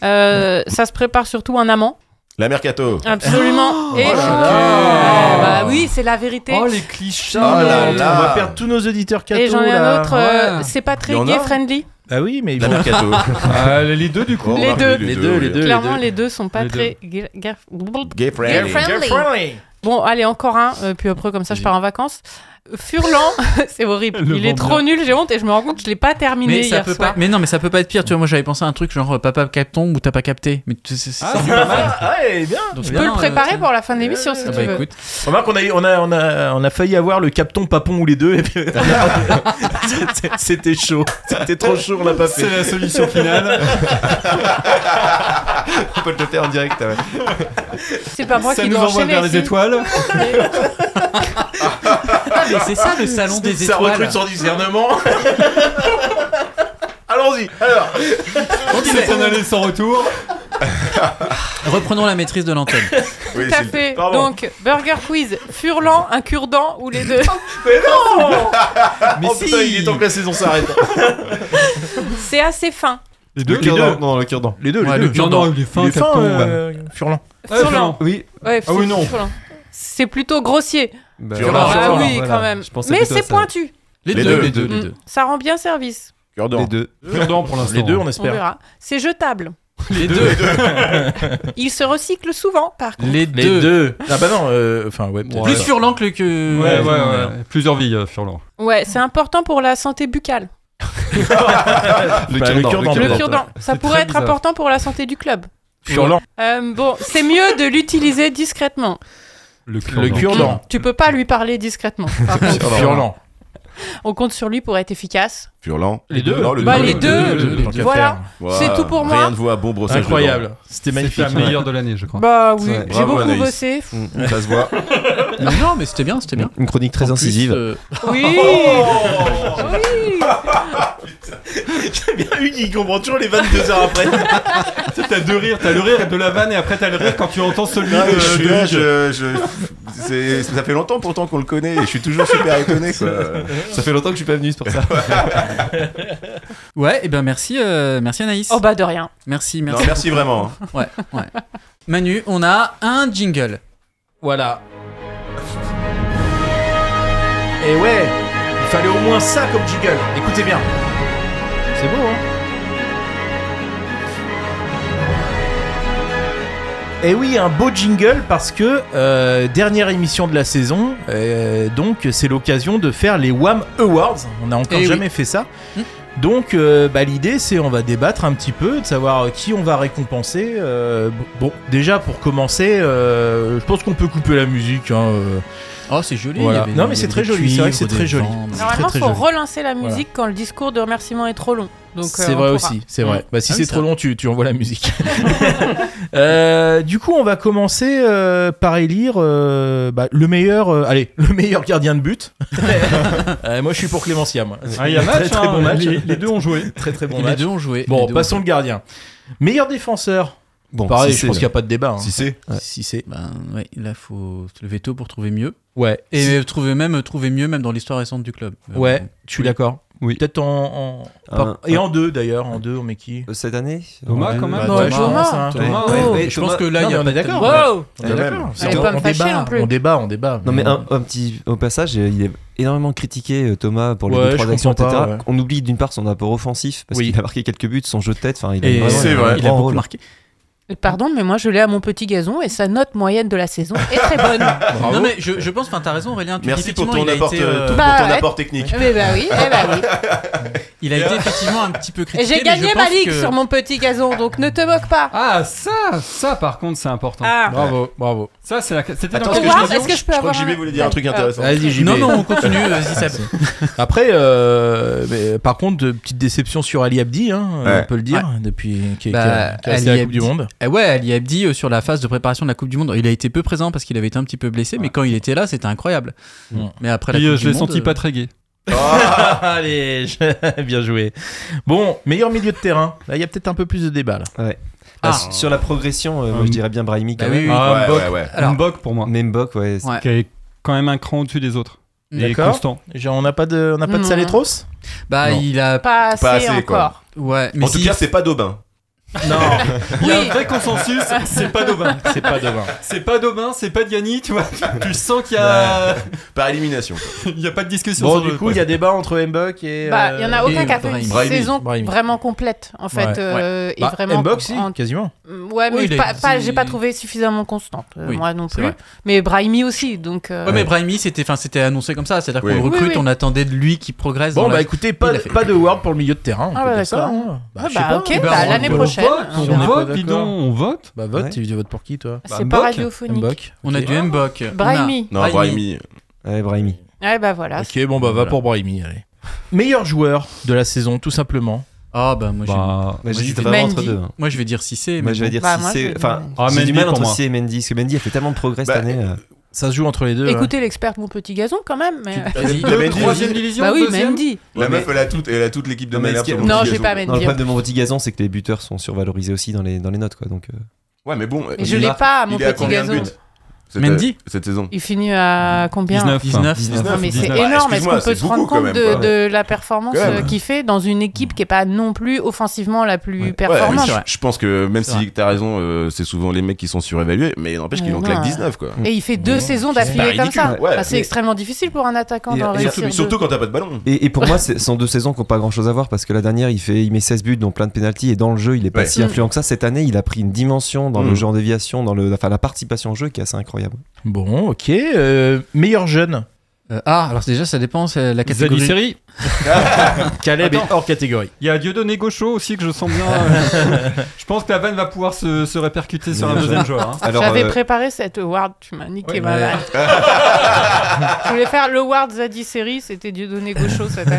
[SPEAKER 10] Euh, ça se prépare surtout en amont.
[SPEAKER 9] La mercato.
[SPEAKER 10] Absolument.
[SPEAKER 9] Oh
[SPEAKER 10] Et
[SPEAKER 9] là
[SPEAKER 10] Ouais, bah oui, c'est la vérité.
[SPEAKER 7] Oh, les clichés.
[SPEAKER 2] Oh là
[SPEAKER 9] là là.
[SPEAKER 2] On va perdre tous nos auditeurs cato.
[SPEAKER 10] Et j'en ai
[SPEAKER 2] là.
[SPEAKER 10] un autre. euh,
[SPEAKER 2] Ouais.
[SPEAKER 10] C'est pas très
[SPEAKER 2] Il y en a
[SPEAKER 10] gay
[SPEAKER 2] un
[SPEAKER 10] friendly.
[SPEAKER 2] Ah oui, mais il
[SPEAKER 9] La
[SPEAKER 2] faut-
[SPEAKER 9] mercato.
[SPEAKER 7] Euh, les deux, du coup.
[SPEAKER 9] Oh,
[SPEAKER 10] Les
[SPEAKER 9] remarque,
[SPEAKER 10] deux.
[SPEAKER 2] Les deux, les deux.
[SPEAKER 10] Clairement, les deux sont pas
[SPEAKER 7] Les
[SPEAKER 10] très gay gay-
[SPEAKER 9] Gay
[SPEAKER 10] gay
[SPEAKER 9] friendly.
[SPEAKER 10] friendly. Bon, allez, encore un, euh, puis après, comme ça, je pars en vacances. Furlan, <laughs> c'est horrible.
[SPEAKER 1] Le
[SPEAKER 10] Il est
[SPEAKER 1] vendeur.
[SPEAKER 10] trop nul, j'ai honte, et je me rends compte que je l'ai pas terminé
[SPEAKER 1] Mais, ça
[SPEAKER 10] hier
[SPEAKER 1] peut
[SPEAKER 10] soir.
[SPEAKER 1] pas- mais non, mais ça peut pas être pire. Tu vois, moi j'avais pensé à un truc genre euh, Papa Capton ou T'as pas capté. Mais tu sais, c'est
[SPEAKER 2] Ah, c'est pas mal. Ouais, bien.
[SPEAKER 1] Donc,
[SPEAKER 10] Je
[SPEAKER 1] bien,
[SPEAKER 10] peux le
[SPEAKER 1] euh,
[SPEAKER 10] préparer pour la fin de l'émission, si
[SPEAKER 1] Ah
[SPEAKER 10] tu
[SPEAKER 1] bah
[SPEAKER 10] veux.
[SPEAKER 1] écoute.
[SPEAKER 2] Remarque, on a, eu- on, a, on, a, on a failli avoir le capton papon ou les deux. et puis- C'était- <laughs> C'était chaud. C'était trop chaud, on l'a pas fait.
[SPEAKER 7] C'est la solution finale.
[SPEAKER 6] On peut te le faire en direct. ouais.
[SPEAKER 10] C'est pas moi
[SPEAKER 7] ça
[SPEAKER 10] qui
[SPEAKER 7] nous
[SPEAKER 10] dois
[SPEAKER 7] envoie
[SPEAKER 10] enchaîner.
[SPEAKER 7] vers les
[SPEAKER 10] si. <laughs>
[SPEAKER 7] étoiles.
[SPEAKER 1] Ah, mais c'est ça le salon des
[SPEAKER 2] Ça
[SPEAKER 1] étoiles.
[SPEAKER 2] recrute son discernement. <laughs> Allons-y. Alors,
[SPEAKER 1] On disait,
[SPEAKER 7] C'est s'en aller sans retour.
[SPEAKER 1] reprenons la maîtrise de l'antenne.
[SPEAKER 9] Oui,
[SPEAKER 10] Tout à
[SPEAKER 9] c'est-
[SPEAKER 10] fait.
[SPEAKER 2] Pardon.
[SPEAKER 10] Donc, Burger Quiz, Furlan, un cure-dent ou les deux.
[SPEAKER 2] mais
[SPEAKER 1] si.
[SPEAKER 2] Oh, putain, il est temps que la saison s'arrête.
[SPEAKER 10] <laughs> C'est assez fin.
[SPEAKER 7] Les
[SPEAKER 6] Le
[SPEAKER 7] deux.
[SPEAKER 6] cure-dent. Non, le cure-dent.
[SPEAKER 2] Les deux,
[SPEAKER 1] Ouais,
[SPEAKER 2] les
[SPEAKER 1] le
[SPEAKER 2] deux.
[SPEAKER 7] Non, non, il est
[SPEAKER 2] Il
[SPEAKER 7] fin,
[SPEAKER 2] est fin,
[SPEAKER 7] Capton.
[SPEAKER 2] euh, Furlan.
[SPEAKER 10] Furlan.
[SPEAKER 8] Oui.
[SPEAKER 10] Ouais,
[SPEAKER 7] Ah oui,
[SPEAKER 10] c'est
[SPEAKER 7] non.
[SPEAKER 10] Furlan. C'est plutôt grossier.
[SPEAKER 8] Bah,
[SPEAKER 9] Furlan,
[SPEAKER 10] ah
[SPEAKER 2] hein.
[SPEAKER 9] Furlan,
[SPEAKER 10] oui, quand même.
[SPEAKER 8] Je pensais
[SPEAKER 10] Mais
[SPEAKER 8] plutôt à
[SPEAKER 10] c'est
[SPEAKER 8] ça.
[SPEAKER 10] pointu.
[SPEAKER 1] Les,
[SPEAKER 9] Les
[SPEAKER 1] deux,
[SPEAKER 9] deux.
[SPEAKER 1] les deux, les
[SPEAKER 10] Mm.
[SPEAKER 1] deux.
[SPEAKER 10] Ça rend bien service.
[SPEAKER 9] Cure-dent.
[SPEAKER 8] Les deux.
[SPEAKER 7] Furdan pour l'instant.
[SPEAKER 2] Les deux, on
[SPEAKER 10] On
[SPEAKER 2] espère.
[SPEAKER 10] verra. C'est jetable.
[SPEAKER 1] Les deux.
[SPEAKER 10] <laughs> Il se recycle souvent, par contre.
[SPEAKER 1] Les
[SPEAKER 2] Les
[SPEAKER 1] deux.
[SPEAKER 2] deux. Ah bah non, euh, enfin ouais. peut-être.
[SPEAKER 1] Plus sur l'angle que.
[SPEAKER 7] Ouais, ouais, ouais. Plusieurs vies, euh, Furlan.
[SPEAKER 10] Ouais, c'est important pour la santé buccale.
[SPEAKER 6] Le
[SPEAKER 2] Bah,
[SPEAKER 6] cure-dent.
[SPEAKER 2] le
[SPEAKER 6] Le
[SPEAKER 2] cure-dent.
[SPEAKER 10] Le
[SPEAKER 6] cure-dent.
[SPEAKER 10] cure-dent. Ça
[SPEAKER 7] C'est
[SPEAKER 10] pourrait
[SPEAKER 7] très
[SPEAKER 10] être
[SPEAKER 7] bizarre.
[SPEAKER 10] important pour la santé du club.
[SPEAKER 2] Furlan.
[SPEAKER 10] Euh, bon, c'est mieux de l'utiliser discrètement.
[SPEAKER 7] Le
[SPEAKER 2] Le cure-dent.
[SPEAKER 10] Tu peux pas lui parler discrètement. par contre.
[SPEAKER 2] Furlan.
[SPEAKER 10] On compte sur lui pour être efficace.
[SPEAKER 9] Furlan.
[SPEAKER 2] Les deux.
[SPEAKER 9] Non, le
[SPEAKER 10] Bah,
[SPEAKER 9] deux,
[SPEAKER 10] les
[SPEAKER 9] le
[SPEAKER 10] deux.
[SPEAKER 9] le
[SPEAKER 2] Tant qu'à
[SPEAKER 10] Voilà.
[SPEAKER 2] faire.
[SPEAKER 9] Voilà.
[SPEAKER 10] C'est tout pour moi.
[SPEAKER 9] Rien ne vaut un bon brossage de dents.
[SPEAKER 2] Incroyable. C'était
[SPEAKER 7] C'est
[SPEAKER 2] magnifique.
[SPEAKER 7] la meilleure de l'année, je crois.
[SPEAKER 10] Bah oui,
[SPEAKER 8] Ouais.
[SPEAKER 10] j'ai
[SPEAKER 9] Bravo,
[SPEAKER 10] beaucoup
[SPEAKER 9] Anaïs.
[SPEAKER 10] bossé.
[SPEAKER 9] Ça
[SPEAKER 2] <laughs>
[SPEAKER 9] se voit.
[SPEAKER 1] Mais non, mais c'était bien, c'était bien.
[SPEAKER 8] Une chronique très
[SPEAKER 1] En plus,
[SPEAKER 8] incisive.
[SPEAKER 1] euh,
[SPEAKER 10] <laughs> Oui. oui.
[SPEAKER 2] bien une, <laughs> il comprend toujours les 22 heures <laughs> après.
[SPEAKER 7] Tu sais, T'as deux rires, t'as le rire de la vanne et après t'as le rire quand tu entends celui
[SPEAKER 9] Ah,
[SPEAKER 2] euh,
[SPEAKER 9] mais je suis
[SPEAKER 7] de, de
[SPEAKER 9] là,
[SPEAKER 7] Hugues.
[SPEAKER 9] je- je- c'est- ça fait longtemps pourtant qu'on le connaît et je suis toujours super étonné.
[SPEAKER 10] <laughs>
[SPEAKER 9] Quoi.
[SPEAKER 8] Ça fait longtemps que je suis pas venu, c'est pour ça.
[SPEAKER 1] Ouais, et ben merci, euh, merci Anaïs.
[SPEAKER 10] Oh bah de rien.
[SPEAKER 1] Merci,
[SPEAKER 9] Non,
[SPEAKER 1] merci.
[SPEAKER 9] merci vraiment.
[SPEAKER 1] Ouais, ouais. Manu, on a un jingle.
[SPEAKER 2] Voilà. Et ouais, il fallait au moins ça comme jiggle. Écoutez bien. C'est beau, hein Et Eh oui, un beau jingle parce que euh, dernière émission de la saison, euh, donc c'est l'occasion de faire les Wham Awards. On n'a encore
[SPEAKER 1] Eh oui.
[SPEAKER 2] jamais fait ça.
[SPEAKER 1] Hmm.
[SPEAKER 2] Donc euh, bah, l'idée c'est on va débattre un petit peu de savoir qui on va récompenser. Euh, bon, déjà pour commencer, euh, je pense qu'on peut couper la musique. hein, euh,
[SPEAKER 1] Oh, c'est joli. il
[SPEAKER 2] Voilà.
[SPEAKER 1] y avait-
[SPEAKER 2] Non, mais
[SPEAKER 1] il y
[SPEAKER 2] c'est
[SPEAKER 1] avait
[SPEAKER 2] très
[SPEAKER 1] des
[SPEAKER 2] joli, c'est vrai que
[SPEAKER 1] cuivres,
[SPEAKER 2] c'est
[SPEAKER 1] des
[SPEAKER 2] très joli.
[SPEAKER 1] ventes.
[SPEAKER 10] Normalement,
[SPEAKER 2] très,
[SPEAKER 10] il
[SPEAKER 2] très
[SPEAKER 10] faut
[SPEAKER 2] joli.
[SPEAKER 10] relancer la musique quand le discours de remerciement est trop long. Donc, euh,
[SPEAKER 2] C'est
[SPEAKER 10] on
[SPEAKER 2] vrai
[SPEAKER 10] pourra.
[SPEAKER 2] aussi, c'est vrai. Bah, si
[SPEAKER 1] Ah oui,
[SPEAKER 2] c'est
[SPEAKER 1] c'est
[SPEAKER 2] trop
[SPEAKER 1] vrai.
[SPEAKER 2] long, tu, tu envoies
[SPEAKER 1] <laughs>
[SPEAKER 2] la musique. Euh, du coup, on va commencer euh, par élire euh, bah, le meilleur, euh, allez, le meilleur gardien
[SPEAKER 1] <laughs>
[SPEAKER 2] de but. Euh, moi, je suis pour Clémencia, moi.
[SPEAKER 7] Ah, il y a match,
[SPEAKER 2] très, très
[SPEAKER 7] hein,
[SPEAKER 2] bon match.
[SPEAKER 7] Les, les deux ont joué.
[SPEAKER 2] Très très bon
[SPEAKER 1] Et les
[SPEAKER 2] match.
[SPEAKER 1] deux ont joué.
[SPEAKER 2] Bon,
[SPEAKER 1] les deux ont
[SPEAKER 2] passons
[SPEAKER 1] joué.
[SPEAKER 2] le gardien. Meilleur défenseur.
[SPEAKER 8] Bon,
[SPEAKER 2] Pareil,
[SPEAKER 8] si
[SPEAKER 2] je pense
[SPEAKER 8] c'est-
[SPEAKER 2] qu'il n'y a pas de débat. hein.
[SPEAKER 6] Si c'est.
[SPEAKER 2] Si c'est.
[SPEAKER 1] Ben ouais, là faut se lever tôt pour trouver mieux.
[SPEAKER 2] Ouais.
[SPEAKER 1] Et
[SPEAKER 2] Si-
[SPEAKER 1] euh, trouver même euh, trouver mieux même dans l'histoire récente du club. Euh,
[SPEAKER 2] ouais, je suis d'accord.
[SPEAKER 8] Oui.
[SPEAKER 2] Peut-être en. en-
[SPEAKER 8] Un-
[SPEAKER 2] Et en deux d'ailleurs, en deux, on met qui
[SPEAKER 8] Euh, Cette année
[SPEAKER 7] Thomas, quand même.
[SPEAKER 1] bah, Ouais,
[SPEAKER 10] Thomas.
[SPEAKER 2] c'est un-
[SPEAKER 8] Ouais.
[SPEAKER 7] Thomas,
[SPEAKER 8] Ouais,
[SPEAKER 1] bon,
[SPEAKER 8] ouais,
[SPEAKER 1] je
[SPEAKER 8] Thomas-
[SPEAKER 1] pense que là
[SPEAKER 2] Non,
[SPEAKER 1] il y a
[SPEAKER 2] mais on
[SPEAKER 1] pas
[SPEAKER 2] est d'accord.
[SPEAKER 1] tellement-
[SPEAKER 10] Wow
[SPEAKER 2] On est
[SPEAKER 9] Quand
[SPEAKER 2] d'accord.
[SPEAKER 9] même.
[SPEAKER 2] C'est-
[SPEAKER 10] Allez,
[SPEAKER 2] on,
[SPEAKER 10] pas me
[SPEAKER 2] on
[SPEAKER 10] fâcher
[SPEAKER 2] débat,
[SPEAKER 10] non plus.
[SPEAKER 2] on débat, on débat.
[SPEAKER 8] Non mais un, un petit au passage, euh, il est énormément critiqué euh, Thomas pour les
[SPEAKER 2] Ouais,
[SPEAKER 8] deux trois
[SPEAKER 2] je
[SPEAKER 8] actions,
[SPEAKER 2] comprends
[SPEAKER 8] etc.
[SPEAKER 2] pas, ouais.
[SPEAKER 8] On oublie d'une part son apport offensif parce
[SPEAKER 2] Oui.
[SPEAKER 8] qu'il a marqué quelques buts, son jeu de tête, enfin il a
[SPEAKER 1] Et
[SPEAKER 8] vraiment
[SPEAKER 9] c'est
[SPEAKER 8] un
[SPEAKER 9] vrai.
[SPEAKER 8] grand
[SPEAKER 1] il a beaucoup
[SPEAKER 8] rôle.
[SPEAKER 1] marqué.
[SPEAKER 10] Euh, Pardon, mais moi je l'ai à mon petit gazon et sa note moyenne de la saison est très bonne.
[SPEAKER 1] Non mais je, je pense, enfin t'as raison Aurélien. Tu
[SPEAKER 9] Merci
[SPEAKER 1] dis
[SPEAKER 9] pour
[SPEAKER 1] effectivement, il
[SPEAKER 9] ton
[SPEAKER 1] a
[SPEAKER 9] apport,
[SPEAKER 1] été,
[SPEAKER 9] euh,
[SPEAKER 1] euh,
[SPEAKER 9] ton-
[SPEAKER 10] Bah
[SPEAKER 9] pour ton
[SPEAKER 10] ouais.
[SPEAKER 9] apport technique.
[SPEAKER 10] Mais bah oui, eh bah oui.
[SPEAKER 1] Il a été effectivement un petit peu
[SPEAKER 10] Et
[SPEAKER 1] critiqué.
[SPEAKER 10] j'ai
[SPEAKER 1] mais je
[SPEAKER 10] gagné ma
[SPEAKER 1] pense
[SPEAKER 10] ligue
[SPEAKER 1] que-
[SPEAKER 10] sur mon petit gazon, donc ne te moque pas.
[SPEAKER 7] Ah, ça, ça par contre, c'est important.
[SPEAKER 10] Ah.
[SPEAKER 7] Bravo,
[SPEAKER 2] bravo.
[SPEAKER 7] Ça, c'est la. C'était
[SPEAKER 9] Attends,
[SPEAKER 7] dans quelle
[SPEAKER 9] est-ce que je
[SPEAKER 10] Voir,
[SPEAKER 7] saison
[SPEAKER 10] est-ce que je peux
[SPEAKER 9] Je crois
[SPEAKER 10] avoir
[SPEAKER 9] que JB
[SPEAKER 10] un-
[SPEAKER 9] voulait dire un truc
[SPEAKER 10] Ah.
[SPEAKER 9] intéressant.
[SPEAKER 2] Vas-y, JB.
[SPEAKER 1] Non non, on continue. euh, Vas-y Seb.
[SPEAKER 2] <laughs> Après, euh, mais, par contre, euh, petite déception sur Ali Abdi, hein,
[SPEAKER 9] Ouais.
[SPEAKER 2] on peut le dire, depuis qui,
[SPEAKER 1] Bah,
[SPEAKER 2] qui a, qui a
[SPEAKER 1] Ali
[SPEAKER 2] resté à la Coupe
[SPEAKER 1] Abdi.
[SPEAKER 2] du Monde.
[SPEAKER 1] Eh ouais, Ali Abdi euh, sur la phase de préparation de la Coupe du Monde, il a été peu présent parce qu'il avait été un petit peu blessé, mais quand il était là, c'était incroyable.
[SPEAKER 2] Mm.
[SPEAKER 1] Mais après la
[SPEAKER 7] Puis,
[SPEAKER 1] Coupe
[SPEAKER 7] euh,
[SPEAKER 1] du
[SPEAKER 7] Je l'ai
[SPEAKER 1] Monde,
[SPEAKER 7] senti
[SPEAKER 1] euh,
[SPEAKER 7] pas très gay.
[SPEAKER 9] Ah,
[SPEAKER 2] Allez, je- bien joué. Bon, meilleur milieu de terrain. Là, il y a peut-être un peu plus de débat. Là.
[SPEAKER 8] Bah,
[SPEAKER 1] Ah.
[SPEAKER 8] Sur la progression, euh, moi, je dirais bien Brahimi quand
[SPEAKER 1] Bah
[SPEAKER 8] même.
[SPEAKER 1] oui, oui.
[SPEAKER 7] Ah,
[SPEAKER 9] ouais, ouais,
[SPEAKER 7] Mbok.
[SPEAKER 9] ouais.
[SPEAKER 1] Alors-
[SPEAKER 7] Mbok, pour moi.
[SPEAKER 8] Mbok, ouais. c'est-
[SPEAKER 1] Ouais.
[SPEAKER 7] Qui est quand même un cran au-dessus des autres. Et
[SPEAKER 2] D'accord.
[SPEAKER 7] constant.
[SPEAKER 2] Genre, On n'a pas de, on n'a pas de
[SPEAKER 10] Non.
[SPEAKER 2] Saletros
[SPEAKER 1] Bah
[SPEAKER 2] Non.
[SPEAKER 1] il a
[SPEAKER 10] Pas assez,
[SPEAKER 9] Pas assez,
[SPEAKER 10] encore.
[SPEAKER 1] ouais. Mais
[SPEAKER 9] En tout
[SPEAKER 1] si-
[SPEAKER 9] cas, c'est pas Daubin.
[SPEAKER 2] Non,
[SPEAKER 7] Il y a un
[SPEAKER 10] Oui.
[SPEAKER 7] vrai consensus, c'est pas Daubin.
[SPEAKER 2] c'est pas demain.
[SPEAKER 7] C'est pas Daubin, c'est pas Diani, tu vois. Tu sens qu'il y a,
[SPEAKER 8] <laughs>
[SPEAKER 9] Par élimination.
[SPEAKER 7] il y a pas de discussion
[SPEAKER 2] <laughs> Bon,
[SPEAKER 7] sur
[SPEAKER 2] du
[SPEAKER 7] le
[SPEAKER 2] coup, il y a débat entre Mbok et.
[SPEAKER 10] Bah, il y en a
[SPEAKER 1] euh,
[SPEAKER 10] aucun qui a fait
[SPEAKER 1] Brahimi.
[SPEAKER 10] une
[SPEAKER 9] Brahimi.
[SPEAKER 10] saison
[SPEAKER 2] Brahimi.
[SPEAKER 10] vraiment complète, en fait.
[SPEAKER 2] Ouais,
[SPEAKER 10] euh, et
[SPEAKER 2] Bah,
[SPEAKER 10] vraiment
[SPEAKER 2] Mbok, si,
[SPEAKER 10] en-
[SPEAKER 2] quasiment.
[SPEAKER 10] Ouais, mais
[SPEAKER 1] Oui, il a
[SPEAKER 10] pas- pas-
[SPEAKER 1] dit-
[SPEAKER 10] j'ai pas trouvé suffisamment constante, euh,
[SPEAKER 1] Oui,
[SPEAKER 10] moi non
[SPEAKER 1] c'est
[SPEAKER 10] plus.
[SPEAKER 1] vrai.
[SPEAKER 10] Mais Brahimi aussi, donc. euh,
[SPEAKER 1] Ouais, mais Brahimi, c'était, enfin, c'était annoncé comme ça. C'est-à-dire
[SPEAKER 9] Oui.
[SPEAKER 1] qu'on le
[SPEAKER 10] Oui,
[SPEAKER 1] recrute,
[SPEAKER 10] oui.
[SPEAKER 1] on attendait de lui qu'il progresse.
[SPEAKER 2] Bon,
[SPEAKER 1] dans
[SPEAKER 2] bah
[SPEAKER 1] la-
[SPEAKER 2] écoutez, pas,
[SPEAKER 1] Il a
[SPEAKER 2] de-
[SPEAKER 1] fait-
[SPEAKER 2] pas de word pour le milieu de terrain. On
[SPEAKER 10] Ah,
[SPEAKER 2] peut
[SPEAKER 10] bah,
[SPEAKER 2] dire ça.
[SPEAKER 10] d'accord.
[SPEAKER 2] hein. Bah,
[SPEAKER 10] Ah,
[SPEAKER 2] je sais
[SPEAKER 10] bah,
[SPEAKER 2] pas.
[SPEAKER 10] ok,
[SPEAKER 2] Eh ben,
[SPEAKER 10] bah,
[SPEAKER 2] on
[SPEAKER 10] l'année
[SPEAKER 2] vote.
[SPEAKER 10] prochaine.
[SPEAKER 7] vote,
[SPEAKER 10] on
[SPEAKER 2] verra.
[SPEAKER 7] on vote,
[SPEAKER 2] D'accord.
[SPEAKER 7] dis donc, on vote.
[SPEAKER 2] Bah, vote,
[SPEAKER 8] Ouais.
[SPEAKER 2] tu votes pour qui, toi
[SPEAKER 10] C'est pas radiophonique.
[SPEAKER 2] Mbok.
[SPEAKER 1] On a
[SPEAKER 2] ok.
[SPEAKER 1] du Mbok.
[SPEAKER 10] Brahimi.
[SPEAKER 9] Non,
[SPEAKER 1] Ah,
[SPEAKER 9] Brahimi.
[SPEAKER 8] Ouais, Brahimi.
[SPEAKER 10] Ouais, bah voilà.
[SPEAKER 2] Ok, bon, bah, va
[SPEAKER 1] Voilà.
[SPEAKER 2] pour Brahimi, allez. Meilleur joueur de la saison, tout simplement.
[SPEAKER 1] Ah, bah, moi, j'ai-
[SPEAKER 7] Bah,
[SPEAKER 8] Bah, J'hésite
[SPEAKER 1] je vais-
[SPEAKER 8] vraiment
[SPEAKER 10] Mendy.
[SPEAKER 8] entre deux. hein.
[SPEAKER 1] moi, je vais dire si c'est.
[SPEAKER 8] Moi, je vais dire
[SPEAKER 10] Bah,
[SPEAKER 8] si
[SPEAKER 10] moi, je vais
[SPEAKER 8] c'est.
[SPEAKER 10] dire
[SPEAKER 8] Enfin,
[SPEAKER 7] Ah,
[SPEAKER 8] j'ai
[SPEAKER 7] Mendy
[SPEAKER 8] du mal
[SPEAKER 7] pour
[SPEAKER 8] entre
[SPEAKER 7] moi.
[SPEAKER 8] si et Mendy, parce que Mendy a fait tellement de progrès
[SPEAKER 9] Bah,
[SPEAKER 8] cette année. euh.
[SPEAKER 2] Ça se joue entre les deux. hein.
[SPEAKER 10] Écoutez l'expert de mon petit gazon quand même. Mais...
[SPEAKER 1] Vas-y.
[SPEAKER 9] T'as
[SPEAKER 7] Deux,
[SPEAKER 9] Mendy
[SPEAKER 7] troisième
[SPEAKER 9] aussi
[SPEAKER 10] <laughs>
[SPEAKER 7] division,
[SPEAKER 10] Bah oui,
[SPEAKER 7] deuxième.
[SPEAKER 10] Mendy.
[SPEAKER 9] La
[SPEAKER 8] Ouais,
[SPEAKER 9] meuf,
[SPEAKER 8] mais-
[SPEAKER 9] elle a toute, elle a toute l'équipe de
[SPEAKER 8] Non, mais
[SPEAKER 9] Malherbe.
[SPEAKER 8] est-ce
[SPEAKER 9] sur
[SPEAKER 8] qu'il
[SPEAKER 9] le
[SPEAKER 10] Non,
[SPEAKER 9] petit
[SPEAKER 10] j'ai
[SPEAKER 9] gazon.
[SPEAKER 10] pas
[SPEAKER 8] Non, le
[SPEAKER 10] Mendy.
[SPEAKER 8] problème de mon petit gazon, c'est que les buteurs sont survalorisés aussi dans les, dans les notes. Quoi, donc, euh,
[SPEAKER 9] Ouais, mais bon.
[SPEAKER 10] Et je
[SPEAKER 9] il-
[SPEAKER 10] l'ai pas à mon
[SPEAKER 9] Il est à
[SPEAKER 10] petit
[SPEAKER 9] combien de
[SPEAKER 10] gazon.
[SPEAKER 9] buts cette-
[SPEAKER 1] Mendy
[SPEAKER 9] Cette saison.
[SPEAKER 10] Il finit à combien
[SPEAKER 7] 19.
[SPEAKER 1] 19.
[SPEAKER 8] 19.
[SPEAKER 10] Non, mais c'est
[SPEAKER 9] 19.
[SPEAKER 10] énorme.
[SPEAKER 9] Ah,
[SPEAKER 10] Est-ce
[SPEAKER 9] excuse-moi,
[SPEAKER 10] qu'on peut
[SPEAKER 9] c'est
[SPEAKER 10] se rendre
[SPEAKER 9] beaucoup, quand
[SPEAKER 10] compte
[SPEAKER 9] même,
[SPEAKER 10] de,
[SPEAKER 9] quoi.
[SPEAKER 10] de la performance
[SPEAKER 9] Quand même.
[SPEAKER 10] euh, qu'il fait dans une équipe qui est pas non plus offensivement la plus performante
[SPEAKER 9] Ouais, je, je pense que même
[SPEAKER 1] C'est
[SPEAKER 9] si t'as raison, euh, c'est souvent les mecs qui sont surévalués, mais n'empêche qu'ils
[SPEAKER 10] Ouais,
[SPEAKER 9] en claquent
[SPEAKER 10] non.
[SPEAKER 9] 19 quoi.
[SPEAKER 10] Et il fait deux saisons
[SPEAKER 9] pas
[SPEAKER 10] d'affilée comme ça.
[SPEAKER 9] ridicule, ouais.
[SPEAKER 10] Enfin, c'est
[SPEAKER 9] Mais-
[SPEAKER 10] extrêmement difficile pour un attaquant
[SPEAKER 8] Et-
[SPEAKER 10] d'en
[SPEAKER 8] et
[SPEAKER 10] réussir.
[SPEAKER 9] Surtout,
[SPEAKER 10] deux.
[SPEAKER 9] surtout quand t'as pas de ballon.
[SPEAKER 8] Et, et pour moi, ce sont deux saisons qui n'ont pas grand chose à voir parce que la dernière, il, fait, il met 16 buts, dont plein de pénalties, et dans le jeu, il est pas
[SPEAKER 9] Ouais.
[SPEAKER 8] si influent que ça. Cette année, il a pris une dimension dans
[SPEAKER 9] Mm.
[SPEAKER 8] le jeu en déviation, dans le, enfin, la participation au jeu qui est assez incroyable.
[SPEAKER 2] hein. Bon, ok. euh, meilleur jeune.
[SPEAKER 1] Euh, ah, alors déjà, ça dépend c'est la
[SPEAKER 7] Zadie
[SPEAKER 1] catégorie.
[SPEAKER 7] Seri.
[SPEAKER 2] <laughs> Caleb est hors catégorie.
[SPEAKER 7] Il y a Dieudonné Gaucho aussi que je sens bien. euh, je pense que la vanne va pouvoir se, se répercuter sur un deuxième joueur. hein.
[SPEAKER 8] <laughs> Alors,
[SPEAKER 10] J'avais
[SPEAKER 8] euh,
[SPEAKER 10] préparé cette award, tu m'as niqué ma
[SPEAKER 1] Ouais.
[SPEAKER 9] <laughs>
[SPEAKER 10] vanne. Je voulais faire le award Zadie Série, c'était Dieudonné Gaucho cette année.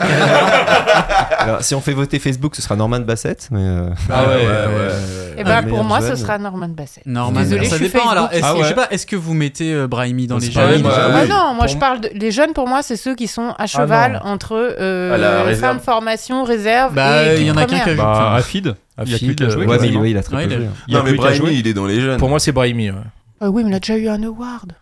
[SPEAKER 8] alors, si on fait voter Facebook, ce sera Norman Bassett. Mais euh,
[SPEAKER 2] Ah ouais,
[SPEAKER 10] Et bah
[SPEAKER 8] le
[SPEAKER 10] pour
[SPEAKER 8] meilleur
[SPEAKER 10] moi, ce
[SPEAKER 8] jeune.
[SPEAKER 10] sera Norman Bassett.
[SPEAKER 1] Norman.
[SPEAKER 10] Désolé,
[SPEAKER 1] ça
[SPEAKER 10] je suis
[SPEAKER 1] dépend.
[SPEAKER 10] Facebook.
[SPEAKER 1] Alors, est-ce,
[SPEAKER 7] Ah
[SPEAKER 1] je sais
[SPEAKER 7] ouais.
[SPEAKER 1] pas, est-ce que vous mettez euh, Brahimi dans
[SPEAKER 8] On
[SPEAKER 1] les
[SPEAKER 8] se parlait
[SPEAKER 1] jeunes
[SPEAKER 8] de-
[SPEAKER 9] Ah
[SPEAKER 10] Ah
[SPEAKER 9] oui.
[SPEAKER 10] non, moi
[SPEAKER 2] Pour
[SPEAKER 10] je
[SPEAKER 2] m-
[SPEAKER 10] parle de- les jeunes pour moi c'est ceux qui sont à cheval entre euh,
[SPEAKER 9] Ah, la réserve.
[SPEAKER 10] fin de formation, réserve
[SPEAKER 1] Bah,
[SPEAKER 10] et
[SPEAKER 1] il y en a qu'un
[SPEAKER 10] première.
[SPEAKER 1] qui a joué.
[SPEAKER 7] Bah,
[SPEAKER 1] Enfin,
[SPEAKER 7] Afid, il y a
[SPEAKER 2] Afid,
[SPEAKER 7] plus qu'à jouer.
[SPEAKER 8] ouais,
[SPEAKER 2] euh,
[SPEAKER 8] mais il,
[SPEAKER 7] quasiment.
[SPEAKER 8] ouais, il a très
[SPEAKER 1] Ouais,
[SPEAKER 8] peu
[SPEAKER 1] il a-
[SPEAKER 8] joué, hein.
[SPEAKER 7] Il y a
[SPEAKER 9] non, mais
[SPEAKER 7] plus qu'à jouer.
[SPEAKER 9] Brahimi, il est dans les jeunes.
[SPEAKER 2] Pour moi, c'est Brahimi. ouais.
[SPEAKER 10] Euh, oui, mais il a déjà eu un award.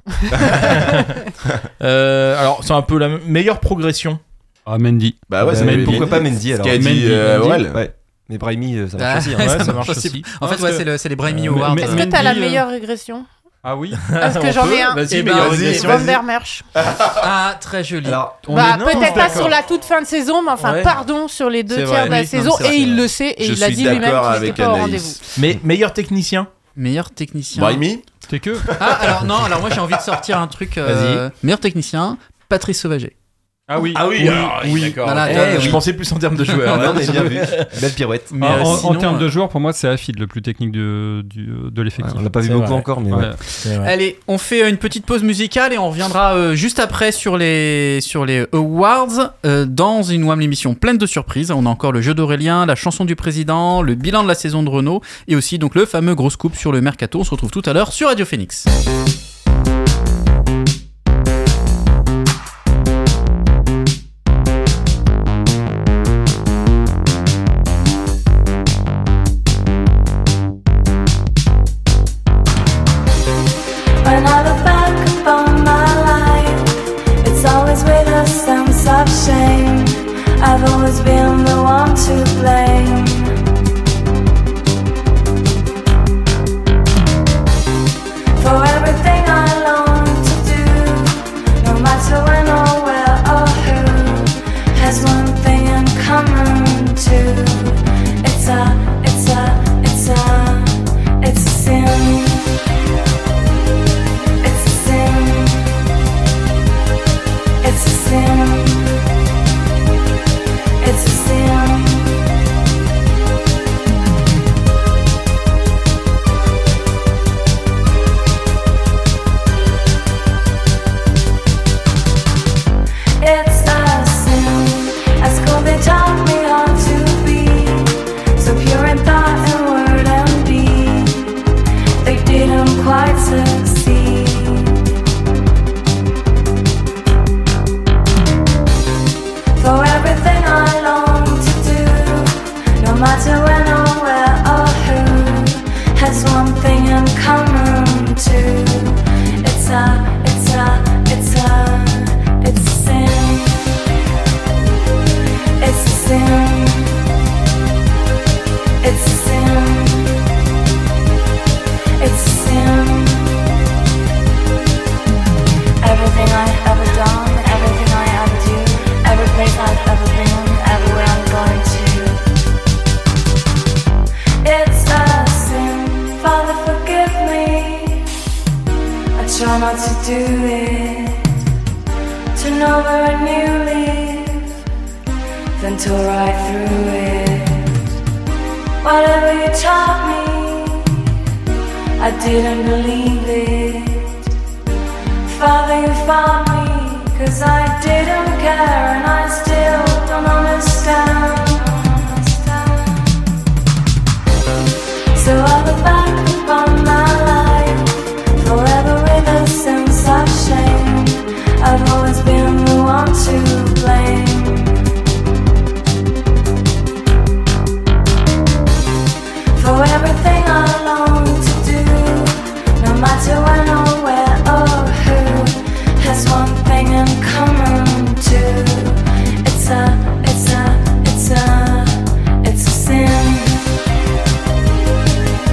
[SPEAKER 2] Euh, alors, c'est un peu la me- meilleure progression.
[SPEAKER 7] Ah, Mendy.
[SPEAKER 9] Bah ouais,
[SPEAKER 8] Bah,
[SPEAKER 9] ça
[SPEAKER 8] mais
[SPEAKER 9] m'avait
[SPEAKER 8] pourquoi
[SPEAKER 9] bien
[SPEAKER 8] pas
[SPEAKER 9] dit.
[SPEAKER 8] Mendy alors
[SPEAKER 9] Ce qu'a dit
[SPEAKER 7] Mendy,
[SPEAKER 9] euh,
[SPEAKER 7] Mendy.
[SPEAKER 9] Aurel.
[SPEAKER 8] Ouais. Mais Brahimi, euh, ça
[SPEAKER 1] Ah,
[SPEAKER 8] marche aussi. hein.
[SPEAKER 2] Ouais,
[SPEAKER 1] ça
[SPEAKER 2] ça
[SPEAKER 1] marche
[SPEAKER 2] marche
[SPEAKER 1] aussi.
[SPEAKER 2] aussi.
[SPEAKER 1] En fait,
[SPEAKER 2] Parce
[SPEAKER 1] ouais,
[SPEAKER 2] que-
[SPEAKER 1] c'est, le- c'est les Brahimi
[SPEAKER 2] Euh,
[SPEAKER 1] Awards.
[SPEAKER 2] mais-
[SPEAKER 10] Est-ce
[SPEAKER 2] mais-
[SPEAKER 1] Ouais.
[SPEAKER 10] que t'as la
[SPEAKER 2] Mendy, euh, <laughs>
[SPEAKER 10] meilleure régression
[SPEAKER 7] Ah oui.
[SPEAKER 10] Est-ce que
[SPEAKER 2] On
[SPEAKER 10] j'en
[SPEAKER 2] peut
[SPEAKER 10] ai un
[SPEAKER 2] Vas-y,
[SPEAKER 1] Eh
[SPEAKER 2] meilleur
[SPEAKER 1] ben,
[SPEAKER 2] jeune.
[SPEAKER 9] vas-y.
[SPEAKER 10] Van der Merch.
[SPEAKER 1] Ah, très joli.
[SPEAKER 8] Alors,
[SPEAKER 2] On
[SPEAKER 10] Bah,
[SPEAKER 2] est- non,
[SPEAKER 10] peut-être pas
[SPEAKER 2] d'accord.
[SPEAKER 10] sur la toute fin de saison, mais enfin,
[SPEAKER 2] Ouais.
[SPEAKER 10] pardon, sur les deux
[SPEAKER 2] C'est
[SPEAKER 10] tiers
[SPEAKER 2] vrai.
[SPEAKER 10] de la
[SPEAKER 2] Oui, non,
[SPEAKER 10] saison.
[SPEAKER 2] c'est vrai,
[SPEAKER 10] et
[SPEAKER 2] c'est
[SPEAKER 10] il
[SPEAKER 2] vrai.
[SPEAKER 10] le sait, et
[SPEAKER 9] Je
[SPEAKER 10] il a
[SPEAKER 9] suis
[SPEAKER 10] dit lui-même
[SPEAKER 9] d'accord
[SPEAKER 10] qu'il n'était
[SPEAKER 9] avec
[SPEAKER 10] pas au rendez-vous.
[SPEAKER 9] Anaïs.
[SPEAKER 2] Mais meilleur technicien.
[SPEAKER 1] Meilleur technicien.
[SPEAKER 9] Brahimi
[SPEAKER 7] C'était que.
[SPEAKER 1] Ah, alors non, alors moi j'ai envie de sortir un truc. euh, meilleur technicien, Patrice Sauvager.
[SPEAKER 7] Ah oui.
[SPEAKER 2] alors, oui, d'accord.
[SPEAKER 1] Voilà,
[SPEAKER 2] Eh,
[SPEAKER 1] toi,
[SPEAKER 2] je
[SPEAKER 1] oui.
[SPEAKER 2] pensais plus en termes de joueurs. hein.
[SPEAKER 8] on est bien vu. Belle pirouette.
[SPEAKER 1] Mais,
[SPEAKER 7] Ah,
[SPEAKER 1] euh,
[SPEAKER 7] en, en
[SPEAKER 1] sinon,
[SPEAKER 7] termes
[SPEAKER 1] euh,
[SPEAKER 7] de joueurs, pour moi, c'est Afid le plus technique de, du- euh, de
[SPEAKER 8] Ouais,
[SPEAKER 7] l'effectif.
[SPEAKER 8] on l'a pas vu
[SPEAKER 2] C'est
[SPEAKER 8] beaucoup
[SPEAKER 2] vrai.
[SPEAKER 8] encore, mais
[SPEAKER 7] Ouais.
[SPEAKER 8] ouais.
[SPEAKER 2] C'est vrai.
[SPEAKER 1] Allez, on fait euh, une petite pause musicale et on reviendra euh, juste après sur les, sur les awards euh, dans une WAM l'émission pleine de surprises. On a encore le jeu d'Aurélien, la chanson du président, le bilan de la saison de Renault et aussi donc le fameux gros scoop sur le mercato. On se retrouve tout à l'heure sur Radio Phoenix.
[SPEAKER 11] When I look back upon my life, it's always with a sense of shame. I've always been the one to blame. For everything not to do it. Turn over a new leaf, then tore right through it. Whatever you taught me, I didn't believe it. Father, you found me, cause I didn't care and I still don't understand. So I look back upon my life. Forever with a sense of shame. I've always been the one to blame. For everything I long to do, no matter when or where or who, has one thing in common too. It's a, it's a, it's a, it's a sin.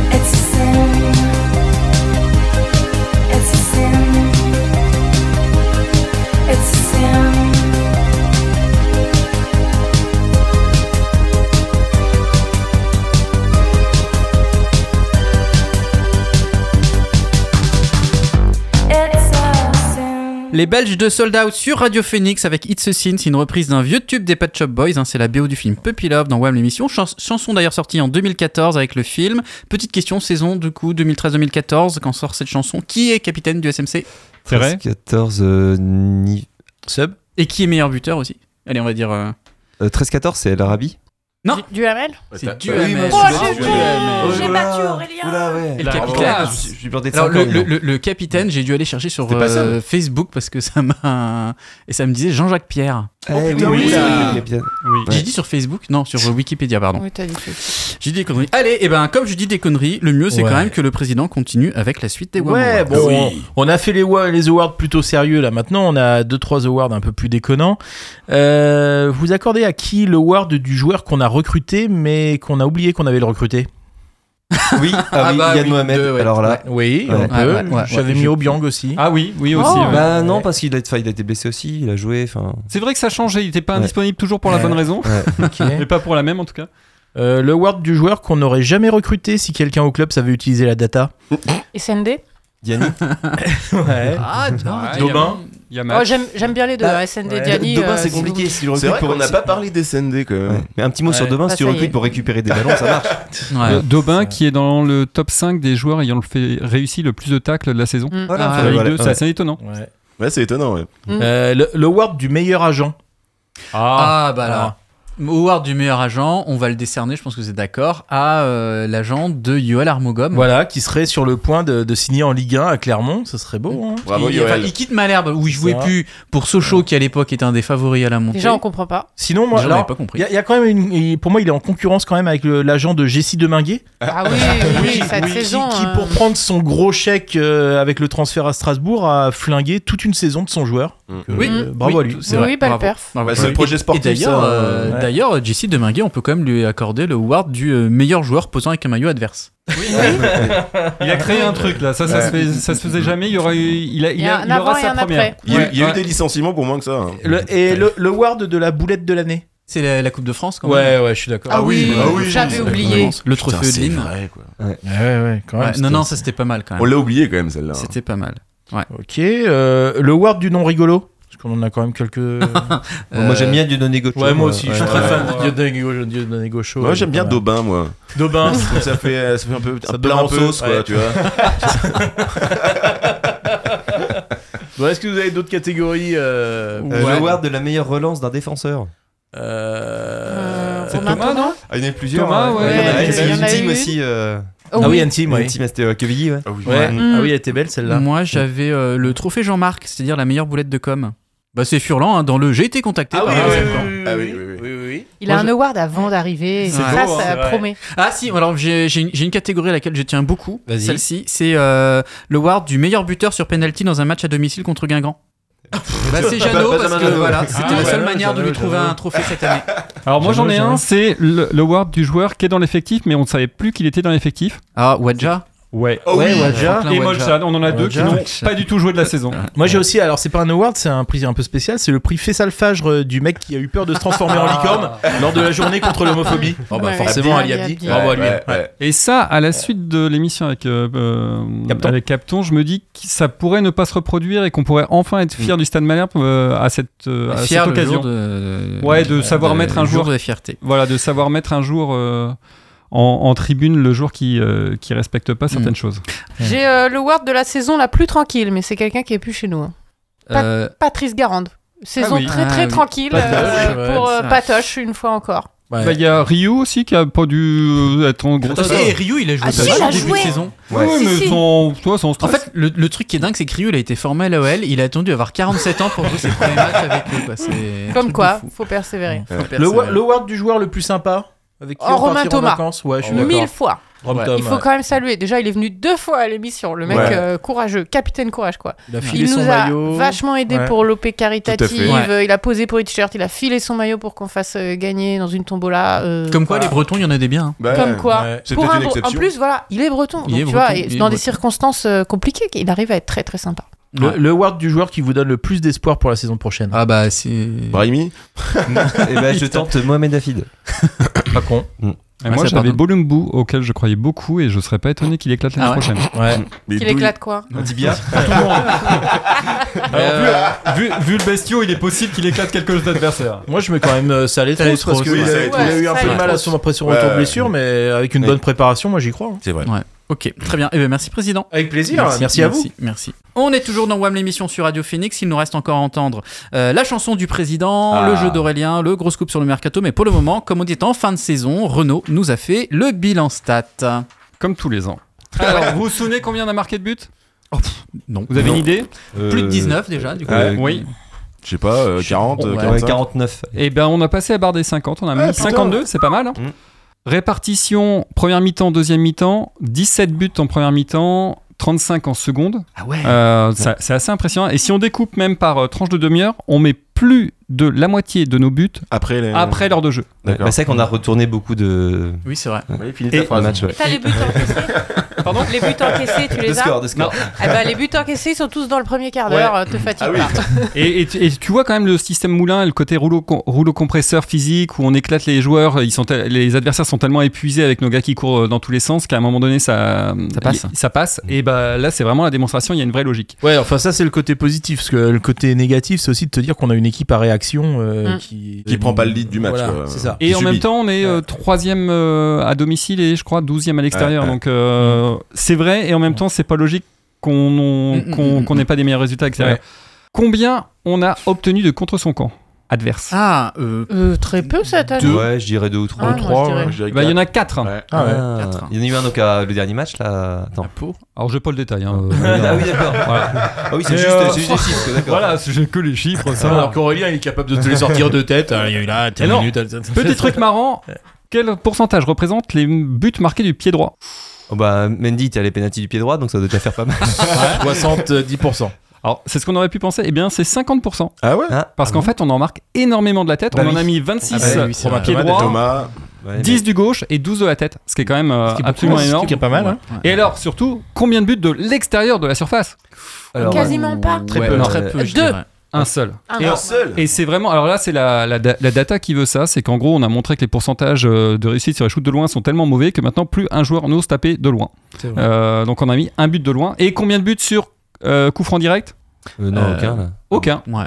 [SPEAKER 11] It's a sin. It's a sin. It's a sin. It's a sin.
[SPEAKER 1] Les Belges de Sold Out sur Radio Phoenix avec It's a Sin, c'est une reprise d'un vieux tube des Pet Shop Boys. hein, c'est la BO du film Puppy Love dans Wham l'émission. Chans- chanson d'ailleurs sortie en 2014 avec le film. Petite question, saison du coup 2013-2014, quand sort cette chanson, qui est capitaine du SMC
[SPEAKER 8] 14 euh, ni-
[SPEAKER 1] Sub. Et qui est meilleur buteur aussi Allez, on va dire. euh,
[SPEAKER 8] euh, 13-14, c'est l'Arabie
[SPEAKER 1] Non
[SPEAKER 10] Du Hamel
[SPEAKER 1] C'est
[SPEAKER 8] bah oui,
[SPEAKER 1] Duhamel.
[SPEAKER 8] mais c'est
[SPEAKER 1] C'est
[SPEAKER 8] bon,
[SPEAKER 1] Duhamel.
[SPEAKER 8] J'ai battu Aurélien. Oula, ouais.
[SPEAKER 2] Eh,
[SPEAKER 1] Et le
[SPEAKER 8] Là,
[SPEAKER 2] bah,
[SPEAKER 1] capitaine.
[SPEAKER 8] bravo.
[SPEAKER 2] Ah,
[SPEAKER 8] Je suis planté de
[SPEAKER 1] Alors,
[SPEAKER 8] cinq
[SPEAKER 1] le,
[SPEAKER 8] ans, dis donc.
[SPEAKER 1] le- le- le capitaine, j'ai dû aller chercher sur
[SPEAKER 8] T'es pas
[SPEAKER 1] euh,
[SPEAKER 8] seul.
[SPEAKER 1] Facebook parce que ça m'a. Et ça me disait Jean-Jacques Pierre.
[SPEAKER 8] Eh Oh, oui, putain, oui, oui,
[SPEAKER 1] ça.
[SPEAKER 8] oui, le capitaine. Oui.
[SPEAKER 1] J'ai dit sur Facebook Non, sur euh, Wikipédia, pardon.
[SPEAKER 10] Oui, t'as dit
[SPEAKER 1] J'ai dit des conneries. Allez, et ben, comme je dis des conneries, le mieux c'est
[SPEAKER 2] Ouais.
[SPEAKER 1] quand même que le président continue avec la suite des Wham
[SPEAKER 2] Ouais,
[SPEAKER 1] Awards.
[SPEAKER 2] bon, on on a fait les, wa- les awards plutôt sérieux là. Maintenant, on a deux trois awards un peu plus déconnants. Euh, vous accordez à qui l'award du joueur qu'on a recruté mais qu'on a oublié qu'on avait le recruté
[SPEAKER 8] Oui, ah, oui,
[SPEAKER 2] bah
[SPEAKER 8] Yann Mohamed. alors là,
[SPEAKER 2] oui, un peu. J'avais mis Obiang aussi.
[SPEAKER 7] Ah oui, oui aussi. ouais.
[SPEAKER 8] Bah non, parce qu'il a, enfin, il a été blessé aussi, il a joué. Enfin.
[SPEAKER 7] C'est vrai que ça changeait, il était pas
[SPEAKER 8] Ouais.
[SPEAKER 7] indisponible toujours pour la
[SPEAKER 8] Ouais.
[SPEAKER 7] bonne raison.
[SPEAKER 8] Ouais.
[SPEAKER 2] Ok.
[SPEAKER 7] Mais pas pour la même en tout cas.
[SPEAKER 2] <laughs> Euh, le award du joueur qu'on n'aurait jamais recruté si quelqu'un au club savait utiliser la data.
[SPEAKER 10] Et SND
[SPEAKER 8] Yannick.
[SPEAKER 2] ouais.
[SPEAKER 10] Ah,
[SPEAKER 2] il y a- Daubin. il y a match.
[SPEAKER 10] Oh, j'aime, j'aime bien les deux,
[SPEAKER 2] Bah,
[SPEAKER 10] SND,
[SPEAKER 2] ouais.
[SPEAKER 10] Diani.
[SPEAKER 2] Daubin,
[SPEAKER 10] euh,
[SPEAKER 2] c'est
[SPEAKER 10] si
[SPEAKER 2] compliqué,
[SPEAKER 10] vous-
[SPEAKER 2] si tu recrutes pour-
[SPEAKER 9] n'a pas parlé des SND quand même.
[SPEAKER 8] Mais un petit mot sur
[SPEAKER 9] Ouais.
[SPEAKER 8] Demain, si
[SPEAKER 10] Ah,
[SPEAKER 8] tu
[SPEAKER 10] ça y
[SPEAKER 8] recrutes
[SPEAKER 10] est.
[SPEAKER 8] pour récupérer des ballons, ça marche.
[SPEAKER 7] Euh, Daubin qui est dans le top 5 des joueurs ayant le fait, réussi le plus de tacles de la saison.
[SPEAKER 9] Mm.
[SPEAKER 7] Sur
[SPEAKER 9] Voilà.
[SPEAKER 8] Ah,
[SPEAKER 7] la Ligue
[SPEAKER 9] Voilà.
[SPEAKER 7] 2, c'est
[SPEAKER 9] Ouais.
[SPEAKER 7] assez étonnant.
[SPEAKER 2] Ouais.
[SPEAKER 9] Ouais, c'est étonnant, ouais.
[SPEAKER 10] Mm.
[SPEAKER 2] Euh, le, le award du meilleur agent.
[SPEAKER 1] Ah, bah alors. Award du meilleur agent, on va le décerner, je pense que vous êtes d'accord, à euh, l'agent de Yoel
[SPEAKER 10] Mm.
[SPEAKER 1] Armogom.
[SPEAKER 2] Voilà, qui serait sur le point de, de signer en Ligue 1 à Clermont, ce serait beau. hein.
[SPEAKER 1] il, enfin, il quitte Malherbe où il jouait
[SPEAKER 2] Ça.
[SPEAKER 1] plus pour Sochaux qui à l'époque était un des favoris à la montée.
[SPEAKER 10] Déjà, on comprend pas.
[SPEAKER 2] Sinon, moi,
[SPEAKER 1] J'en avais
[SPEAKER 2] alors,
[SPEAKER 1] pas compris.
[SPEAKER 2] il y, a- il y a quand même une, il- pour moi, il est en concurrence quand même avec le- l'agent de Jessie Deminguet.
[SPEAKER 10] Ah oui, oui, oui, cette
[SPEAKER 2] qui-
[SPEAKER 10] saison.
[SPEAKER 2] qui,
[SPEAKER 10] euh,
[SPEAKER 2] pour prendre son gros chèque euh, avec le transfert à Strasbourg, a flingué toute une saison de son joueur. Donc, euh,
[SPEAKER 1] Oui,
[SPEAKER 2] bravo
[SPEAKER 1] oui,
[SPEAKER 2] à lui.
[SPEAKER 1] tout- c'est Oui, vrai. oui, belle Bravo. perf. Bravo. Bah, c'est le projet Et- et sportif, d'ailleurs,
[SPEAKER 9] hein.
[SPEAKER 1] ça, euh, ouais. d'ailleurs, Jesse Deminguet, on peut quand même lui accorder le award du euh, meilleur joueur posant avec un maillot adverse.
[SPEAKER 7] Il a créé un truc là, ça, ça, se, fait- ça se faisait jamais. Il, y aura eu- il, a, il,
[SPEAKER 10] Il y a
[SPEAKER 7] a-
[SPEAKER 10] un
[SPEAKER 7] il aura
[SPEAKER 10] avant et
[SPEAKER 7] sa
[SPEAKER 10] un
[SPEAKER 7] première.
[SPEAKER 10] après.
[SPEAKER 9] Il y a,
[SPEAKER 7] Ouais.
[SPEAKER 9] il y a eu
[SPEAKER 7] Ouais.
[SPEAKER 9] des licenciements pour moins que ça. hein.
[SPEAKER 2] Le- et le, le award de la boulette de l'année.
[SPEAKER 1] C'est la, la Coupe de France quand
[SPEAKER 2] Ouais,
[SPEAKER 1] même.
[SPEAKER 2] ouais, je suis d'accord.
[SPEAKER 1] Ah oui,
[SPEAKER 2] Ah oui,
[SPEAKER 10] j'avais
[SPEAKER 2] c'est
[SPEAKER 10] oublié.
[SPEAKER 1] Le
[SPEAKER 9] Putain,
[SPEAKER 1] trophée
[SPEAKER 9] c'est
[SPEAKER 1] de Lille.
[SPEAKER 9] vrai, quoi.
[SPEAKER 8] Ouais,
[SPEAKER 2] ouais, quand même.
[SPEAKER 1] Ouais, non, non, ça c'était pas mal quand même.
[SPEAKER 9] On l'a oublié quand même celle-là. hein.
[SPEAKER 1] C'était pas mal. Ouais.
[SPEAKER 2] Ok, euh, le award du non rigolo. Parce qu'on en a quand même <laughs> quelques.
[SPEAKER 8] moi, j'aime bien Dieudonné Gaucho.
[SPEAKER 2] Ouais, moi aussi, je suis
[SPEAKER 8] euh, Ouais.
[SPEAKER 2] très
[SPEAKER 8] Ouais.
[SPEAKER 2] fan de Dieudonné Gaucho- Dieudonné Gaucho.
[SPEAKER 9] Moi
[SPEAKER 2] ouais,
[SPEAKER 9] j'aime bien
[SPEAKER 2] pas mal.
[SPEAKER 9] Daubin, moi.
[SPEAKER 2] <laughs> Daubin.
[SPEAKER 9] Je trouve que ça fait, ça fait un peu
[SPEAKER 2] Ça
[SPEAKER 9] un
[SPEAKER 2] donne
[SPEAKER 9] plat
[SPEAKER 2] un
[SPEAKER 9] en
[SPEAKER 2] peu,
[SPEAKER 9] sauce, quoi,
[SPEAKER 2] ouais.
[SPEAKER 9] tu <laughs> vois.
[SPEAKER 2] Bon, Est-ce que vous avez d'autres catégories euh,
[SPEAKER 8] Euh, le award de la meilleure relance d'un défenseur.
[SPEAKER 2] Euh,
[SPEAKER 8] C'est
[SPEAKER 10] Romain
[SPEAKER 8] Thomas,
[SPEAKER 10] Thomas
[SPEAKER 8] non Ah, il y en a eu plusieurs.
[SPEAKER 10] Thomas,
[SPEAKER 8] hein.
[SPEAKER 10] ouais,
[SPEAKER 8] Il y en a
[SPEAKER 10] ouais,
[SPEAKER 8] une qui
[SPEAKER 10] il y en a
[SPEAKER 8] est
[SPEAKER 10] eu.
[SPEAKER 8] team aussi. euh,
[SPEAKER 10] Ah oui,
[SPEAKER 2] oui, Antime, oui.
[SPEAKER 8] Antime, c'était euh, Quevilly, ouais.
[SPEAKER 2] Ouais.
[SPEAKER 1] Mm.
[SPEAKER 2] Ah oui, elle était belle celle-là.
[SPEAKER 1] Moi, j'avais euh, le trophée Jean-Marc, c'est-à-dire la meilleure boulette de com. Bah, c'est Furlan, hein, dans le J'ai été contacté par Vincent Furlan.
[SPEAKER 9] Ah oui, oui, oui.
[SPEAKER 10] Il a un award avant d'arriver.
[SPEAKER 1] C'est
[SPEAKER 10] Ça,
[SPEAKER 1] beau, hein,
[SPEAKER 10] ça
[SPEAKER 1] c'est vrai.
[SPEAKER 10] promet.
[SPEAKER 1] Ah si, alors j'ai j'ai une, j'ai une catégorie à laquelle je tiens beaucoup.
[SPEAKER 2] Vas-y.
[SPEAKER 1] Celle-ci, c'est euh, le award du meilleur buteur sur penalty dans un match à domicile contre <laughs> Guingamp. Bah, c'est Jeannot
[SPEAKER 8] Benjamin
[SPEAKER 1] parce que
[SPEAKER 8] Jeannot.
[SPEAKER 1] voilà,
[SPEAKER 8] Ah,
[SPEAKER 1] c'était la
[SPEAKER 8] ouais,
[SPEAKER 1] seule
[SPEAKER 8] ouais,
[SPEAKER 1] manière de
[SPEAKER 8] Jeannot,
[SPEAKER 1] lui trouver
[SPEAKER 8] Jeannot.
[SPEAKER 1] un trophée cette <laughs> année.
[SPEAKER 7] Alors moi j'en ai
[SPEAKER 1] Jeannot,
[SPEAKER 7] un, c'est le- l'award du joueur qui est dans l'effectif, mais on ne savait plus qu'il était dans l'effectif.
[SPEAKER 1] Ah, Wadja
[SPEAKER 7] Ouais,
[SPEAKER 2] Oh
[SPEAKER 7] Ouais,
[SPEAKER 8] <laughs>
[SPEAKER 2] oui.
[SPEAKER 7] Wadja.
[SPEAKER 2] Franklin
[SPEAKER 7] Et
[SPEAKER 2] Wadja.
[SPEAKER 7] Molchan, on en a deux qui
[SPEAKER 2] Wadja.
[SPEAKER 7] n'ont pas du tout joué de la saison.
[SPEAKER 2] Moi j'ai aussi, alors c'est pas un award, c'est un prix un peu spécial, c'est le prix Fessalfage euh, du mec qui a eu peur de se <laughs> transformer en licorne lors de la journée contre <laughs> l'homophobie.
[SPEAKER 1] Oh, bah, Ouais, forcément, Ali Ali Abdi. Abdi. Bravo à lui. Ouais, ouais.
[SPEAKER 7] Et ça, à la suite de l'émission avec, euh, euh, avec Capton, je me dis que ça pourrait ne pas se reproduire et qu'on pourrait enfin être fier du Stade Malherbe euh, à cette, euh, à
[SPEAKER 1] Fier
[SPEAKER 7] cette
[SPEAKER 1] le
[SPEAKER 7] occasion.
[SPEAKER 1] jour de- euh,
[SPEAKER 7] ouais, de savoir
[SPEAKER 1] de-
[SPEAKER 7] mettre un
[SPEAKER 1] le jour
[SPEAKER 7] jour,
[SPEAKER 1] de fierté.
[SPEAKER 7] Voilà, de savoir mettre un jour euh, en, en tribune le jour qui euh, qui respecte pas
[SPEAKER 1] Mm.
[SPEAKER 7] certaines choses.
[SPEAKER 10] J'ai euh, le Word de la saison la plus tranquille, mais c'est quelqu'un qui est plus chez nous. hein. Pat-
[SPEAKER 1] Euh,
[SPEAKER 10] Patrice Garande. Saison
[SPEAKER 1] oui.
[SPEAKER 10] très
[SPEAKER 1] Ah
[SPEAKER 10] très
[SPEAKER 1] oui.
[SPEAKER 10] tranquille
[SPEAKER 1] Patoche,
[SPEAKER 10] euh,
[SPEAKER 1] ouais,
[SPEAKER 10] pour euh,
[SPEAKER 1] ça.
[SPEAKER 10] Patoche, une fois encore.
[SPEAKER 7] Bah, Il y a Ryu aussi qui a pas dû euh, être en gros.
[SPEAKER 1] Attends, et Ryu, il a joué
[SPEAKER 10] Ah,
[SPEAKER 1] au
[SPEAKER 10] si,
[SPEAKER 1] Tottenham
[SPEAKER 10] il a
[SPEAKER 1] au début
[SPEAKER 10] joué.
[SPEAKER 1] de saison.
[SPEAKER 7] Ouais. Ouais, Si, mais si. sans- toi, sans
[SPEAKER 1] En fait, le, le truc qui est dingue, c'est que Ryu, il a été formé à l'OL, il a attendu avoir 47 ans pour jouer ses premiers matchs avec eux. Quoi. C'est un truc
[SPEAKER 10] Comme
[SPEAKER 1] de
[SPEAKER 10] quoi,
[SPEAKER 1] fou.
[SPEAKER 10] faut persévérer.
[SPEAKER 1] Faut persévérer.
[SPEAKER 2] Le, wa- le award du joueur le plus sympa avec qui
[SPEAKER 10] Oh,
[SPEAKER 2] on
[SPEAKER 10] Romain
[SPEAKER 2] partira en
[SPEAKER 10] Thomas.
[SPEAKER 2] vacances. Ouais, je suis d'accord.
[SPEAKER 10] Mille fois.
[SPEAKER 2] Romain
[SPEAKER 10] Il
[SPEAKER 2] Thomas,
[SPEAKER 10] faut quand même saluer. Déjà, il est venu deux fois à l'émission. Le mec
[SPEAKER 2] Ouais.
[SPEAKER 10] euh, courageux, capitaine courage, quoi.
[SPEAKER 2] Il a filé
[SPEAKER 10] il nous
[SPEAKER 2] son
[SPEAKER 10] a
[SPEAKER 2] maillot.
[SPEAKER 10] vachement aidé
[SPEAKER 2] Ouais.
[SPEAKER 10] pour l'OP
[SPEAKER 1] Tout
[SPEAKER 10] caritative. Euh,
[SPEAKER 1] à fait. Ouais.
[SPEAKER 10] Il a posé pour les t-shirts. Il a filé son maillot pour qu'on fasse euh, gagner dans une tombola. euh,
[SPEAKER 1] Comme quoi,
[SPEAKER 10] voilà.
[SPEAKER 1] les Bretons, il y en a des biens. hein.
[SPEAKER 10] Comme quoi,
[SPEAKER 1] C'est
[SPEAKER 10] pour
[SPEAKER 1] peut-être
[SPEAKER 10] un
[SPEAKER 1] une
[SPEAKER 10] Bre- en
[SPEAKER 1] exception.
[SPEAKER 10] plus, voilà, il est breton.
[SPEAKER 2] Il
[SPEAKER 10] donc,
[SPEAKER 2] est
[SPEAKER 10] tu
[SPEAKER 2] breton,
[SPEAKER 10] vois, et
[SPEAKER 2] il est
[SPEAKER 10] dans des
[SPEAKER 2] breton.
[SPEAKER 10] circonstances euh, compliquées, il arrive à être très très sympa.
[SPEAKER 2] Le, le award du joueur qui vous donne le plus d'espoir pour la saison prochaine.
[SPEAKER 1] Ah bah c'est.
[SPEAKER 2] Brahimi
[SPEAKER 8] Et ben je tente Mohamed Afid.
[SPEAKER 2] Ah, Pas con.
[SPEAKER 7] Et moi, j'avais Bolumbu auquel je croyais beaucoup et je serais pas étonné qu'il éclate l'année
[SPEAKER 2] Ah ouais.
[SPEAKER 7] prochaine.
[SPEAKER 2] Ouais.
[SPEAKER 10] Qu'il éclate quoi
[SPEAKER 7] Un
[SPEAKER 8] tibia
[SPEAKER 7] Tout le monde. Alors, vu, vu- vu le bestiau, il est possible qu'il éclate quelque chose d'adversaire.
[SPEAKER 2] <laughs> Moi, je mets quand même euh, Salé
[SPEAKER 7] Salé
[SPEAKER 2] Trost, parce
[SPEAKER 7] Trost,
[SPEAKER 2] qu'il
[SPEAKER 7] oui,
[SPEAKER 2] a,
[SPEAKER 7] Salé
[SPEAKER 2] il a eu un
[SPEAKER 7] Trost.
[SPEAKER 2] peu de
[SPEAKER 7] Salé
[SPEAKER 2] mal à
[SPEAKER 7] Trost.
[SPEAKER 2] son après son
[SPEAKER 7] Ouais,
[SPEAKER 2] retour
[SPEAKER 7] ouais.
[SPEAKER 2] blessure, mais avec une
[SPEAKER 1] Ouais.
[SPEAKER 2] bonne préparation, moi j'y crois.
[SPEAKER 9] C'est vrai.
[SPEAKER 1] Ouais. Ok, très bien. Eh ben, merci, Président.
[SPEAKER 2] Avec plaisir, merci, à vous.
[SPEAKER 1] Merci. On est toujours dans WAM l'émission sur Radio Phoenix. Il nous reste encore à entendre euh, la chanson du président,
[SPEAKER 2] Ah.
[SPEAKER 1] le jeu d'Aurélien, le gros scoop sur le mercato. Mais pour le moment, comme on dit, en fin de saison, Renault nous a fait le bilan stat.
[SPEAKER 7] Comme tous les ans.
[SPEAKER 1] Ah
[SPEAKER 7] Alors, vous vous souvenez combien on a marqué de buts
[SPEAKER 1] Non.
[SPEAKER 7] Vous avez une idée
[SPEAKER 1] Euh, Plus de 19 déjà, du coup.
[SPEAKER 7] Euh, oui.
[SPEAKER 9] Je sais pas, euh, 40,
[SPEAKER 7] Ouais.
[SPEAKER 9] 45.
[SPEAKER 7] Eh ben, on a passé à barre des 50. On a même
[SPEAKER 9] putain.
[SPEAKER 7] 52, c'est pas mal. hein.
[SPEAKER 1] Mm.
[SPEAKER 7] Répartition première mi-temps, deuxième mi-temps, 17 buts en première mi-temps. 35 en seconde.
[SPEAKER 1] Ah ouais.
[SPEAKER 7] Euh, ça- C'est assez impressionnant. Et si on découpe même par euh, tranche de demi-heure, on met plus de la moitié de nos buts
[SPEAKER 9] après,
[SPEAKER 1] Euh.
[SPEAKER 7] après l'heure de jeu.
[SPEAKER 8] Ouais, bah, c'est vrai qu'on a retourné beaucoup de.
[SPEAKER 1] Oui, c'est vrai.
[SPEAKER 9] Oui, finis
[SPEAKER 8] Et
[SPEAKER 9] ta phrase.
[SPEAKER 8] match, ouais.
[SPEAKER 10] T'as les buts encaissés
[SPEAKER 7] Pardon
[SPEAKER 10] Les buts encaissés, tu
[SPEAKER 8] De
[SPEAKER 10] les as
[SPEAKER 8] score, de score.
[SPEAKER 10] Non. Eh ben, les buts encaissés sont tous dans le premier quart d'heure,
[SPEAKER 7] Ouais.
[SPEAKER 10] euh, te fatigue pas.
[SPEAKER 7] et, et tu- et tu vois quand même le système moulin et le côté rouleau, com- rouleau compresseur physique où on éclate les joueurs, ils sont tel- les adversaires sont tellement épuisés avec nos gars qui courent euh, dans tous les sens qu'à un moment donné ça, ça
[SPEAKER 1] passe.
[SPEAKER 7] Ça passe. Et bah là c'est vraiment la démonstration, il y a une vraie logique.
[SPEAKER 2] Ouais, enfin ça c'est le côté positif, parce que le côté négatif c'est aussi de te dire qu'on a une équipe à réaction euh,
[SPEAKER 7] Mm.
[SPEAKER 2] qui...
[SPEAKER 9] Qui prend pas le lead du match,
[SPEAKER 2] Voilà,
[SPEAKER 9] quoi.
[SPEAKER 2] c'est ça.
[SPEAKER 7] Et en même temps, on est euh, troisième euh, à domicile et je crois douzième à l'extérieur.
[SPEAKER 2] Ouais, ouais.
[SPEAKER 7] Donc euh, c'est vrai et en même temps, c'est pas logique qu'on on-
[SPEAKER 1] Mm, mm,
[SPEAKER 7] qu'on
[SPEAKER 1] mm,
[SPEAKER 7] qu'on n'ait pas des meilleurs résultats à l'extérieur.
[SPEAKER 1] Ouais.
[SPEAKER 7] Combien on a obtenu de contre son camp adverse
[SPEAKER 1] Ah, euh,
[SPEAKER 10] très peu cette année.
[SPEAKER 8] Ouais, je dirais deux ou trois.
[SPEAKER 10] Ah, moi, je Trois, dirais. ouais, je
[SPEAKER 7] dirais Bah, il y en a quatre.
[SPEAKER 8] Ah, ouais.
[SPEAKER 7] Quatre.
[SPEAKER 8] Il y en a eu un donc à- le dernier match là. Attends.
[SPEAKER 7] Alors j'ai pas le détail. hein,
[SPEAKER 8] Ah
[SPEAKER 7] <laughs>
[SPEAKER 8] oui,
[SPEAKER 7] euh,
[SPEAKER 8] d'accord.
[SPEAKER 7] voilà.
[SPEAKER 8] Ah oui, c'est
[SPEAKER 7] Mais,
[SPEAKER 8] juste-
[SPEAKER 7] euh,
[SPEAKER 8] c'est juste les chiffres, d'accord.
[SPEAKER 7] Voilà, c'est- j'ai que les chiffres. Ça va.
[SPEAKER 2] Alors qu'Aurélien il est capable de te les sortir de tête, hein, il y a eu là,
[SPEAKER 7] Et
[SPEAKER 2] 10
[SPEAKER 7] non.
[SPEAKER 2] minutes...
[SPEAKER 7] Petit
[SPEAKER 2] <laughs>
[SPEAKER 7] truc marrant. Quel pourcentage représente les buts marqués du pied droit
[SPEAKER 8] Oh, bah Mendy, t'as les pénalties du pied droit donc ça doit te faire pas
[SPEAKER 1] <laughs>
[SPEAKER 8] mal.
[SPEAKER 2] 70%.
[SPEAKER 7] Alors, c'est ce qu'on aurait pu penser. Eh bien, c'est 50%.
[SPEAKER 9] Ah ouais
[SPEAKER 7] Parce qu'en fait, on en marque énormément de la tête.
[SPEAKER 2] Bah
[SPEAKER 7] on en
[SPEAKER 2] oui.
[SPEAKER 7] a mis 26
[SPEAKER 2] Ah bah oui, c'est
[SPEAKER 7] au
[SPEAKER 2] vrai.
[SPEAKER 7] pied
[SPEAKER 2] Thomas,
[SPEAKER 7] droit,
[SPEAKER 2] Thomas.
[SPEAKER 8] Ouais,
[SPEAKER 7] 10 du gauche et 12 de la tête. Ce qui est quand même euh,
[SPEAKER 2] qui est beaucoup,
[SPEAKER 7] absolument
[SPEAKER 2] hein, Eh ben. ce qui
[SPEAKER 7] énorme.
[SPEAKER 2] est pas mal, hein.
[SPEAKER 7] Et alors, surtout, combien de buts de l'extérieur de la surface
[SPEAKER 10] Alors, Quasiment euh, pas.
[SPEAKER 2] très peu,
[SPEAKER 7] non.
[SPEAKER 2] très peu, je
[SPEAKER 10] Deux. Ah,
[SPEAKER 2] dirais.
[SPEAKER 7] Un seul.
[SPEAKER 10] Un
[SPEAKER 7] et,
[SPEAKER 9] seul.
[SPEAKER 7] Et c'est vraiment. Alors là, c'est la, la da- la data qui veut ça. C'est qu'en gros, on a montré que les pourcentages euh, de réussite sur les shoots de loin sont tellement mauvais que maintenant, plus un joueur n'ose taper de loin.
[SPEAKER 2] C'est vrai.
[SPEAKER 7] Euh, donc, on a mis un but de loin. Et combien de buts sur euh, coup franc direct
[SPEAKER 8] Euh, non, aucun, là.
[SPEAKER 7] Aucun.
[SPEAKER 2] Ah,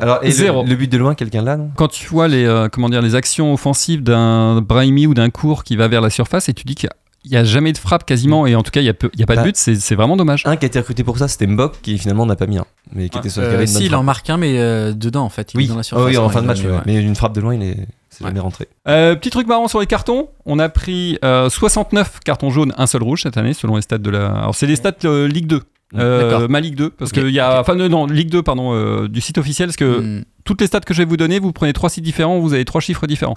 [SPEAKER 8] Alors, et le-
[SPEAKER 7] Zéro.
[SPEAKER 8] Le, but de loin, quelqu'un là non
[SPEAKER 7] Quand tu vois les, euh, comment dire, les actions offensives d'un Brahimi ou d'un Cour qui va vers la surface et tu dis qu'il n'y a, jamais de frappe quasiment, et en tout cas, il n'y a, peu- il y a pas de
[SPEAKER 8] Bah,
[SPEAKER 7] but, c'est c'est vraiment dommage.
[SPEAKER 8] Un qui a été recruté pour ça, c'était Mbok qui finalement n'a pas mis un. Mais qui était sur le
[SPEAKER 1] Euh,
[SPEAKER 8] carré de
[SPEAKER 1] si,
[SPEAKER 8] bonne
[SPEAKER 1] il en marque un, mais euh, dedans, en fait. Il
[SPEAKER 8] Oui.
[SPEAKER 1] est dans la surface.
[SPEAKER 8] Oh oui, en
[SPEAKER 1] ouais,
[SPEAKER 8] fin de
[SPEAKER 1] il
[SPEAKER 8] match,
[SPEAKER 1] l'a mis,
[SPEAKER 8] ouais.
[SPEAKER 1] ouais.
[SPEAKER 8] mais une frappe de loin, il est, c'est jamais rentré.
[SPEAKER 7] Euh, petit truc marrant sur les cartons, on a pris euh, 69 cartons jaunes, un seul rouge cette année, selon les stats de la. Alors, c'est les stats euh, Ligue 2. Euh,
[SPEAKER 1] D'accord.
[SPEAKER 7] ma Ligue 2, parce
[SPEAKER 1] Ok,
[SPEAKER 7] qu'il y a. Enfin, non, non, Ligue 2, pardon, euh, du site officiel, parce que toutes les stats que je vais vous donner, vous prenez trois sites différents, vous avez trois chiffres <laughs> différents.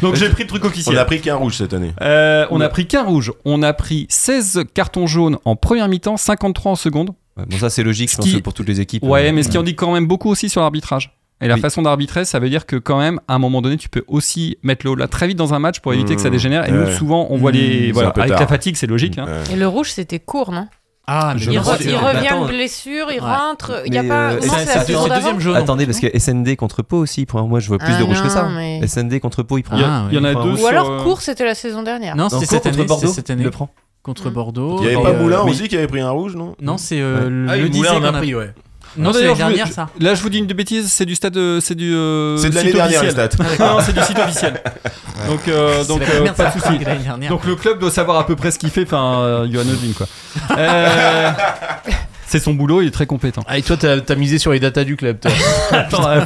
[SPEAKER 7] Donc, j'ai pris le truc officiel.
[SPEAKER 9] On a pris qu'un rouge cette année.
[SPEAKER 7] Euh, on
[SPEAKER 9] Ouais.
[SPEAKER 7] a pris qu'un rouge. On a pris 16 cartons jaunes en première mi-temps, 53 en seconde.
[SPEAKER 8] Ouais, bon, ça c'est logique, je pense
[SPEAKER 7] qui-
[SPEAKER 8] que pour toutes les équipes.
[SPEAKER 7] Ouais,
[SPEAKER 8] euh,
[SPEAKER 7] mais ce qui en dit quand même beaucoup aussi sur l'arbitrage. Et la façon d'arbitrer, ça veut dire que quand même, à un moment donné, tu peux aussi mettre le haut là très vite dans un match pour éviter que ça
[SPEAKER 9] Mmh.
[SPEAKER 7] dégénère. Et nous,
[SPEAKER 9] Ouais.
[SPEAKER 7] souvent, on voit les.
[SPEAKER 9] Mmh,
[SPEAKER 7] Voilà,
[SPEAKER 9] c'est un peu
[SPEAKER 7] avec la
[SPEAKER 9] tard.
[SPEAKER 7] fatigue, c'est logique. hein.
[SPEAKER 10] Et le rouge, c'était court, non
[SPEAKER 1] Ah,
[SPEAKER 10] il, re- il revient de blessure, il rentre. Il y a
[SPEAKER 8] Mais,
[SPEAKER 10] pas.
[SPEAKER 8] euh,
[SPEAKER 10] non,
[SPEAKER 8] SND
[SPEAKER 10] c'est la
[SPEAKER 8] c'est
[SPEAKER 10] saison
[SPEAKER 8] le
[SPEAKER 10] d'avant.
[SPEAKER 8] deuxième jaune, Attendez, parce que SND contre Pau aussi, pour moi je vois plus
[SPEAKER 10] Ah
[SPEAKER 8] de rouge que
[SPEAKER 10] non,
[SPEAKER 8] ça.
[SPEAKER 10] mais-
[SPEAKER 8] SND contre Pau, il prend.
[SPEAKER 7] Il y
[SPEAKER 1] Ah,
[SPEAKER 7] a- il y en a
[SPEAKER 8] enfin,
[SPEAKER 7] deux euh,
[SPEAKER 10] Ou alors court, c'était la saison dernière.
[SPEAKER 1] Non, c'était
[SPEAKER 8] Non,
[SPEAKER 1] cette
[SPEAKER 8] contre
[SPEAKER 1] année.
[SPEAKER 8] Bordeaux,
[SPEAKER 1] c'est cette année.
[SPEAKER 8] il le prend.
[SPEAKER 1] Contre Bordeaux.
[SPEAKER 9] Il y avait
[SPEAKER 1] Et,
[SPEAKER 9] pas
[SPEAKER 1] euh,
[SPEAKER 9] Moulin
[SPEAKER 1] oui.
[SPEAKER 9] aussi qui avait pris un rouge, non
[SPEAKER 1] Non, c'est euh,
[SPEAKER 9] Ouais.
[SPEAKER 1] le,
[SPEAKER 9] Ah oui,
[SPEAKER 1] le
[SPEAKER 9] Moulin
[SPEAKER 1] disait
[SPEAKER 9] en a
[SPEAKER 1] qu'on
[SPEAKER 9] pris, ouais.
[SPEAKER 1] Non,
[SPEAKER 7] Ah,
[SPEAKER 1] d'ailleurs,
[SPEAKER 7] je vous-
[SPEAKER 1] dernière, ça.
[SPEAKER 7] Là, je vous dis une bêtise, c'est du stade, euh, c'est du. euh,
[SPEAKER 9] C'est de l'année
[SPEAKER 7] site
[SPEAKER 9] dernière, les
[SPEAKER 7] officiel.
[SPEAKER 9] stats.
[SPEAKER 7] Ah, d'accord. non, c'est du site
[SPEAKER 9] <laughs>
[SPEAKER 7] officiel.
[SPEAKER 9] Ouais.
[SPEAKER 7] Donc, euh,
[SPEAKER 1] C'est
[SPEAKER 7] donc
[SPEAKER 1] la
[SPEAKER 7] euh,
[SPEAKER 1] première
[SPEAKER 7] pas de
[SPEAKER 1] fois
[SPEAKER 7] souci.
[SPEAKER 1] que l'année dernière.
[SPEAKER 7] Donc, le club doit savoir à peu près ce qu'il fait. Enfin, euh, Johan Odin, quoi.
[SPEAKER 9] <laughs>
[SPEAKER 7] Euh, c'est son boulot, il est très compétent.
[SPEAKER 2] Ah, et toi, t'as t'as misé sur les datas du club, toi.
[SPEAKER 7] Attends, euh,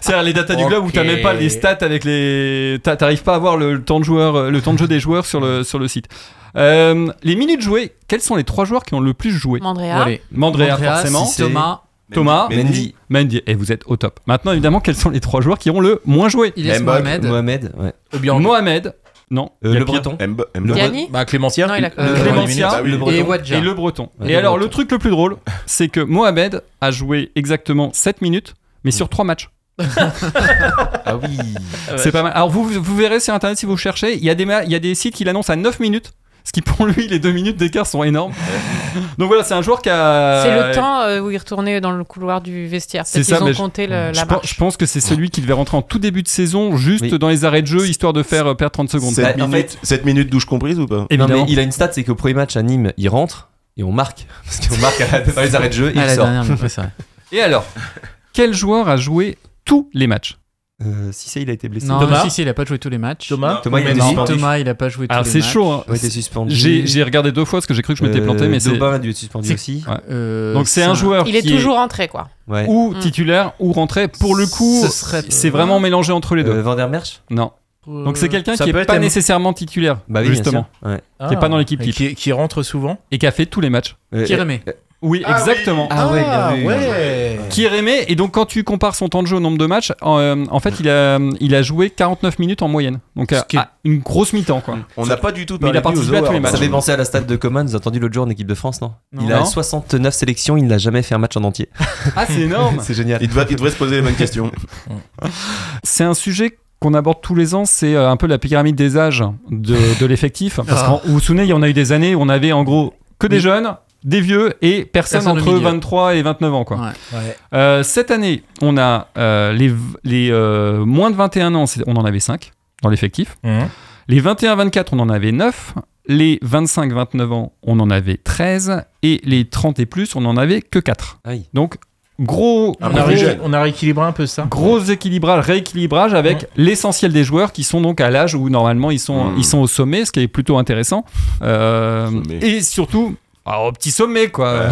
[SPEAKER 7] c'est-à-dire les datas du club où t'as
[SPEAKER 2] Ok.
[SPEAKER 7] même pas les stats avec les. t'as- T'arrives pas à voir le, le temps de joueur, euh, le temps de jeu des joueurs sur le sur le site. Euh, les minutes jouées. Quels sont les trois joueurs qui ont le plus joué
[SPEAKER 10] Mandrea.
[SPEAKER 7] Allez, Mandrea,
[SPEAKER 1] Mm. Mandrea,
[SPEAKER 7] forcément.
[SPEAKER 1] Cissé, Thomas.
[SPEAKER 7] Thomas,
[SPEAKER 1] Mendy.
[SPEAKER 7] Mendy. Mendy. Et vous êtes au top. Maintenant, évidemment, quels sont les trois joueurs qui ont le moins joué
[SPEAKER 1] Il est
[SPEAKER 8] Mbok,
[SPEAKER 1] Mohamed.
[SPEAKER 8] Mohamed, ouais.
[SPEAKER 7] Mohamed. Non.
[SPEAKER 8] Euh,
[SPEAKER 7] Il y a
[SPEAKER 8] le
[SPEAKER 7] pire.
[SPEAKER 8] Breton.
[SPEAKER 7] Le
[SPEAKER 10] Yanni
[SPEAKER 2] Bah, Clémentière.
[SPEAKER 10] Non, il a-
[SPEAKER 2] Le-
[SPEAKER 10] euh,
[SPEAKER 7] Clémentia
[SPEAKER 9] Bah
[SPEAKER 2] Ah oui, le
[SPEAKER 1] Et
[SPEAKER 2] Breton.
[SPEAKER 1] Wadja.
[SPEAKER 7] et le Breton.
[SPEAKER 8] Ouais,
[SPEAKER 7] et
[SPEAKER 8] le
[SPEAKER 7] alors,
[SPEAKER 8] Breton.
[SPEAKER 7] le truc le plus drôle, c'est que Mohamed a joué exactement 7 minutes, mais sur 3 matchs.
[SPEAKER 8] <laughs> Ah oui.
[SPEAKER 7] C'est pas mal. Alors vous, vous verrez sur internet si vous cherchez, il y, a des ma- il y a des sites qui l'annoncent à 9 minutes. Ce qui pour lui, les 2 minutes d'écart sont énormes. Donc voilà, c'est un joueur qui a.
[SPEAKER 10] C'est le temps euh, où il retournait dans le couloir du vestiaire.
[SPEAKER 7] C'est
[SPEAKER 10] C'est
[SPEAKER 7] ça,
[SPEAKER 10] qu'ils
[SPEAKER 7] mais
[SPEAKER 10] ont
[SPEAKER 7] je-
[SPEAKER 10] compté le-
[SPEAKER 7] Je
[SPEAKER 10] euh, la
[SPEAKER 7] pense,
[SPEAKER 10] marche.
[SPEAKER 7] je pense que c'est celui qui devait rentrer en tout début de saison, juste
[SPEAKER 8] Oui.
[SPEAKER 7] dans les arrêts de jeu, histoire de faire euh, perdre 30 secondes.
[SPEAKER 8] Bah,
[SPEAKER 9] 7
[SPEAKER 8] en
[SPEAKER 9] minutes,
[SPEAKER 8] fait-
[SPEAKER 9] 7 minutes douche comprise ou pas
[SPEAKER 8] Non,
[SPEAKER 7] Évidemment.
[SPEAKER 8] mais il a une stat, c'est qu'au premier match à Nîmes, il rentre et on marque. <laughs> Parce qu'on marque à- dans les arrêts de jeu et il
[SPEAKER 1] Ah, la
[SPEAKER 8] sort.
[SPEAKER 1] dernière, mais ouais, c'est vrai.
[SPEAKER 7] Et alors, quel joueur a joué tous les matchs
[SPEAKER 8] Euh, si c'est, il a été blessé.
[SPEAKER 1] Non,
[SPEAKER 2] Thomas.
[SPEAKER 1] si, si, il a pas joué tous les matchs.
[SPEAKER 2] Thomas.
[SPEAKER 8] Thomas, il a été
[SPEAKER 1] Non,
[SPEAKER 8] suspendu.
[SPEAKER 1] Thomas, il a pas joué tous
[SPEAKER 7] Alors
[SPEAKER 1] les
[SPEAKER 7] c'est
[SPEAKER 1] matchs.
[SPEAKER 7] chaud. hein.
[SPEAKER 8] Ouais, il a été suspendu.
[SPEAKER 7] J'ai j'ai regardé deux fois parce que j'ai cru que je m'étais
[SPEAKER 8] Euh,
[SPEAKER 7] planté, mais c'est.
[SPEAKER 8] Daubin a dû être suspendu
[SPEAKER 1] C'est-
[SPEAKER 8] aussi.
[SPEAKER 7] Ouais.
[SPEAKER 1] Euh,
[SPEAKER 7] Donc c'est un joueur
[SPEAKER 10] Il est
[SPEAKER 7] qui
[SPEAKER 10] toujours entré, quoi.
[SPEAKER 8] Ouais.
[SPEAKER 7] ou
[SPEAKER 10] Mm.
[SPEAKER 7] titulaire ou rentré. Pour le coup,
[SPEAKER 1] Ce
[SPEAKER 2] euh,
[SPEAKER 1] serait-
[SPEAKER 7] c'est vraiment mélangé entre les deux.
[SPEAKER 8] Euh, Van der Merch
[SPEAKER 7] Non. Donc c'est quelqu'un
[SPEAKER 2] ça
[SPEAKER 7] qui
[SPEAKER 2] peut
[SPEAKER 7] est
[SPEAKER 2] être
[SPEAKER 7] pas
[SPEAKER 2] un-
[SPEAKER 7] nécessairement titulaire,
[SPEAKER 8] Bah oui, bien
[SPEAKER 7] justement,
[SPEAKER 8] sûr. Ouais.
[SPEAKER 7] qui est pas dans l'équipe
[SPEAKER 2] Et
[SPEAKER 7] type
[SPEAKER 2] Qui, qui rentre souvent.
[SPEAKER 7] et qui a fait tous les matchs.
[SPEAKER 8] Euh,
[SPEAKER 1] Qui remet
[SPEAKER 7] Oui, exactement.
[SPEAKER 8] Ah ouais, bien vu.
[SPEAKER 2] ouais.
[SPEAKER 7] Qui est aimé et donc quand tu compares son temps de jeu au nombre de matchs, en, euh, en fait il a il a joué 49 minutes en moyenne, donc euh,
[SPEAKER 9] qui est-
[SPEAKER 7] ah, une grosse mi-temps quoi.
[SPEAKER 9] On n'a pas du tout
[SPEAKER 7] Mais il
[SPEAKER 9] parlé
[SPEAKER 7] a participé à tous les
[SPEAKER 8] Ça
[SPEAKER 7] matchs.
[SPEAKER 8] fait penser à la stade de Coman, vous avez entendu l'autre jour en équipe de France, non, Il a
[SPEAKER 7] Non.
[SPEAKER 8] 69 sélections, il n'a jamais fait un match en entier.
[SPEAKER 7] Ah c'est énorme.
[SPEAKER 8] <laughs> C'est génial.
[SPEAKER 9] Il devrait, il devrait se poser les bonnes questions.
[SPEAKER 7] C'est un sujet qu'on aborde tous les ans, c'est euh, un peu la pyramide des âges de, de
[SPEAKER 1] Ah.
[SPEAKER 7] l'effectif. Parce qu'en- vous vous souvenez, il y en a eu des années où on avait en gros que des jeunes, des vieux et personne,
[SPEAKER 1] Personne au
[SPEAKER 7] entre
[SPEAKER 1] milieu.
[SPEAKER 7] 23 et 29 ans. Quoi.
[SPEAKER 1] Ouais.
[SPEAKER 7] Euh, cette année, on a euh, les, v- les euh, moins de 21 ans, c'est- on en avait 5 dans l'effectif.
[SPEAKER 2] Hein
[SPEAKER 7] Les 21-24, on en avait 9. Les 25-29 ans, on en avait 13. Et les 30 et plus, on en avait que 4.
[SPEAKER 8] Ah oui.
[SPEAKER 7] Donc, gros,
[SPEAKER 1] Ah,
[SPEAKER 2] On,
[SPEAKER 7] gros-
[SPEAKER 2] a ré- on a rééquilibré un peu ça.
[SPEAKER 7] Gros équilibrage, rééquilibrage avec l'essentiel des joueurs qui sont donc à l'âge où normalement ils sont,
[SPEAKER 9] Mm.
[SPEAKER 7] ils sont au sommet, ce qui est plutôt intéressant. Euh,
[SPEAKER 9] Sommet.
[SPEAKER 7] et surtout, alors, au petit sommet quoi.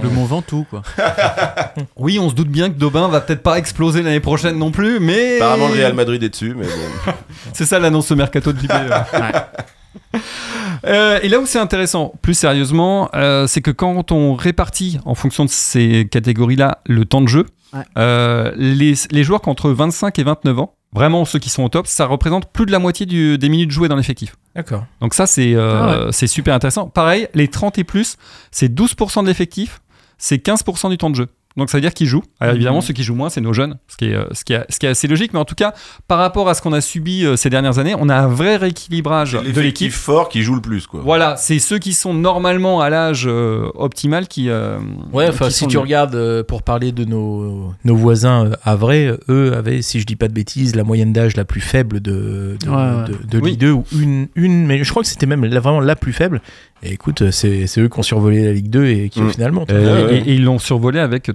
[SPEAKER 1] Le Mont Ventoux, quoi.
[SPEAKER 7] Oui, on se doute bien que Daubin va peut-être pas exploser l'année prochaine non plus, mais.
[SPEAKER 9] Apparemment, le Real Madrid est dessus, mais bon.
[SPEAKER 7] C'est ça l'annonce au mercato de JB, euh. Euh, et là où c'est intéressant, plus sérieusement, euh, c'est que quand on répartit en fonction de ces catégories-là le temps de jeu,
[SPEAKER 1] Ouais.
[SPEAKER 7] euh, les, les joueurs qui ont entre 25 et 29 ans, vraiment ceux qui sont au top, ça représente plus de la moitié du- des minutes jouées dans l'effectif.
[SPEAKER 2] D'accord.
[SPEAKER 7] Donc ça, c'est
[SPEAKER 2] Ah
[SPEAKER 7] euh, c'est super intéressant. Pareil, les 30 et plus, c'est 12% de l'effectif, c'est 15% du temps de jeu. Donc ça veut dire qu'ils jouent. Alors évidemment,
[SPEAKER 2] Mmh.
[SPEAKER 7] ceux qui jouent moins, c'est nos jeunes, ce qui, est, euh, ce, qui est, ce qui est assez logique. Mais en tout cas, par rapport à ce qu'on a subi euh, ces dernières années, on a un vrai rééquilibrage de l'équipe.
[SPEAKER 9] L'effectif fort qui joue le plus, quoi.
[SPEAKER 7] Voilà, c'est ceux qui sont normalement à l'âge euh, optimal qui. euh,
[SPEAKER 2] Ouais,
[SPEAKER 7] qui
[SPEAKER 2] enfin,
[SPEAKER 7] sont
[SPEAKER 2] si tu
[SPEAKER 7] mieux.
[SPEAKER 2] regardes, euh, pour parler de nos, nos voisins euh, havrais, euh, eux avaient, si je dis pas de bêtises, la moyenne d'âge la plus faible de, de,
[SPEAKER 1] Ouais, ouais.
[SPEAKER 2] de- de
[SPEAKER 7] Oui.
[SPEAKER 2] Ligue 2, ou une, une, mais je crois que c'était même la- vraiment la plus faible. Et écoute, euh, c'est c'est eux qui ont survolé la Ligue 2 et qui,
[SPEAKER 9] Mm.
[SPEAKER 2] finalement,
[SPEAKER 7] Et,
[SPEAKER 9] Euh,
[SPEAKER 7] et- et ils l'ont survolé avec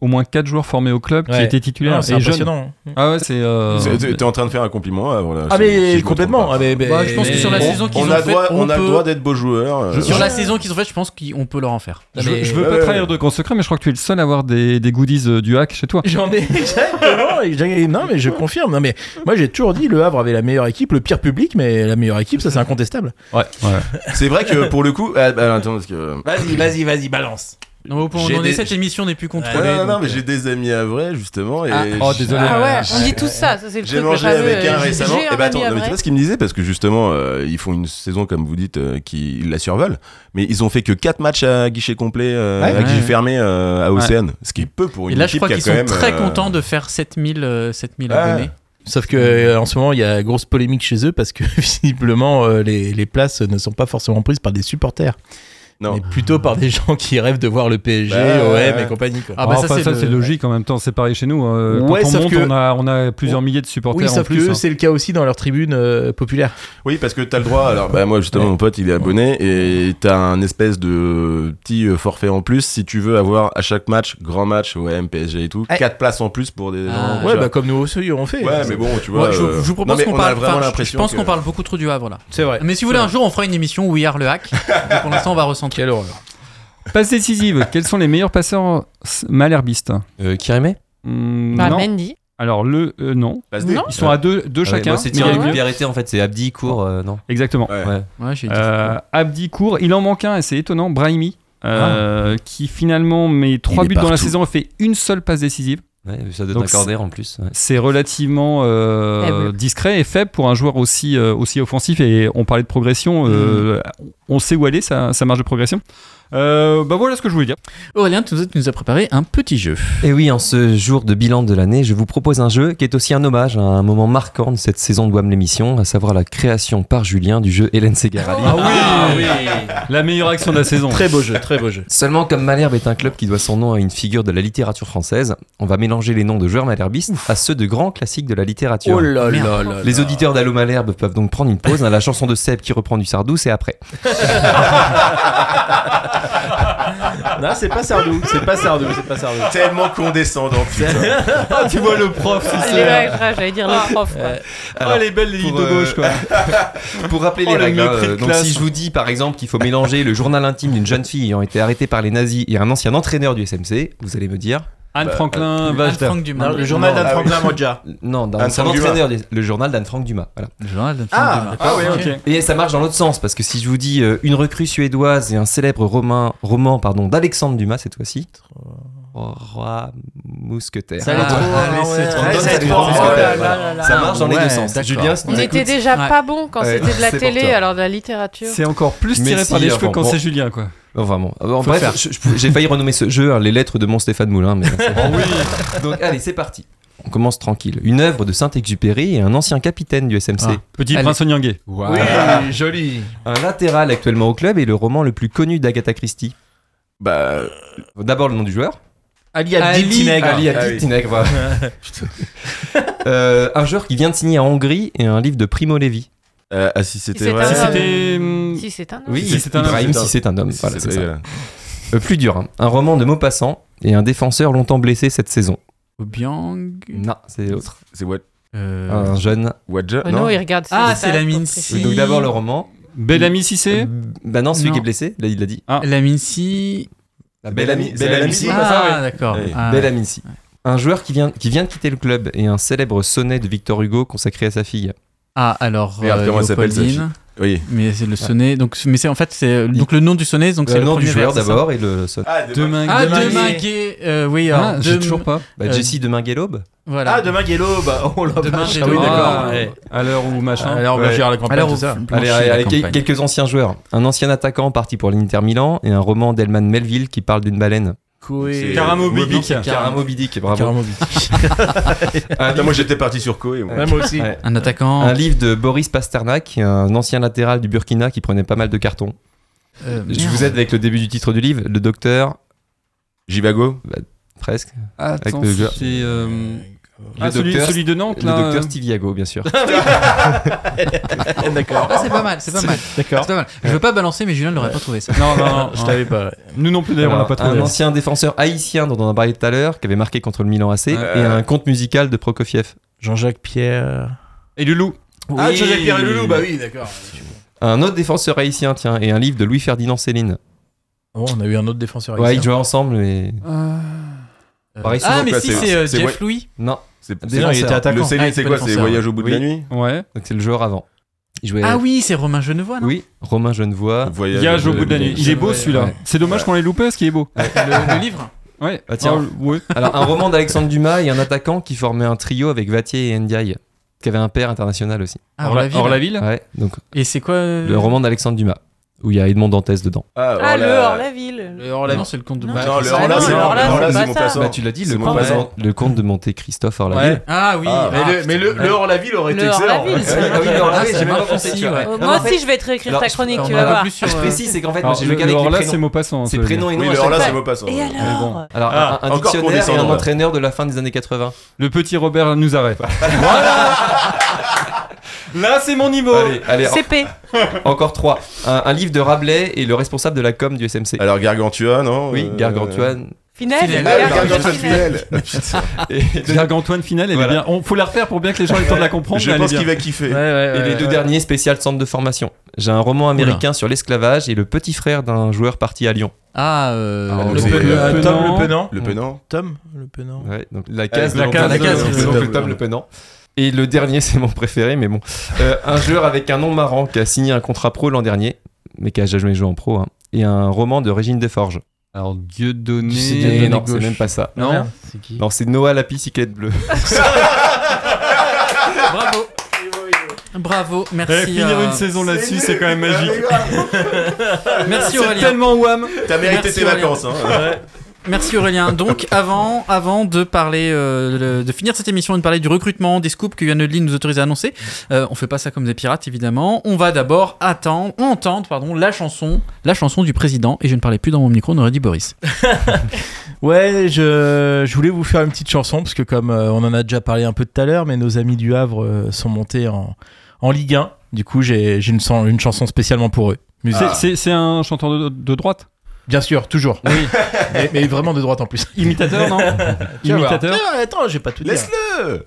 [SPEAKER 7] au moins 4 joueurs formés au club qui
[SPEAKER 2] Ouais.
[SPEAKER 7] étaient titulaires
[SPEAKER 2] Ah,
[SPEAKER 7] et
[SPEAKER 2] c'est
[SPEAKER 7] jeunes.
[SPEAKER 2] impressionnant.
[SPEAKER 7] Ah ouais, c'est. euh,
[SPEAKER 9] C'est- T'es t'es en train de faire un compliment avant la-
[SPEAKER 2] Ah,
[SPEAKER 9] si- si
[SPEAKER 2] mais
[SPEAKER 9] je me
[SPEAKER 2] complètement.
[SPEAKER 9] trompe pas.
[SPEAKER 2] ah, mais- mais-
[SPEAKER 1] Bah, je pense que sur la
[SPEAKER 2] <laughs> mais-
[SPEAKER 1] saison qu'ils
[SPEAKER 9] on
[SPEAKER 1] ont
[SPEAKER 9] a
[SPEAKER 1] faite,
[SPEAKER 9] droit,
[SPEAKER 1] on
[SPEAKER 9] on a le
[SPEAKER 1] peut-
[SPEAKER 9] droit d'être beau joueur. euh,
[SPEAKER 1] Sur
[SPEAKER 9] voilà.
[SPEAKER 1] la saison qu'ils ont faite, je pense qu'on peut leur en faire.
[SPEAKER 7] Je,
[SPEAKER 2] mais-
[SPEAKER 7] je veux pas
[SPEAKER 9] Ouais,
[SPEAKER 7] trahir
[SPEAKER 9] ouais.
[SPEAKER 7] de gros secrets, mais je crois que tu es le seul à avoir des, des goodies euh, du hack chez toi.
[SPEAKER 2] J'en ai <laughs> exactement. et j'ai- Non, mais je confirme. Non, mais moi j'ai toujours dit le Havre avait la meilleure équipe, le pire public, mais la meilleure équipe, ça c'est incontestable.
[SPEAKER 7] Ouais, ouais.
[SPEAKER 9] C'est vrai que pour le coup. ah, bah, attends, parce que.
[SPEAKER 2] Vas-y, vas-y, vas-y, balance.
[SPEAKER 1] Non, mais on-
[SPEAKER 9] J'ai
[SPEAKER 1] on
[SPEAKER 9] des-
[SPEAKER 1] est- cette émission n'est plus contrôlée.
[SPEAKER 9] Ouais, non, non,
[SPEAKER 1] donc,
[SPEAKER 9] mais
[SPEAKER 1] euh,
[SPEAKER 9] j'ai des amis à vrai, justement. Et
[SPEAKER 1] Ah. Oh, désolé.
[SPEAKER 10] Ah ouais, on dit tout ça, ça, c'est le
[SPEAKER 9] J'ai
[SPEAKER 10] truc, le
[SPEAKER 9] mangé
[SPEAKER 10] fameux,
[SPEAKER 9] avec
[SPEAKER 10] euh,
[SPEAKER 9] un
[SPEAKER 10] j'ai-
[SPEAKER 9] récemment.
[SPEAKER 10] j'ai
[SPEAKER 9] Et
[SPEAKER 10] un
[SPEAKER 9] ben
[SPEAKER 10] ami
[SPEAKER 9] attends,
[SPEAKER 10] à
[SPEAKER 9] non, mais
[SPEAKER 10] vrai.
[SPEAKER 9] tu vois ce qu'il me disait Parce que justement, euh, ils font une saison, comme vous dites, euh, qui ils la survolent. Mais ils ont fait que 4 matchs à guichet complet, euh,
[SPEAKER 1] Ouais.
[SPEAKER 9] à guichet
[SPEAKER 1] Ouais.
[SPEAKER 9] fermé euh, à
[SPEAKER 1] Ouais.
[SPEAKER 9] Océane. Ce qui est peu pour une
[SPEAKER 1] Et là, je
[SPEAKER 9] équipe
[SPEAKER 1] crois
[SPEAKER 9] qui a
[SPEAKER 1] qu'ils
[SPEAKER 9] quand
[SPEAKER 1] sont
[SPEAKER 9] même.
[SPEAKER 1] très
[SPEAKER 9] euh,
[SPEAKER 1] contents de faire 7000 euh, 7000 abonnés.
[SPEAKER 9] Ah.
[SPEAKER 2] Sauf que euh, en ce moment, il y a grosse polémique chez eux parce que <laughs> visiblement, euh, les, les places ne sont pas forcément prises par des supporters.
[SPEAKER 9] Non.
[SPEAKER 2] Mais plutôt par des gens qui rêvent de voir le PSG,
[SPEAKER 7] Bah,
[SPEAKER 2] OM
[SPEAKER 7] ouais.
[SPEAKER 2] et compagnie. quoi.
[SPEAKER 7] Ah bah ça, c'est logique en même temps, c'est pareil chez nous. euh,
[SPEAKER 2] Ouais,
[SPEAKER 7] quand on
[SPEAKER 2] sauf
[SPEAKER 7] monte,
[SPEAKER 2] que-
[SPEAKER 7] on, a, on a plusieurs milliers de supporters
[SPEAKER 2] Oui,
[SPEAKER 7] en
[SPEAKER 2] sauf
[SPEAKER 7] plus.
[SPEAKER 2] que
[SPEAKER 7] hein.
[SPEAKER 2] c'est le cas aussi dans leur tribune euh, populaire.
[SPEAKER 9] Oui, parce que t'as le droit. Alors, bah, moi, justement, mon pote, il est abonné et t'as un espèce de petit euh, forfait en plus si tu veux avoir à chaque match, grand match, OM, PSG et tout,
[SPEAKER 2] Ouais.
[SPEAKER 9] 4 places en plus pour
[SPEAKER 1] Ah,
[SPEAKER 9] des gens. tu
[SPEAKER 2] ouais,
[SPEAKER 9] vois.
[SPEAKER 2] bah comme nous aussi, on fait.
[SPEAKER 9] Ouais, mais bon, tu vois.
[SPEAKER 1] Ouais, je,
[SPEAKER 9] euh,
[SPEAKER 1] je vous
[SPEAKER 9] non,
[SPEAKER 1] propose
[SPEAKER 9] mais
[SPEAKER 1] qu'on
[SPEAKER 9] on a
[SPEAKER 1] parle.
[SPEAKER 9] vraiment
[SPEAKER 1] enfin, je- je
[SPEAKER 9] l'impression
[SPEAKER 1] pense
[SPEAKER 9] que-
[SPEAKER 1] qu'on parle beaucoup trop du Havre là.
[SPEAKER 2] C'est vrai.
[SPEAKER 1] Mais si vous voulez, un jour, on fera une émission We Are le
[SPEAKER 9] <laughs>
[SPEAKER 1] Hack. Mais pour l'instant, on va ressentir.
[SPEAKER 2] Quelle horreur.
[SPEAKER 7] Passe décisive, quels sont les meilleurs passeurs malherbistes Hmm,
[SPEAKER 8] Qui aimait
[SPEAKER 10] Bah, Mendy.
[SPEAKER 7] Alors, le. euh, non.
[SPEAKER 10] Passe D. Non.
[SPEAKER 7] Ils sont à deux, deux
[SPEAKER 8] Ah ouais,
[SPEAKER 7] chacun.
[SPEAKER 8] moi, c'est
[SPEAKER 7] mais il y a
[SPEAKER 8] tiré
[SPEAKER 7] eu-
[SPEAKER 8] du Biarrité, en fait, c'est Abdi, court, euh, non
[SPEAKER 7] Exactement.
[SPEAKER 8] Ouais.
[SPEAKER 1] Ouais, j'ai dit
[SPEAKER 7] Euh, Abdi court. Il en manque un et c'est étonnant. Brahimi, euh, qui finalement met trois
[SPEAKER 8] est
[SPEAKER 7] buts dans la
[SPEAKER 8] partout.
[SPEAKER 7] saison, fait une seule passe décisive.
[SPEAKER 8] Ouais, ça donne un
[SPEAKER 7] c'est-
[SPEAKER 8] corner en plus, ouais.
[SPEAKER 7] C'est relativement euh,
[SPEAKER 8] Faible.
[SPEAKER 7] discret et faible pour un joueur aussi, euh, aussi offensif. Et on parlait de progression. euh, on sait où aller, sa, sa marge de progression. Euh, bah voilà ce que je voulais dire.
[SPEAKER 1] Aurélien, tu nous, as- tu nous as préparé un petit jeu.
[SPEAKER 8] Et oui, en ce jour de bilan de l'année, je vous propose un jeu qui est aussi un hommage à un moment marquant de cette saison de WAM l'émission, à savoir la création par Julien du jeu Hélène Segarali.
[SPEAKER 2] Ah
[SPEAKER 7] La meilleure action de la saison.
[SPEAKER 2] Très beau jeu, très beau jeu.
[SPEAKER 8] Seulement, comme Malherbe est un club qui doit son nom à une figure de la littérature française, on va mélanger les noms de joueurs malherbistes à ceux de grands classiques de la littérature.
[SPEAKER 2] Oh là là là
[SPEAKER 8] les auditeurs d'Allo Malherbe peuvent donc prendre une pause. hein, la chanson de Seb qui reprend du Sardou, c'est après.
[SPEAKER 2] non, c'est pas Sardou, c'est pas Sardou, c'est pas Sardou.
[SPEAKER 9] Tellement condescendant,
[SPEAKER 1] <laughs>
[SPEAKER 2] Ah, tu vois le prof, c'est
[SPEAKER 10] Elle est là, grave, j'allais dire le prof. quoi.
[SPEAKER 8] Alors,
[SPEAKER 2] les belles lignes
[SPEAKER 8] pour,
[SPEAKER 2] de
[SPEAKER 8] euh,
[SPEAKER 2] gauche, quoi.
[SPEAKER 8] <laughs> Pour rappeler
[SPEAKER 2] Oh,
[SPEAKER 8] les
[SPEAKER 2] le
[SPEAKER 8] règles,
[SPEAKER 2] mépris
[SPEAKER 8] hein,
[SPEAKER 2] de
[SPEAKER 8] donc
[SPEAKER 2] classe.
[SPEAKER 8] si je vous dis par exemple qu'il faut mélanger le journal intime d'une jeune fille ayant été arrêtée par les nazis et un ancien entraîneur du SMC, vous allez me dire.
[SPEAKER 7] Anne Franklin,
[SPEAKER 8] euh,
[SPEAKER 7] Vajda. Bah, Anne Frank Dumas. Non, le journal
[SPEAKER 2] Ah,
[SPEAKER 7] d'Anne Franklin Modja.
[SPEAKER 8] Non, d'un
[SPEAKER 7] Anne
[SPEAKER 8] ancien
[SPEAKER 7] Frank Dumas.
[SPEAKER 8] entraîneur, du- le journal d'Anne-Franck Dumas. Voilà.
[SPEAKER 1] Le journal d'Anne
[SPEAKER 7] Frank Ah, Dumas. ah ouais, ok.
[SPEAKER 8] Et ça marche dans l'autre sens, parce que si je vous dis euh, une recrue suédoise et un célèbre romain, roman pardon, d'Alexandre Dumas cette fois-ci. Oh, Trois mousquetaires.
[SPEAKER 1] Ça allait trop,
[SPEAKER 8] Ah,
[SPEAKER 1] ah ouais.
[SPEAKER 8] c'est trop.
[SPEAKER 1] Ouais, ça allait trop.
[SPEAKER 8] Trois
[SPEAKER 1] Oh là
[SPEAKER 2] Ah,
[SPEAKER 8] mousquetaires,
[SPEAKER 1] là
[SPEAKER 8] voilà.
[SPEAKER 1] là là.
[SPEAKER 8] Ça marche dans les
[SPEAKER 1] Ouais,
[SPEAKER 8] deux sens.
[SPEAKER 1] d'accord.
[SPEAKER 8] Julien, si tu
[SPEAKER 10] On était
[SPEAKER 8] m'écoutes-
[SPEAKER 10] déjà
[SPEAKER 8] Ouais.
[SPEAKER 10] pas bon quand
[SPEAKER 8] Ouais,
[SPEAKER 10] c'était de la
[SPEAKER 8] c'est pour
[SPEAKER 10] télé,
[SPEAKER 8] toi.
[SPEAKER 10] alors de la littérature.
[SPEAKER 7] C'est encore plus
[SPEAKER 8] Mais
[SPEAKER 7] tiré
[SPEAKER 8] si,
[SPEAKER 7] par les cheveux
[SPEAKER 8] enfin,
[SPEAKER 7] quand
[SPEAKER 8] bon.
[SPEAKER 7] c'est Julien, quoi.
[SPEAKER 8] Enfin bon, Oh, Euh, en
[SPEAKER 7] Faut
[SPEAKER 8] bref,
[SPEAKER 7] faire.
[SPEAKER 8] je- je- j'ai failli renommer ce jeu hein, Les lettres de mon Stéphane Moulin.
[SPEAKER 7] <laughs>
[SPEAKER 8] Mais...
[SPEAKER 2] Donc,
[SPEAKER 8] allez, c'est parti. On commence tranquille. Une œuvre de Saint-Exupéry et un ancien capitaine du SMC.
[SPEAKER 7] Ah, Petit
[SPEAKER 8] Allez.
[SPEAKER 7] Prince Onyangué.
[SPEAKER 8] Wow.
[SPEAKER 2] Oui, joli.
[SPEAKER 7] Ah.
[SPEAKER 8] Un latéral actuellement au club et le roman le plus connu d'Agatha Christie.
[SPEAKER 9] Bah,
[SPEAKER 8] d'abord le nom du joueur.
[SPEAKER 2] Ali Abdi Tinègre.
[SPEAKER 8] Ali Abdi
[SPEAKER 2] Ah oui.
[SPEAKER 8] Tinègre, voilà. <laughs> Euh, un joueur qui vient de signer en Hongrie et un livre de Primo Levi.
[SPEAKER 9] ah, si
[SPEAKER 10] Si c'est
[SPEAKER 7] Si
[SPEAKER 10] un
[SPEAKER 7] c'était,
[SPEAKER 10] homme.
[SPEAKER 7] hum,
[SPEAKER 10] Si c'est un homme.
[SPEAKER 8] Oui,
[SPEAKER 7] Si c'est un homme,
[SPEAKER 8] Ibrahim,
[SPEAKER 7] c'est un-
[SPEAKER 8] si c'est un homme.
[SPEAKER 9] Si
[SPEAKER 8] Voilà,
[SPEAKER 9] c'est-
[SPEAKER 8] c'est ça.
[SPEAKER 9] voilà.
[SPEAKER 8] Euh, plus dur, hein. un roman de Maupassant et un défenseur longtemps blessé cette saison.
[SPEAKER 1] Obiang. euh,
[SPEAKER 8] Non, c'est autre.
[SPEAKER 9] C'est what Euh,
[SPEAKER 8] Un jeune.
[SPEAKER 9] Wadja
[SPEAKER 10] Renaud, il regarde ses
[SPEAKER 1] Ah,
[SPEAKER 10] stats
[SPEAKER 1] c'est la mine
[SPEAKER 10] pour
[SPEAKER 1] si.
[SPEAKER 8] Oui, donc d'abord le roman.
[SPEAKER 7] Bellamy Cissé
[SPEAKER 8] Bah non, celui
[SPEAKER 1] Non.
[SPEAKER 8] qui est blessé, là, il l'a
[SPEAKER 7] Ah.
[SPEAKER 8] dit.
[SPEAKER 1] La mine si.
[SPEAKER 9] Ah,
[SPEAKER 8] La
[SPEAKER 9] Bellamy- Bellamy,
[SPEAKER 8] si.
[SPEAKER 9] c'est
[SPEAKER 1] Ah,
[SPEAKER 9] ça, ouais.
[SPEAKER 1] d'accord.
[SPEAKER 9] Ouais.
[SPEAKER 1] Ah, ouais.
[SPEAKER 8] Bellamy, si. Un joueur qui vient, qui vient de quitter le club et un célèbre sonnet de Victor Hugo consacré à sa fille.
[SPEAKER 1] Ah, alors.
[SPEAKER 9] Regarde
[SPEAKER 1] euh,
[SPEAKER 9] comment elle s'appelle,
[SPEAKER 1] Léopoldine.
[SPEAKER 9] sa fille. Oui.
[SPEAKER 1] Mais c'est le sonnet. Donc, mais c'est en fait, c'est donc le nom du sonnet. Donc
[SPEAKER 8] Le
[SPEAKER 1] c'est le
[SPEAKER 8] Euh, nom du
[SPEAKER 1] premier
[SPEAKER 8] joueur
[SPEAKER 1] vers, c'est ça
[SPEAKER 8] d'abord et le sonnet.
[SPEAKER 9] Ah,
[SPEAKER 7] Demain,
[SPEAKER 1] Ah,
[SPEAKER 7] demain,
[SPEAKER 1] demain gay. euh, oui, alors,
[SPEAKER 7] Ah, j'ai
[SPEAKER 1] Dem-
[SPEAKER 7] toujours pas.
[SPEAKER 8] Bah,
[SPEAKER 1] euh,
[SPEAKER 8] Jesse Demain Guélobe.
[SPEAKER 1] Voilà.
[SPEAKER 2] Ah, demain Guélo, bah, on l'a
[SPEAKER 1] Demain,
[SPEAKER 2] pas.
[SPEAKER 1] j'ai
[SPEAKER 2] Ah oui,
[SPEAKER 1] le-
[SPEAKER 2] d'accord.
[SPEAKER 1] Ah,
[SPEAKER 2] ouais.
[SPEAKER 7] À l'heure où machin.
[SPEAKER 2] Alors,
[SPEAKER 8] Ouais.
[SPEAKER 2] Gérard Lecamp,
[SPEAKER 1] À l'heure
[SPEAKER 2] tout
[SPEAKER 1] où-
[SPEAKER 2] ça.
[SPEAKER 8] Allez,
[SPEAKER 1] Blanchir
[SPEAKER 8] allez,
[SPEAKER 1] la
[SPEAKER 8] allez, quel-
[SPEAKER 1] campagne.
[SPEAKER 8] quelques anciens joueurs. Un ancien attaquant parti pour l'Inter Milan et un roman d'Elman Melville qui parle d'une baleine.
[SPEAKER 1] Coué.
[SPEAKER 7] Caramo Bibic.
[SPEAKER 8] Caramo Bidic, bravo.
[SPEAKER 2] Caramo
[SPEAKER 7] Ah,
[SPEAKER 8] Un livre-
[SPEAKER 9] Attends, moi j'étais parti sur Koé. moi.
[SPEAKER 2] Ouais, moi aussi.
[SPEAKER 8] Ouais.
[SPEAKER 1] Un attaquant.
[SPEAKER 8] Un livre de Boris Pasternak, un ancien latéral du Burkina qui prenait pas mal de cartons.
[SPEAKER 1] Euh,
[SPEAKER 8] Je
[SPEAKER 1] merde.
[SPEAKER 8] vous aide avec le début du titre du livre, le docteur
[SPEAKER 9] Jivago
[SPEAKER 8] presque.
[SPEAKER 7] Attends,
[SPEAKER 8] Avec le joueur.
[SPEAKER 7] c'est. euh,
[SPEAKER 8] Le
[SPEAKER 7] Ah, celui,
[SPEAKER 8] docteur-
[SPEAKER 7] celui de Nantes,
[SPEAKER 8] Le
[SPEAKER 7] là.
[SPEAKER 8] docteur
[SPEAKER 7] euh,
[SPEAKER 8] Stiviago,
[SPEAKER 7] <laughs>
[SPEAKER 8] bien sûr.
[SPEAKER 2] D'accord.
[SPEAKER 1] Ah, c'est pas mal, c'est pas mal.
[SPEAKER 2] D'accord.
[SPEAKER 1] C'est pas mal. Je veux pas balancer, mais Julien l'aurait pas trouvé ça.
[SPEAKER 7] Non, non, non.
[SPEAKER 2] Je t'avais pas. ouais.
[SPEAKER 7] Nous non plus, d'ailleurs, on l'a
[SPEAKER 8] Alors,
[SPEAKER 7] pas
[SPEAKER 8] un
[SPEAKER 7] trouvé.
[SPEAKER 8] ancien défenseur haïtien dont on a parlé tout à l'heure, qui avait marqué contre le Milan AC, et un conte musical de Prokofiev.
[SPEAKER 2] Jean-Jacques Pierre.
[SPEAKER 7] Et Loulou.
[SPEAKER 2] Ah, Jean-Jacques Pierre et Loulou, bah oui, d'accord.
[SPEAKER 8] Un autre défenseur haïtien, tiens, et un livre de Louis-Ferdinand Céline.
[SPEAKER 6] Oh,
[SPEAKER 2] Bon, on a eu un autre défenseur.
[SPEAKER 8] Ouais,
[SPEAKER 2] haïtien.
[SPEAKER 8] ils jouaient ensemble, mais.
[SPEAKER 6] hein.
[SPEAKER 8] Pareil,
[SPEAKER 1] Ah,
[SPEAKER 8] souvent,
[SPEAKER 1] mais
[SPEAKER 9] quoi,
[SPEAKER 1] si,
[SPEAKER 9] c'est-
[SPEAKER 1] c'est euh,
[SPEAKER 9] c'est-
[SPEAKER 1] Jeff Louis.
[SPEAKER 8] Non.
[SPEAKER 9] C'est
[SPEAKER 8] Défenseur.
[SPEAKER 2] était attaquant.
[SPEAKER 9] Le
[SPEAKER 1] Ah,
[SPEAKER 9] Céline,
[SPEAKER 1] il
[SPEAKER 9] c'est
[SPEAKER 1] peut
[SPEAKER 9] quoi
[SPEAKER 1] le
[SPEAKER 9] C'est
[SPEAKER 1] défenseur.
[SPEAKER 9] Voyage au bout de
[SPEAKER 8] Oui.
[SPEAKER 9] la nuit
[SPEAKER 7] Ouais.
[SPEAKER 8] Donc c'est le joueur avant. Il jouait-
[SPEAKER 1] Ah oui, c'est Romain Genevois, non
[SPEAKER 8] Oui, Romain Genevois.
[SPEAKER 7] Voyage au bout de la nuit. Il est beau celui-là. C'est dommage qu'on l'ait loupé parce qu'il est beau.
[SPEAKER 1] Le, le livre
[SPEAKER 7] Ouais.
[SPEAKER 8] Ah, tiens.
[SPEAKER 7] Ah, ouais.
[SPEAKER 8] Alors, un roman d'Alexandre Dumas et un attaquant qui formait un trio avec Vatier et Ndiaye, qui avait un père international aussi.
[SPEAKER 1] Ah, Hors la- Hors la ville
[SPEAKER 8] Ouais, donc.
[SPEAKER 1] Et c'est quoi euh,
[SPEAKER 8] Le roman d'Alexandre Dumas, où il y a Edmond Dantès dedans.
[SPEAKER 2] Ah,
[SPEAKER 10] Ah, le
[SPEAKER 2] Orla-
[SPEAKER 10] hors la ville.
[SPEAKER 1] Le hors la
[SPEAKER 10] Non.
[SPEAKER 1] ville, c'est le conte de
[SPEAKER 10] Non,
[SPEAKER 1] Bah,
[SPEAKER 2] non,
[SPEAKER 1] c'est
[SPEAKER 2] le
[SPEAKER 1] ça.
[SPEAKER 2] hors la ville,
[SPEAKER 10] hors la
[SPEAKER 2] le hors la
[SPEAKER 10] ville,
[SPEAKER 2] ville,
[SPEAKER 10] c'est
[SPEAKER 2] c'est
[SPEAKER 10] pas ça.
[SPEAKER 2] Montpassant.
[SPEAKER 8] Bah, tu l'as dit,
[SPEAKER 2] C'est
[SPEAKER 8] le conte,
[SPEAKER 2] Montpassant.
[SPEAKER 8] de, le conte de Monte Cristo hors la
[SPEAKER 2] Ouais.
[SPEAKER 8] ville.
[SPEAKER 1] Ah oui.
[SPEAKER 2] Ah,
[SPEAKER 1] Ah,
[SPEAKER 2] mais le- mais le-
[SPEAKER 1] putain,
[SPEAKER 2] le
[SPEAKER 1] ouais.
[SPEAKER 2] hors la ville aurait été
[SPEAKER 10] Le hors la
[SPEAKER 2] excellent.
[SPEAKER 10] ville, c'est
[SPEAKER 2] Ouais,
[SPEAKER 10] vrai.
[SPEAKER 2] oui, le hors la
[SPEAKER 8] Ah,
[SPEAKER 2] ville,
[SPEAKER 8] c'est
[SPEAKER 2] j'ai même pas
[SPEAKER 8] marrant,
[SPEAKER 2] pensé,
[SPEAKER 8] c'est
[SPEAKER 2] tu vois.
[SPEAKER 8] vrai.
[SPEAKER 10] Oh,
[SPEAKER 8] Non,
[SPEAKER 10] moi
[SPEAKER 8] en fait-
[SPEAKER 10] aussi, je vais te réécrire
[SPEAKER 8] Alors,
[SPEAKER 10] ta
[SPEAKER 8] je-
[SPEAKER 10] chronique,
[SPEAKER 8] on
[SPEAKER 10] tu
[SPEAKER 8] en
[SPEAKER 10] vas
[SPEAKER 8] a
[SPEAKER 10] voir.
[SPEAKER 8] plus sur, euh, précis, c'est qu'en fait,
[SPEAKER 7] Alors,
[SPEAKER 8] moi, j'ai joué
[SPEAKER 7] le-
[SPEAKER 8] qu'avec
[SPEAKER 7] le
[SPEAKER 8] les
[SPEAKER 7] hors-là,
[SPEAKER 8] prénoms.
[SPEAKER 7] c'est Maupassant, hein,
[SPEAKER 8] C'est
[SPEAKER 7] ça veut
[SPEAKER 8] prénom
[SPEAKER 7] dire.
[SPEAKER 8] et
[SPEAKER 2] Oui,
[SPEAKER 8] nom.
[SPEAKER 2] le
[SPEAKER 8] à
[SPEAKER 2] hors
[SPEAKER 8] chaque
[SPEAKER 2] là,
[SPEAKER 8] fois.
[SPEAKER 2] c'est Maupassant.
[SPEAKER 10] Et
[SPEAKER 2] ouais.
[SPEAKER 10] alors
[SPEAKER 7] bon.
[SPEAKER 8] Alors,
[SPEAKER 2] Ah,
[SPEAKER 8] un, un
[SPEAKER 2] encore qu'on
[SPEAKER 8] dictionnaire et
[SPEAKER 2] descende,
[SPEAKER 8] un
[SPEAKER 2] ouais.
[SPEAKER 8] entraîneur de la fin des années 80.
[SPEAKER 7] Le petit Robert nous arrête. Là, c'est mon
[SPEAKER 2] Oh.
[SPEAKER 7] niveau.
[SPEAKER 8] Allez, allez, en-
[SPEAKER 10] CP.
[SPEAKER 8] encore trois. Un, un livre de Rabelais et le responsable de la com du SMC.
[SPEAKER 2] Alors Gargantua, non
[SPEAKER 8] Oui,
[SPEAKER 2] Ah, Euh,
[SPEAKER 8] Gargantuan.
[SPEAKER 10] Finale.
[SPEAKER 1] Finale.
[SPEAKER 2] Ah, oui,
[SPEAKER 10] Gargantua
[SPEAKER 2] Gargantua
[SPEAKER 10] Finale.
[SPEAKER 2] Finel. Putain.
[SPEAKER 8] Et,
[SPEAKER 2] <laughs>
[SPEAKER 8] deux-
[SPEAKER 7] Gargantoine finale, elle
[SPEAKER 8] Voilà.
[SPEAKER 7] est bien. On faut la refaire pour bien que les gens aient le temps de la comprendre.
[SPEAKER 2] Je
[SPEAKER 7] mais elle
[SPEAKER 2] pense
[SPEAKER 7] est
[SPEAKER 2] qu'il
[SPEAKER 7] bien.
[SPEAKER 2] va kiffer.
[SPEAKER 1] Ouais, ouais,
[SPEAKER 8] et
[SPEAKER 1] ouais,
[SPEAKER 8] les deux
[SPEAKER 1] ouais.
[SPEAKER 8] derniers, spécial centre de formation. J'ai un roman américain sur l'esclavage et le petit frère d'un joueur parti à Lyon.
[SPEAKER 1] Ah, euh,
[SPEAKER 2] Ah,
[SPEAKER 1] le
[SPEAKER 2] c'est-
[SPEAKER 1] peu-
[SPEAKER 2] euh,
[SPEAKER 1] le peu-
[SPEAKER 7] Tom
[SPEAKER 6] Le Penant
[SPEAKER 2] Le Penant.
[SPEAKER 6] Tom Le Penant
[SPEAKER 8] Ouais, donc la
[SPEAKER 2] case
[SPEAKER 8] case
[SPEAKER 2] de
[SPEAKER 8] de
[SPEAKER 7] la case,
[SPEAKER 8] Montaigne,
[SPEAKER 1] la case,
[SPEAKER 8] donc,
[SPEAKER 1] euh,
[SPEAKER 8] donc,
[SPEAKER 2] euh,
[SPEAKER 8] le tome, le penant. Et le dernier, c'est mon préféré, mais bon. Euh, un joueur avec un nom marrant qui a signé un contrat pro l'an dernier, mais qui a jamais joué en pro. hein. Et un roman de Régine Desforges.
[SPEAKER 7] Alors, Dieu donné.
[SPEAKER 8] C'est- non, c'est même pas ça.
[SPEAKER 7] Non.
[SPEAKER 6] C'est qui
[SPEAKER 8] Non, c'est Noah la bicyclette bleue.
[SPEAKER 7] Eh,
[SPEAKER 1] Bravo. Bravo,
[SPEAKER 7] Eh,
[SPEAKER 1] merci.
[SPEAKER 7] finir
[SPEAKER 1] euh,
[SPEAKER 7] une saison là-dessus, c'est quand même magique.
[SPEAKER 1] Merci
[SPEAKER 7] C'est
[SPEAKER 1] Aurélien.
[SPEAKER 7] tellement wham.
[SPEAKER 2] T'as mérité
[SPEAKER 1] Merci,
[SPEAKER 2] tes
[SPEAKER 1] Aurélien.
[SPEAKER 2] vacances. hein.
[SPEAKER 1] Merci Aurélien. Donc avant, avant de parler, euh, le- de finir cette émission et de parler du recrutement des scoops que Yann Odeline nous autorise à annoncer, euh, on fait pas ça comme des pirates évidemment. On va d'abord attendre, on entendre pardon la chanson, la chanson du président. Et je ne parlais plus dans mon micro, on aurait dit Boris.
[SPEAKER 6] Ouais, je, je voulais vous faire une petite chanson, parce que comme euh, on en a déjà parlé un peu tout à l'heure, mais nos amis du Havre euh, sont montés en, en Ligue 1. Du coup, j'ai j'ai une, chan- une chanson spécialement pour eux. Musique.
[SPEAKER 7] C'est- C'est c'est un chanteur de, de droite
[SPEAKER 6] Bien sûr, toujours. Oui. <laughs> mais, mais vraiment de droite en plus.
[SPEAKER 7] Imitateur, <laughs> non
[SPEAKER 6] Tu vas voir.
[SPEAKER 7] Imitateur
[SPEAKER 6] Tiens, Attends, j'ai pas tout dit.
[SPEAKER 2] Laisse-le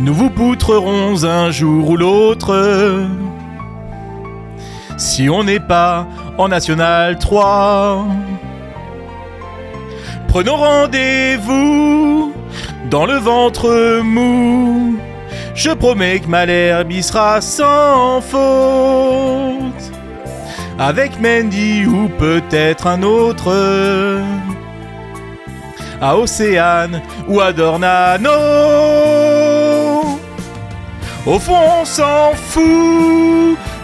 [SPEAKER 6] Nous vous poutrerons un jour ou l'autre. Si on n'est pas en National 3. Prenons rendez-vous dans le ventre mou. Je promets que Malherbe y sera sans faute. Avec Mendy ou peut-être un autre. À Océane ou à Dornano. Au fond, on s'en fout,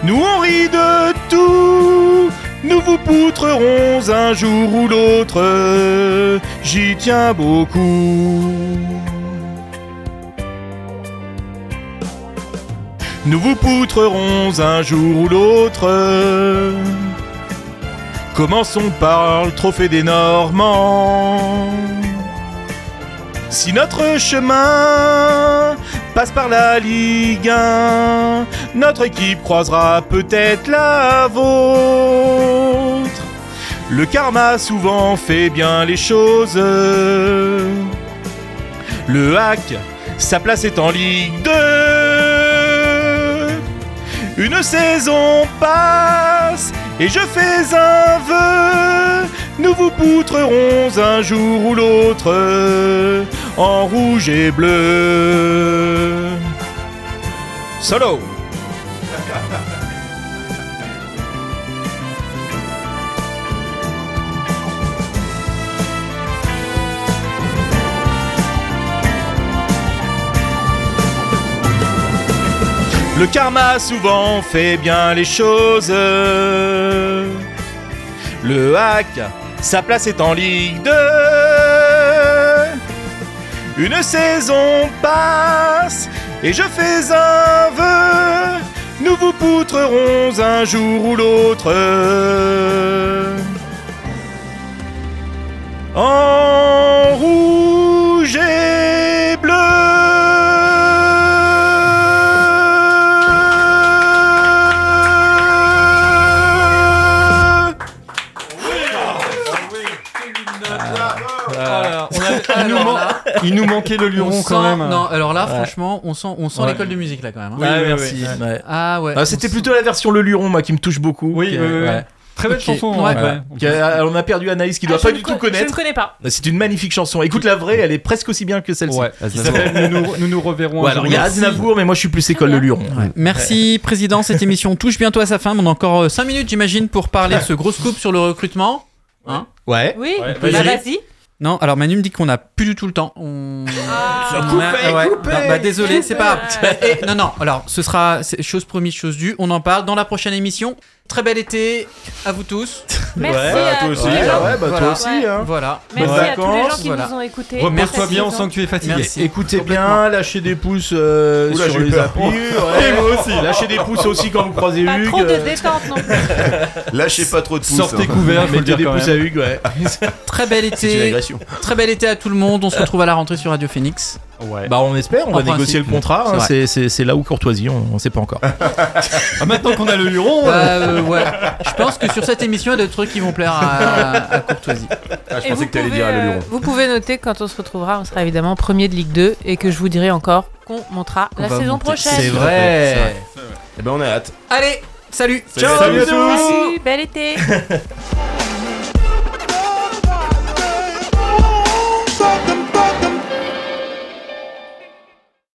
[SPEAKER 6] nous on rit de tout. Nous vous poutrerons un jour ou l'autre, j'y tiens beaucoup. Nous vous poutrerons un jour ou l'autre. Commençons par le trophée des Normands. Si notre chemin passe par la Ligue 1, notre équipe croisera peut-être la vôtre. Le karma souvent fait bien les choses. Le hack, sa place est en Ligue 2. Une saison passe et je fais un vœu. Nous vous poutrerons un jour ou l'autre en rouge et bleu. Solo Le karma souvent fait bien les choses. Le hack, sa place est en Ligue 2. Une saison passe et je fais un vœu. Nous vous poutrerons un jour ou l'autre. En rouge et bleu.
[SPEAKER 7] Ah, il, nous man- il nous manquait le lion
[SPEAKER 1] on
[SPEAKER 7] quand
[SPEAKER 1] sent-
[SPEAKER 7] même.
[SPEAKER 1] Non, alors là franchement, on sent, on sent l'école de musique là quand même. hein.
[SPEAKER 6] merci.
[SPEAKER 1] Ah ouais.
[SPEAKER 6] Ah,
[SPEAKER 1] on
[SPEAKER 6] C'était
[SPEAKER 1] sent-
[SPEAKER 6] plutôt la version Le Luron, moi, qui me touche beaucoup.
[SPEAKER 7] Oui,
[SPEAKER 6] Qui,
[SPEAKER 7] oui, oui,
[SPEAKER 6] ouais.
[SPEAKER 7] oui. Très belle
[SPEAKER 2] Ok.
[SPEAKER 7] chanson,
[SPEAKER 2] Ouais.
[SPEAKER 7] en vrai.
[SPEAKER 2] Qui a- on a perdu Anaïs qui
[SPEAKER 10] Ah,
[SPEAKER 2] doit
[SPEAKER 10] je
[SPEAKER 2] pas
[SPEAKER 10] ne
[SPEAKER 2] du
[SPEAKER 10] co-
[SPEAKER 2] tout connaître.
[SPEAKER 10] Je ne connais pas.
[SPEAKER 2] C'est une magnifique chanson. Écoute la vraie, elle est presque aussi bien que celle-ci.
[SPEAKER 7] Qui s'appelle nous, nous nous nous reverrons.
[SPEAKER 2] Ouais,
[SPEAKER 7] un
[SPEAKER 2] alors
[SPEAKER 7] jour.
[SPEAKER 2] il y a Aznavour, mais moi je suis plus école de Lyon.
[SPEAKER 1] Merci président, cette émission touche bientôt à sa fin. mais On a encore 5 minutes j'imagine pour parler de ce gros scoop sur le recrutement. Hein
[SPEAKER 2] ouais.
[SPEAKER 10] Oui, bah, vas-y.
[SPEAKER 1] Non, alors Manu me dit qu'on a plus du tout le temps. On...
[SPEAKER 10] Ah.
[SPEAKER 1] on a-
[SPEAKER 10] Coupé, coupé,
[SPEAKER 1] Non, bah désolé, c'est pas.
[SPEAKER 10] <laughs> coupé.
[SPEAKER 1] Eh, non, non. Alors, ce sera c'est chose promise, chose due. On en parle dans la prochaine émission. Très bel été à vous tous.
[SPEAKER 8] Eh
[SPEAKER 10] Merci Ouais, à
[SPEAKER 7] toi tous aussi, les gens.
[SPEAKER 8] ben,
[SPEAKER 7] bah ouais, bah toi
[SPEAKER 1] Voilà.
[SPEAKER 10] aussi, hein.
[SPEAKER 1] Voilà.
[SPEAKER 10] Merci
[SPEAKER 1] Bonnes
[SPEAKER 10] à tous les gens
[SPEAKER 1] vacances.
[SPEAKER 10] qui nous ont écoutés.
[SPEAKER 7] Repose-toi
[SPEAKER 10] Merci.
[SPEAKER 7] bien, on sent que tu es fatigué.
[SPEAKER 1] Merci.
[SPEAKER 2] Écoutez bien, lâchez des pouces euh,
[SPEAKER 7] Oula,
[SPEAKER 2] sur
[SPEAKER 7] j'ai eu
[SPEAKER 2] les
[SPEAKER 7] peur. <laughs>
[SPEAKER 2] applis.
[SPEAKER 7] Et moi aussi.
[SPEAKER 2] Lâchez des pouces aussi quand vous croisez
[SPEAKER 10] Pas
[SPEAKER 2] Hugues.
[SPEAKER 10] trop de
[SPEAKER 2] euh,
[SPEAKER 10] détente non plus.
[SPEAKER 9] Lâchez pas trop de pouces.
[SPEAKER 2] Sortez
[SPEAKER 9] hein.
[SPEAKER 2] couverts, faut le
[SPEAKER 9] Mettez
[SPEAKER 2] dire
[SPEAKER 9] des
[SPEAKER 2] quand
[SPEAKER 9] pouces
[SPEAKER 2] même.
[SPEAKER 9] à
[SPEAKER 2] <laughs>
[SPEAKER 9] Hugues, ouais.
[SPEAKER 1] Très bel
[SPEAKER 9] C'est une
[SPEAKER 1] été.
[SPEAKER 9] agression.
[SPEAKER 1] Très bel été à tout le monde. On se retrouve à la rentrée sur Radio Phoenix.
[SPEAKER 7] Ouais.
[SPEAKER 2] Bah on espère, on
[SPEAKER 1] En
[SPEAKER 2] va négocier
[SPEAKER 1] principe.
[SPEAKER 2] le contrat.
[SPEAKER 1] C'est
[SPEAKER 2] hein,
[SPEAKER 1] vrai.
[SPEAKER 2] C'est c'est- c'est là où courtoisie, on, on sait pas encore.
[SPEAKER 7] <laughs> Ah, maintenant qu'on a le Huron.
[SPEAKER 1] Bah, euh, ouais. Je pense que sur cette émission, il y a des trucs qui vont plaire à, à Courtoisie.
[SPEAKER 9] Ah, je
[SPEAKER 10] Et
[SPEAKER 9] pensais
[SPEAKER 10] vous
[SPEAKER 9] que t'allais
[SPEAKER 10] pouvez,
[SPEAKER 9] dire à
[SPEAKER 10] euh,
[SPEAKER 9] le Luron.
[SPEAKER 10] Vous pouvez noter que quand on se retrouvera, on sera évidemment premier de Ligue 2 et que je vous dirai encore qu'on montera
[SPEAKER 1] Qu'on
[SPEAKER 10] la
[SPEAKER 1] va
[SPEAKER 10] saison
[SPEAKER 1] monter.
[SPEAKER 10] prochaine.
[SPEAKER 1] C'est vrai.
[SPEAKER 10] euh,
[SPEAKER 9] Eh ben on a hâte.
[SPEAKER 1] Allez, salut.
[SPEAKER 9] Salut à tous.
[SPEAKER 10] Merci, bel été.